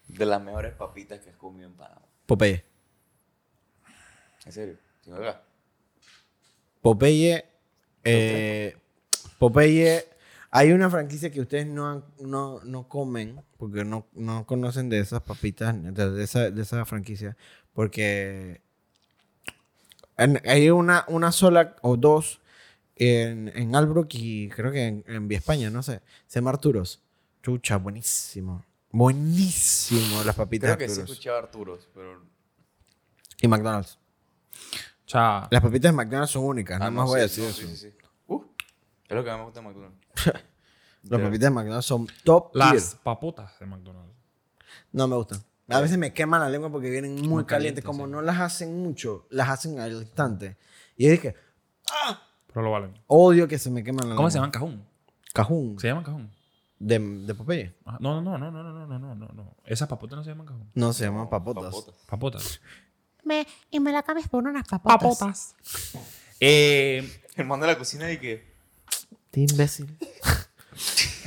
[SPEAKER 3] de las mejores papitas que has comido en Panamá.
[SPEAKER 2] Popeye.
[SPEAKER 3] ¿En serio? ¿Sin verdad?
[SPEAKER 2] Popeye. eh, Popeye. Hay una franquicia que ustedes no, han- no, no comen porque no, no conocen de esas papitas, de, de esa, de esa franquicia. Porque en- hay una, una sola o dos en, en Albrook y creo que en, en Vía España, no sé. Se llama Arturos. Chucha, buenísimo. Buenísimo las papitas
[SPEAKER 3] Creo que sí
[SPEAKER 2] Arturos.
[SPEAKER 3] escuchaba Arturos, pero.
[SPEAKER 2] y McDonald's.
[SPEAKER 1] Chao.
[SPEAKER 2] Las papitas de McDonald's son únicas, nada
[SPEAKER 3] Ah, no,
[SPEAKER 2] más voy a
[SPEAKER 3] sí,
[SPEAKER 2] decir
[SPEAKER 3] no,
[SPEAKER 2] eso.
[SPEAKER 3] sí, sí, sí. Uh, es lo que más me gusta de McDonald's.
[SPEAKER 2] Las papitas de McDonald's son top tier.
[SPEAKER 1] Las papotas de McDonald's.
[SPEAKER 2] No me gustan. A veces me quema la lengua porque vienen muy,
[SPEAKER 1] Muy
[SPEAKER 2] calientes.
[SPEAKER 1] calientes,
[SPEAKER 2] Como
[SPEAKER 1] sí.
[SPEAKER 2] no las hacen mucho, las hacen al instante. Y yo dije,
[SPEAKER 1] Pero lo valen.
[SPEAKER 2] odio que se me queman la lengua.
[SPEAKER 1] ¿Cómo se llaman cajón?
[SPEAKER 2] Cajún.
[SPEAKER 1] ¿Se llaman cajón?
[SPEAKER 2] De, de Popeye.
[SPEAKER 1] Ajá. No, no, no, no, no, no, no, no, no, no. Esas papotas no se llaman cajón.
[SPEAKER 2] No, se llaman papotas.
[SPEAKER 1] Papotas.
[SPEAKER 4] Me, y me la cambias por unas papotas.
[SPEAKER 1] Eh,
[SPEAKER 3] El man de la cocina y que.
[SPEAKER 2] Qué imbécil.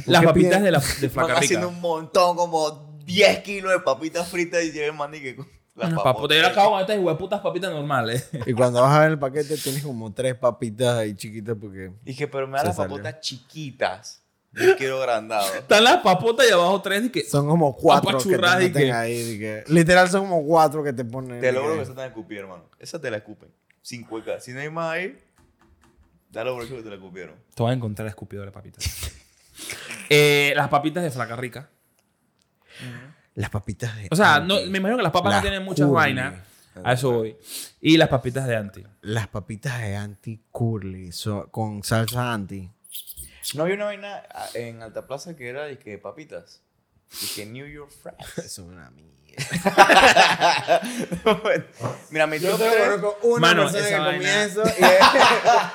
[SPEAKER 1] las
[SPEAKER 2] ¿Qué
[SPEAKER 1] papitas
[SPEAKER 2] piden?
[SPEAKER 1] de, la, de
[SPEAKER 3] Van
[SPEAKER 1] Flaca
[SPEAKER 3] haciendo
[SPEAKER 1] Rica.
[SPEAKER 3] un montón, como 10 kilos de papitas fritas y llega el man y que.
[SPEAKER 1] Las papotas. Yo las cago con estas hueputas papitas normales.
[SPEAKER 2] Y cuando vas a ver el paquete, tienes como tres papitas ahí chiquitas porque.
[SPEAKER 3] Y que, pero me da
[SPEAKER 2] Se
[SPEAKER 3] las
[SPEAKER 2] salió.
[SPEAKER 3] papotas chiquitas. Yo quiero agrandado.
[SPEAKER 1] Están las papotas y abajo tres y que...
[SPEAKER 2] Son como cuatro que te
[SPEAKER 1] Apachurradas y
[SPEAKER 2] meten
[SPEAKER 1] que-
[SPEAKER 2] ahí. y que- literal, son como cuatro que te ponen.
[SPEAKER 3] Te
[SPEAKER 2] y
[SPEAKER 3] logro
[SPEAKER 2] que-
[SPEAKER 3] que esa te la escupieron, hermano. Esa te la escupen. Sin cueca. Si no hay más ahí, te logro que te la escupieron.
[SPEAKER 1] Te vas a encontrar escupidora de papitas. Eh, las papitas de Flaca Rica.
[SPEAKER 2] Las papitas de.
[SPEAKER 1] O sea,
[SPEAKER 2] Anti.
[SPEAKER 1] no, me imagino que las papas
[SPEAKER 2] Las
[SPEAKER 1] no tienen muchas
[SPEAKER 2] curly.
[SPEAKER 1] vainas. A eso voy. Y las papitas de Anti.
[SPEAKER 2] Las papitas de anti curly so- con salsa anti.
[SPEAKER 3] No había una vaina ah, en Alta Plaza que era de que papitas. Y que New York Fries.
[SPEAKER 2] Es una mierda.
[SPEAKER 3] Mira, mi
[SPEAKER 2] Yo
[SPEAKER 3] top
[SPEAKER 2] solo
[SPEAKER 3] tres-
[SPEAKER 2] conozco una
[SPEAKER 1] Mano,
[SPEAKER 2] persona que
[SPEAKER 1] esa
[SPEAKER 2] comía
[SPEAKER 1] vaina.
[SPEAKER 2] eso y,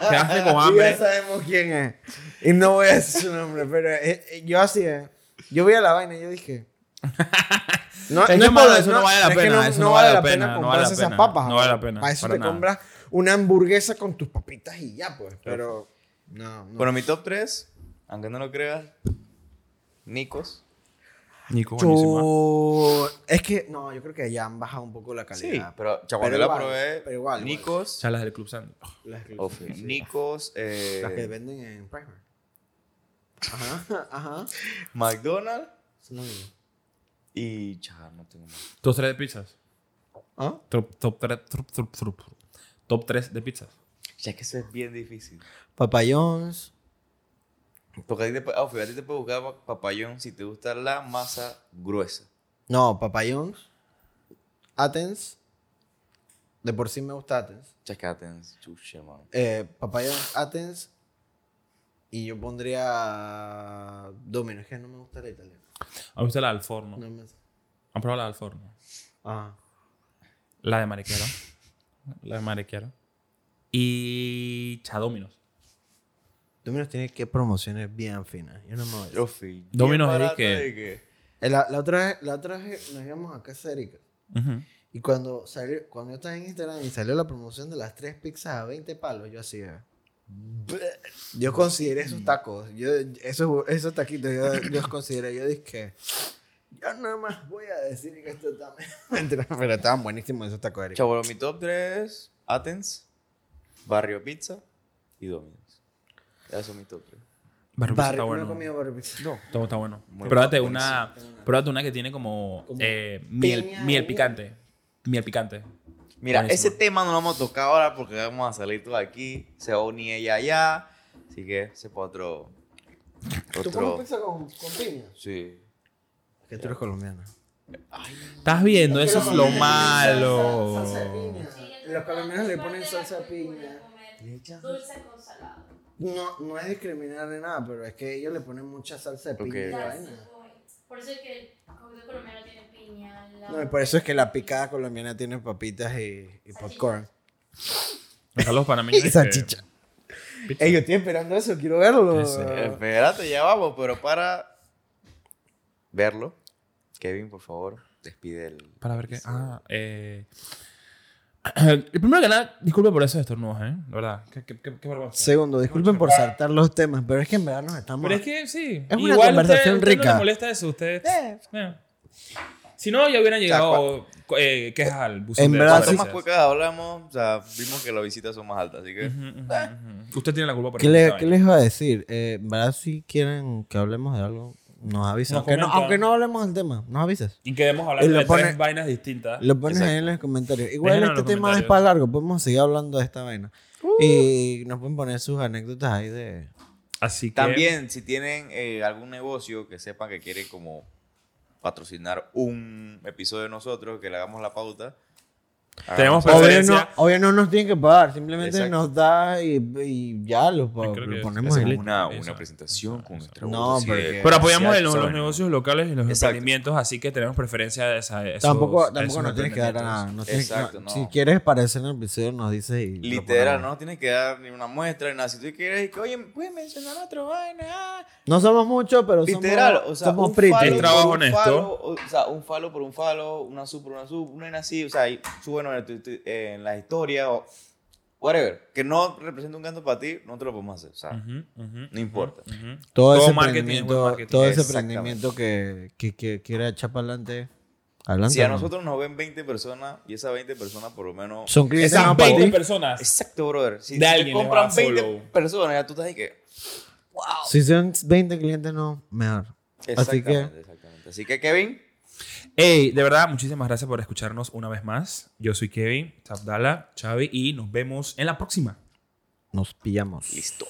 [SPEAKER 2] es-
[SPEAKER 1] Te hace con
[SPEAKER 2] y ya
[SPEAKER 1] hambre.
[SPEAKER 2] sabemos quién es. Y no voy a decir su nombre, pero eh, eh, yo así, eh, yo vi a la vaina y yo dije. No,
[SPEAKER 1] Es que,
[SPEAKER 2] es
[SPEAKER 1] mano,
[SPEAKER 2] por-
[SPEAKER 1] eso no vale la
[SPEAKER 2] es que
[SPEAKER 1] pena,
[SPEAKER 2] no-
[SPEAKER 1] eso
[SPEAKER 2] no vale la pena,
[SPEAKER 1] no vale la
[SPEAKER 2] comprarse esas
[SPEAKER 1] pena,
[SPEAKER 2] papas.
[SPEAKER 1] no vale la
[SPEAKER 2] joder.
[SPEAKER 1] pena,
[SPEAKER 2] Para eso
[SPEAKER 1] para
[SPEAKER 2] te
[SPEAKER 1] nada.
[SPEAKER 2] compras una hamburguesa con tus papitas y ya, pues. Pero. No, no.
[SPEAKER 3] Bueno, mi top 3, aunque no lo creas, Nikos.
[SPEAKER 1] Nico, buenísima.
[SPEAKER 2] Yo- Es que, no, yo creo que ya han bajado un poco la
[SPEAKER 3] Sí,
[SPEAKER 2] calidad.
[SPEAKER 3] pero chao, cuando la
[SPEAKER 2] igual,
[SPEAKER 3] probé,
[SPEAKER 2] pero igual, igual.
[SPEAKER 3] Nikos,
[SPEAKER 1] Ya las del Club Sandy.
[SPEAKER 2] Las que-
[SPEAKER 1] Oh,
[SPEAKER 3] of-
[SPEAKER 2] sí, sí.
[SPEAKER 3] Nikos, eh,
[SPEAKER 2] Las que venden en Primer. Ajá, ajá.
[SPEAKER 3] McDonald's
[SPEAKER 2] Son lo mismo.
[SPEAKER 3] y chao, no tengo más.
[SPEAKER 1] Top 3 de pizzas.
[SPEAKER 2] ¿Ah?
[SPEAKER 1] Top, top, 3, top, top, top, top 3 de pizzas.
[SPEAKER 3] Ya es que eso es bien difícil.
[SPEAKER 2] Papayones.
[SPEAKER 3] Porque a ti te, puede- ah, fíjate, a ti te puede buscar pa- papayón si te gusta la masa gruesa.
[SPEAKER 2] No, papayones. Athens. De por sí me gusta Athens.
[SPEAKER 3] Chacate, chucha, hermano.
[SPEAKER 2] Eh, papayones, Athens. Y yo pondría Domino. Es que no me gusta la italiana.
[SPEAKER 1] ¿Has visto la del forno?
[SPEAKER 2] No me-
[SPEAKER 1] ¿Han probado la del forno?
[SPEAKER 2] Ah,
[SPEAKER 1] La de Mariquera. la de Mariquera. Y Chadominos.
[SPEAKER 2] Domino's tiene que promociones bien finas. Yo no me voy a-
[SPEAKER 3] Trophy.
[SPEAKER 1] Domino's es
[SPEAKER 3] Bien barato
[SPEAKER 1] que-
[SPEAKER 3] de que-
[SPEAKER 2] Eh, La, la otra vez, la otra vez nos íbamos a casa de Erika. Y cuando salió, cuando yo estaba en Instagram y salió la promoción de las tres pizzas a 20 palos, yo así. eh, Yo consideré esos tacos, yo, esos, esos taquitos, yo, yo los consideré. Yo dije, yo nada más voy a decir que esto está mentira, pero estaban buenísimos esos tacos, Erika.
[SPEAKER 3] Chavo, bueno, mi top 3, Athens, Barrio Pizza y Domino's. Esos son mis top 3.
[SPEAKER 1] Barrio Pizza
[SPEAKER 2] Barrio-
[SPEAKER 1] pues está
[SPEAKER 2] no he
[SPEAKER 1] bueno.
[SPEAKER 2] comido barrio pizza.
[SPEAKER 1] Todo está bueno.
[SPEAKER 3] Muy
[SPEAKER 1] Pruébate
[SPEAKER 3] bueno,
[SPEAKER 1] una, pruébate una que tiene como, eh, miel,
[SPEAKER 2] piña
[SPEAKER 1] miel
[SPEAKER 2] y-
[SPEAKER 1] picante. Miel picante.
[SPEAKER 3] Mira,
[SPEAKER 1] Buenísimo.
[SPEAKER 3] ese tema no lo vamos a tocar ahora porque vamos a salir todos aquí. Se va a unir ella allá. Así que ese fue otro.
[SPEAKER 2] ¿Tú comes
[SPEAKER 3] Otro.
[SPEAKER 2] pizza con, con piña?
[SPEAKER 3] Sí.
[SPEAKER 2] Que tú eres colombiana.
[SPEAKER 1] Estás viendo, eso es lo malo.
[SPEAKER 2] Salsa de piña. Los colombianos le ponen salsa de piña. Le echan
[SPEAKER 6] Dulce con salado.
[SPEAKER 2] No, no es discriminar ni nada, pero es que ellos le ponen mucha salsa de piña
[SPEAKER 3] Ok.
[SPEAKER 2] y
[SPEAKER 6] That's the
[SPEAKER 2] vaina.
[SPEAKER 6] point. Por eso es que el cóctel colombiano tiene piña. La
[SPEAKER 2] No, y por eso es que la picada colombiana tiene papitas y, y popcorn.
[SPEAKER 1] Acá los panameños.
[SPEAKER 2] Y
[SPEAKER 1] es
[SPEAKER 2] salchicha.
[SPEAKER 1] que-
[SPEAKER 2] Ey, yo estoy esperando eso, quiero verlo.
[SPEAKER 1] Sí, sí.
[SPEAKER 3] Espérate, ya vamos, pero para verlo, Kevin, por favor, despide el.
[SPEAKER 1] Para ver qué. Ah, eh. El primero que nada, disculpe por esos estornudos, ¿eh? La verdad. Qué, qué, qué, qué vergüenza.
[SPEAKER 2] Segundo, disculpen por saltar los temas, pero es que en verdad nos estamos...
[SPEAKER 1] Pero es que sí.
[SPEAKER 2] Es una
[SPEAKER 1] Igual usted,
[SPEAKER 2] conversación
[SPEAKER 1] usted no
[SPEAKER 2] rica.
[SPEAKER 1] le molesta eso, usted. Eh. Si no, ya hubieran llegado eh, quejas al buzón
[SPEAKER 2] En
[SPEAKER 1] de
[SPEAKER 2] verdad,
[SPEAKER 3] Cuanto
[SPEAKER 1] emergencias.
[SPEAKER 3] más cuecas hablamos, o sea, vimos que las visitas son más altas, así que.
[SPEAKER 1] Ujú, ujú, ujú. Usted tiene la culpa por
[SPEAKER 2] ¿Qué,
[SPEAKER 1] eso,
[SPEAKER 2] le-
[SPEAKER 1] saben.
[SPEAKER 2] qué les iba a decir? Eh, en verdad, si quieren que hablemos de algo, nos avisan.
[SPEAKER 1] Nos
[SPEAKER 2] aunque, no,
[SPEAKER 1] comentan.
[SPEAKER 2] aunque no hablemos del tema, nos avisas.
[SPEAKER 1] Y queremos hablar
[SPEAKER 2] Y lo
[SPEAKER 1] de
[SPEAKER 2] pone-
[SPEAKER 1] tres vainas distintas.
[SPEAKER 2] Lo pones
[SPEAKER 3] Exacto.
[SPEAKER 2] ahí en los comentarios. Igual
[SPEAKER 1] Déjenos en
[SPEAKER 2] este
[SPEAKER 1] los
[SPEAKER 2] tema es
[SPEAKER 1] comentarios.
[SPEAKER 2] para largo, podemos seguir hablando de esta vaina. Y nos pueden poner sus anécdotas ahí de...
[SPEAKER 1] Así que.
[SPEAKER 3] También, si tienen eh, algún negocio que sepan que quieren como patrocinar un episodio de nosotros, que le hagamos la pauta.
[SPEAKER 1] Tenemos
[SPEAKER 3] hagamos-
[SPEAKER 2] Obvio no,
[SPEAKER 1] Preferencia.
[SPEAKER 2] obvio no nos tienen que pagar, simplemente
[SPEAKER 3] Pues Exacto.
[SPEAKER 2] nos da y, y ya lo,
[SPEAKER 1] Yo creo
[SPEAKER 2] lo
[SPEAKER 1] que
[SPEAKER 2] ponemos
[SPEAKER 3] Hacemos
[SPEAKER 2] ahí.
[SPEAKER 3] una, una
[SPEAKER 1] Exacto.
[SPEAKER 3] presentación con nuestra
[SPEAKER 2] No,
[SPEAKER 3] voz así de-
[SPEAKER 2] porque-
[SPEAKER 1] Pero apoyamos
[SPEAKER 3] comercial,
[SPEAKER 1] en los, los
[SPEAKER 3] ¿saben?
[SPEAKER 1] negocios locales y los
[SPEAKER 3] Exacto.
[SPEAKER 1] emprendimientos, así que tenemos preferencia de esa. esos-
[SPEAKER 2] Tampoco,
[SPEAKER 1] esos
[SPEAKER 2] tampoco nos tienes que dar nada. no tienes-
[SPEAKER 3] Exacto,
[SPEAKER 2] no,
[SPEAKER 3] no.
[SPEAKER 2] Si quieres aparecer en el episodio, nos dices y. lo
[SPEAKER 3] Literal,
[SPEAKER 2] ponemos.
[SPEAKER 3] no tienes que dar ni una muestra ni nada. Si tú quieres, que, oye, puedes mencionar otra vaina. ah".
[SPEAKER 2] No somos muchos, pero
[SPEAKER 3] Literal,
[SPEAKER 2] somos,
[SPEAKER 3] o sea,
[SPEAKER 2] somos
[SPEAKER 3] un
[SPEAKER 2] pretty.
[SPEAKER 3] falo
[SPEAKER 1] Es trabajo
[SPEAKER 3] por un
[SPEAKER 1] honesto.
[SPEAKER 3] falo, o o sea, un falo por un falo, una sub por una sub, una vaina así, o sea, y súbelo en, tu- tu- en la historia o whatever. Que no represente un gasto para ti, no te lo podemos hacer, o sea,
[SPEAKER 1] Ujú, ujú,
[SPEAKER 3] no importa.
[SPEAKER 1] ujú.
[SPEAKER 2] Todo, ese
[SPEAKER 1] marketing es buen
[SPEAKER 2] emprendimiento,
[SPEAKER 1] marketing.
[SPEAKER 2] todo ese
[SPEAKER 3] Exactamente.
[SPEAKER 2] emprendimiento que, que, que quiera echar para adelante. Adelante.
[SPEAKER 3] Si a
[SPEAKER 2] ¿no?
[SPEAKER 3] nosotros nos ven 20 personas y esas 20 personas por lo menos...
[SPEAKER 2] Son clientes
[SPEAKER 1] Esas
[SPEAKER 2] no para
[SPEAKER 1] 20
[SPEAKER 2] ti.
[SPEAKER 1] personas.
[SPEAKER 3] Exacto, brother. Si,
[SPEAKER 1] De
[SPEAKER 3] si te
[SPEAKER 1] alguien le va
[SPEAKER 3] compran
[SPEAKER 1] a
[SPEAKER 3] 20
[SPEAKER 1] follow.
[SPEAKER 3] personas, ya tú estás ahí que...
[SPEAKER 2] Si son 20 clientes, no, mejor. Así
[SPEAKER 3] Exactamente,
[SPEAKER 2] que.
[SPEAKER 3] exactamente. Así que, Kevin,
[SPEAKER 1] Hey, de verdad, muchísimas gracias por escucharnos una vez más. Yo soy Kevin, Abdala, Xavi y nos vemos en la próxima.
[SPEAKER 2] Nos pillamos.
[SPEAKER 3] listo.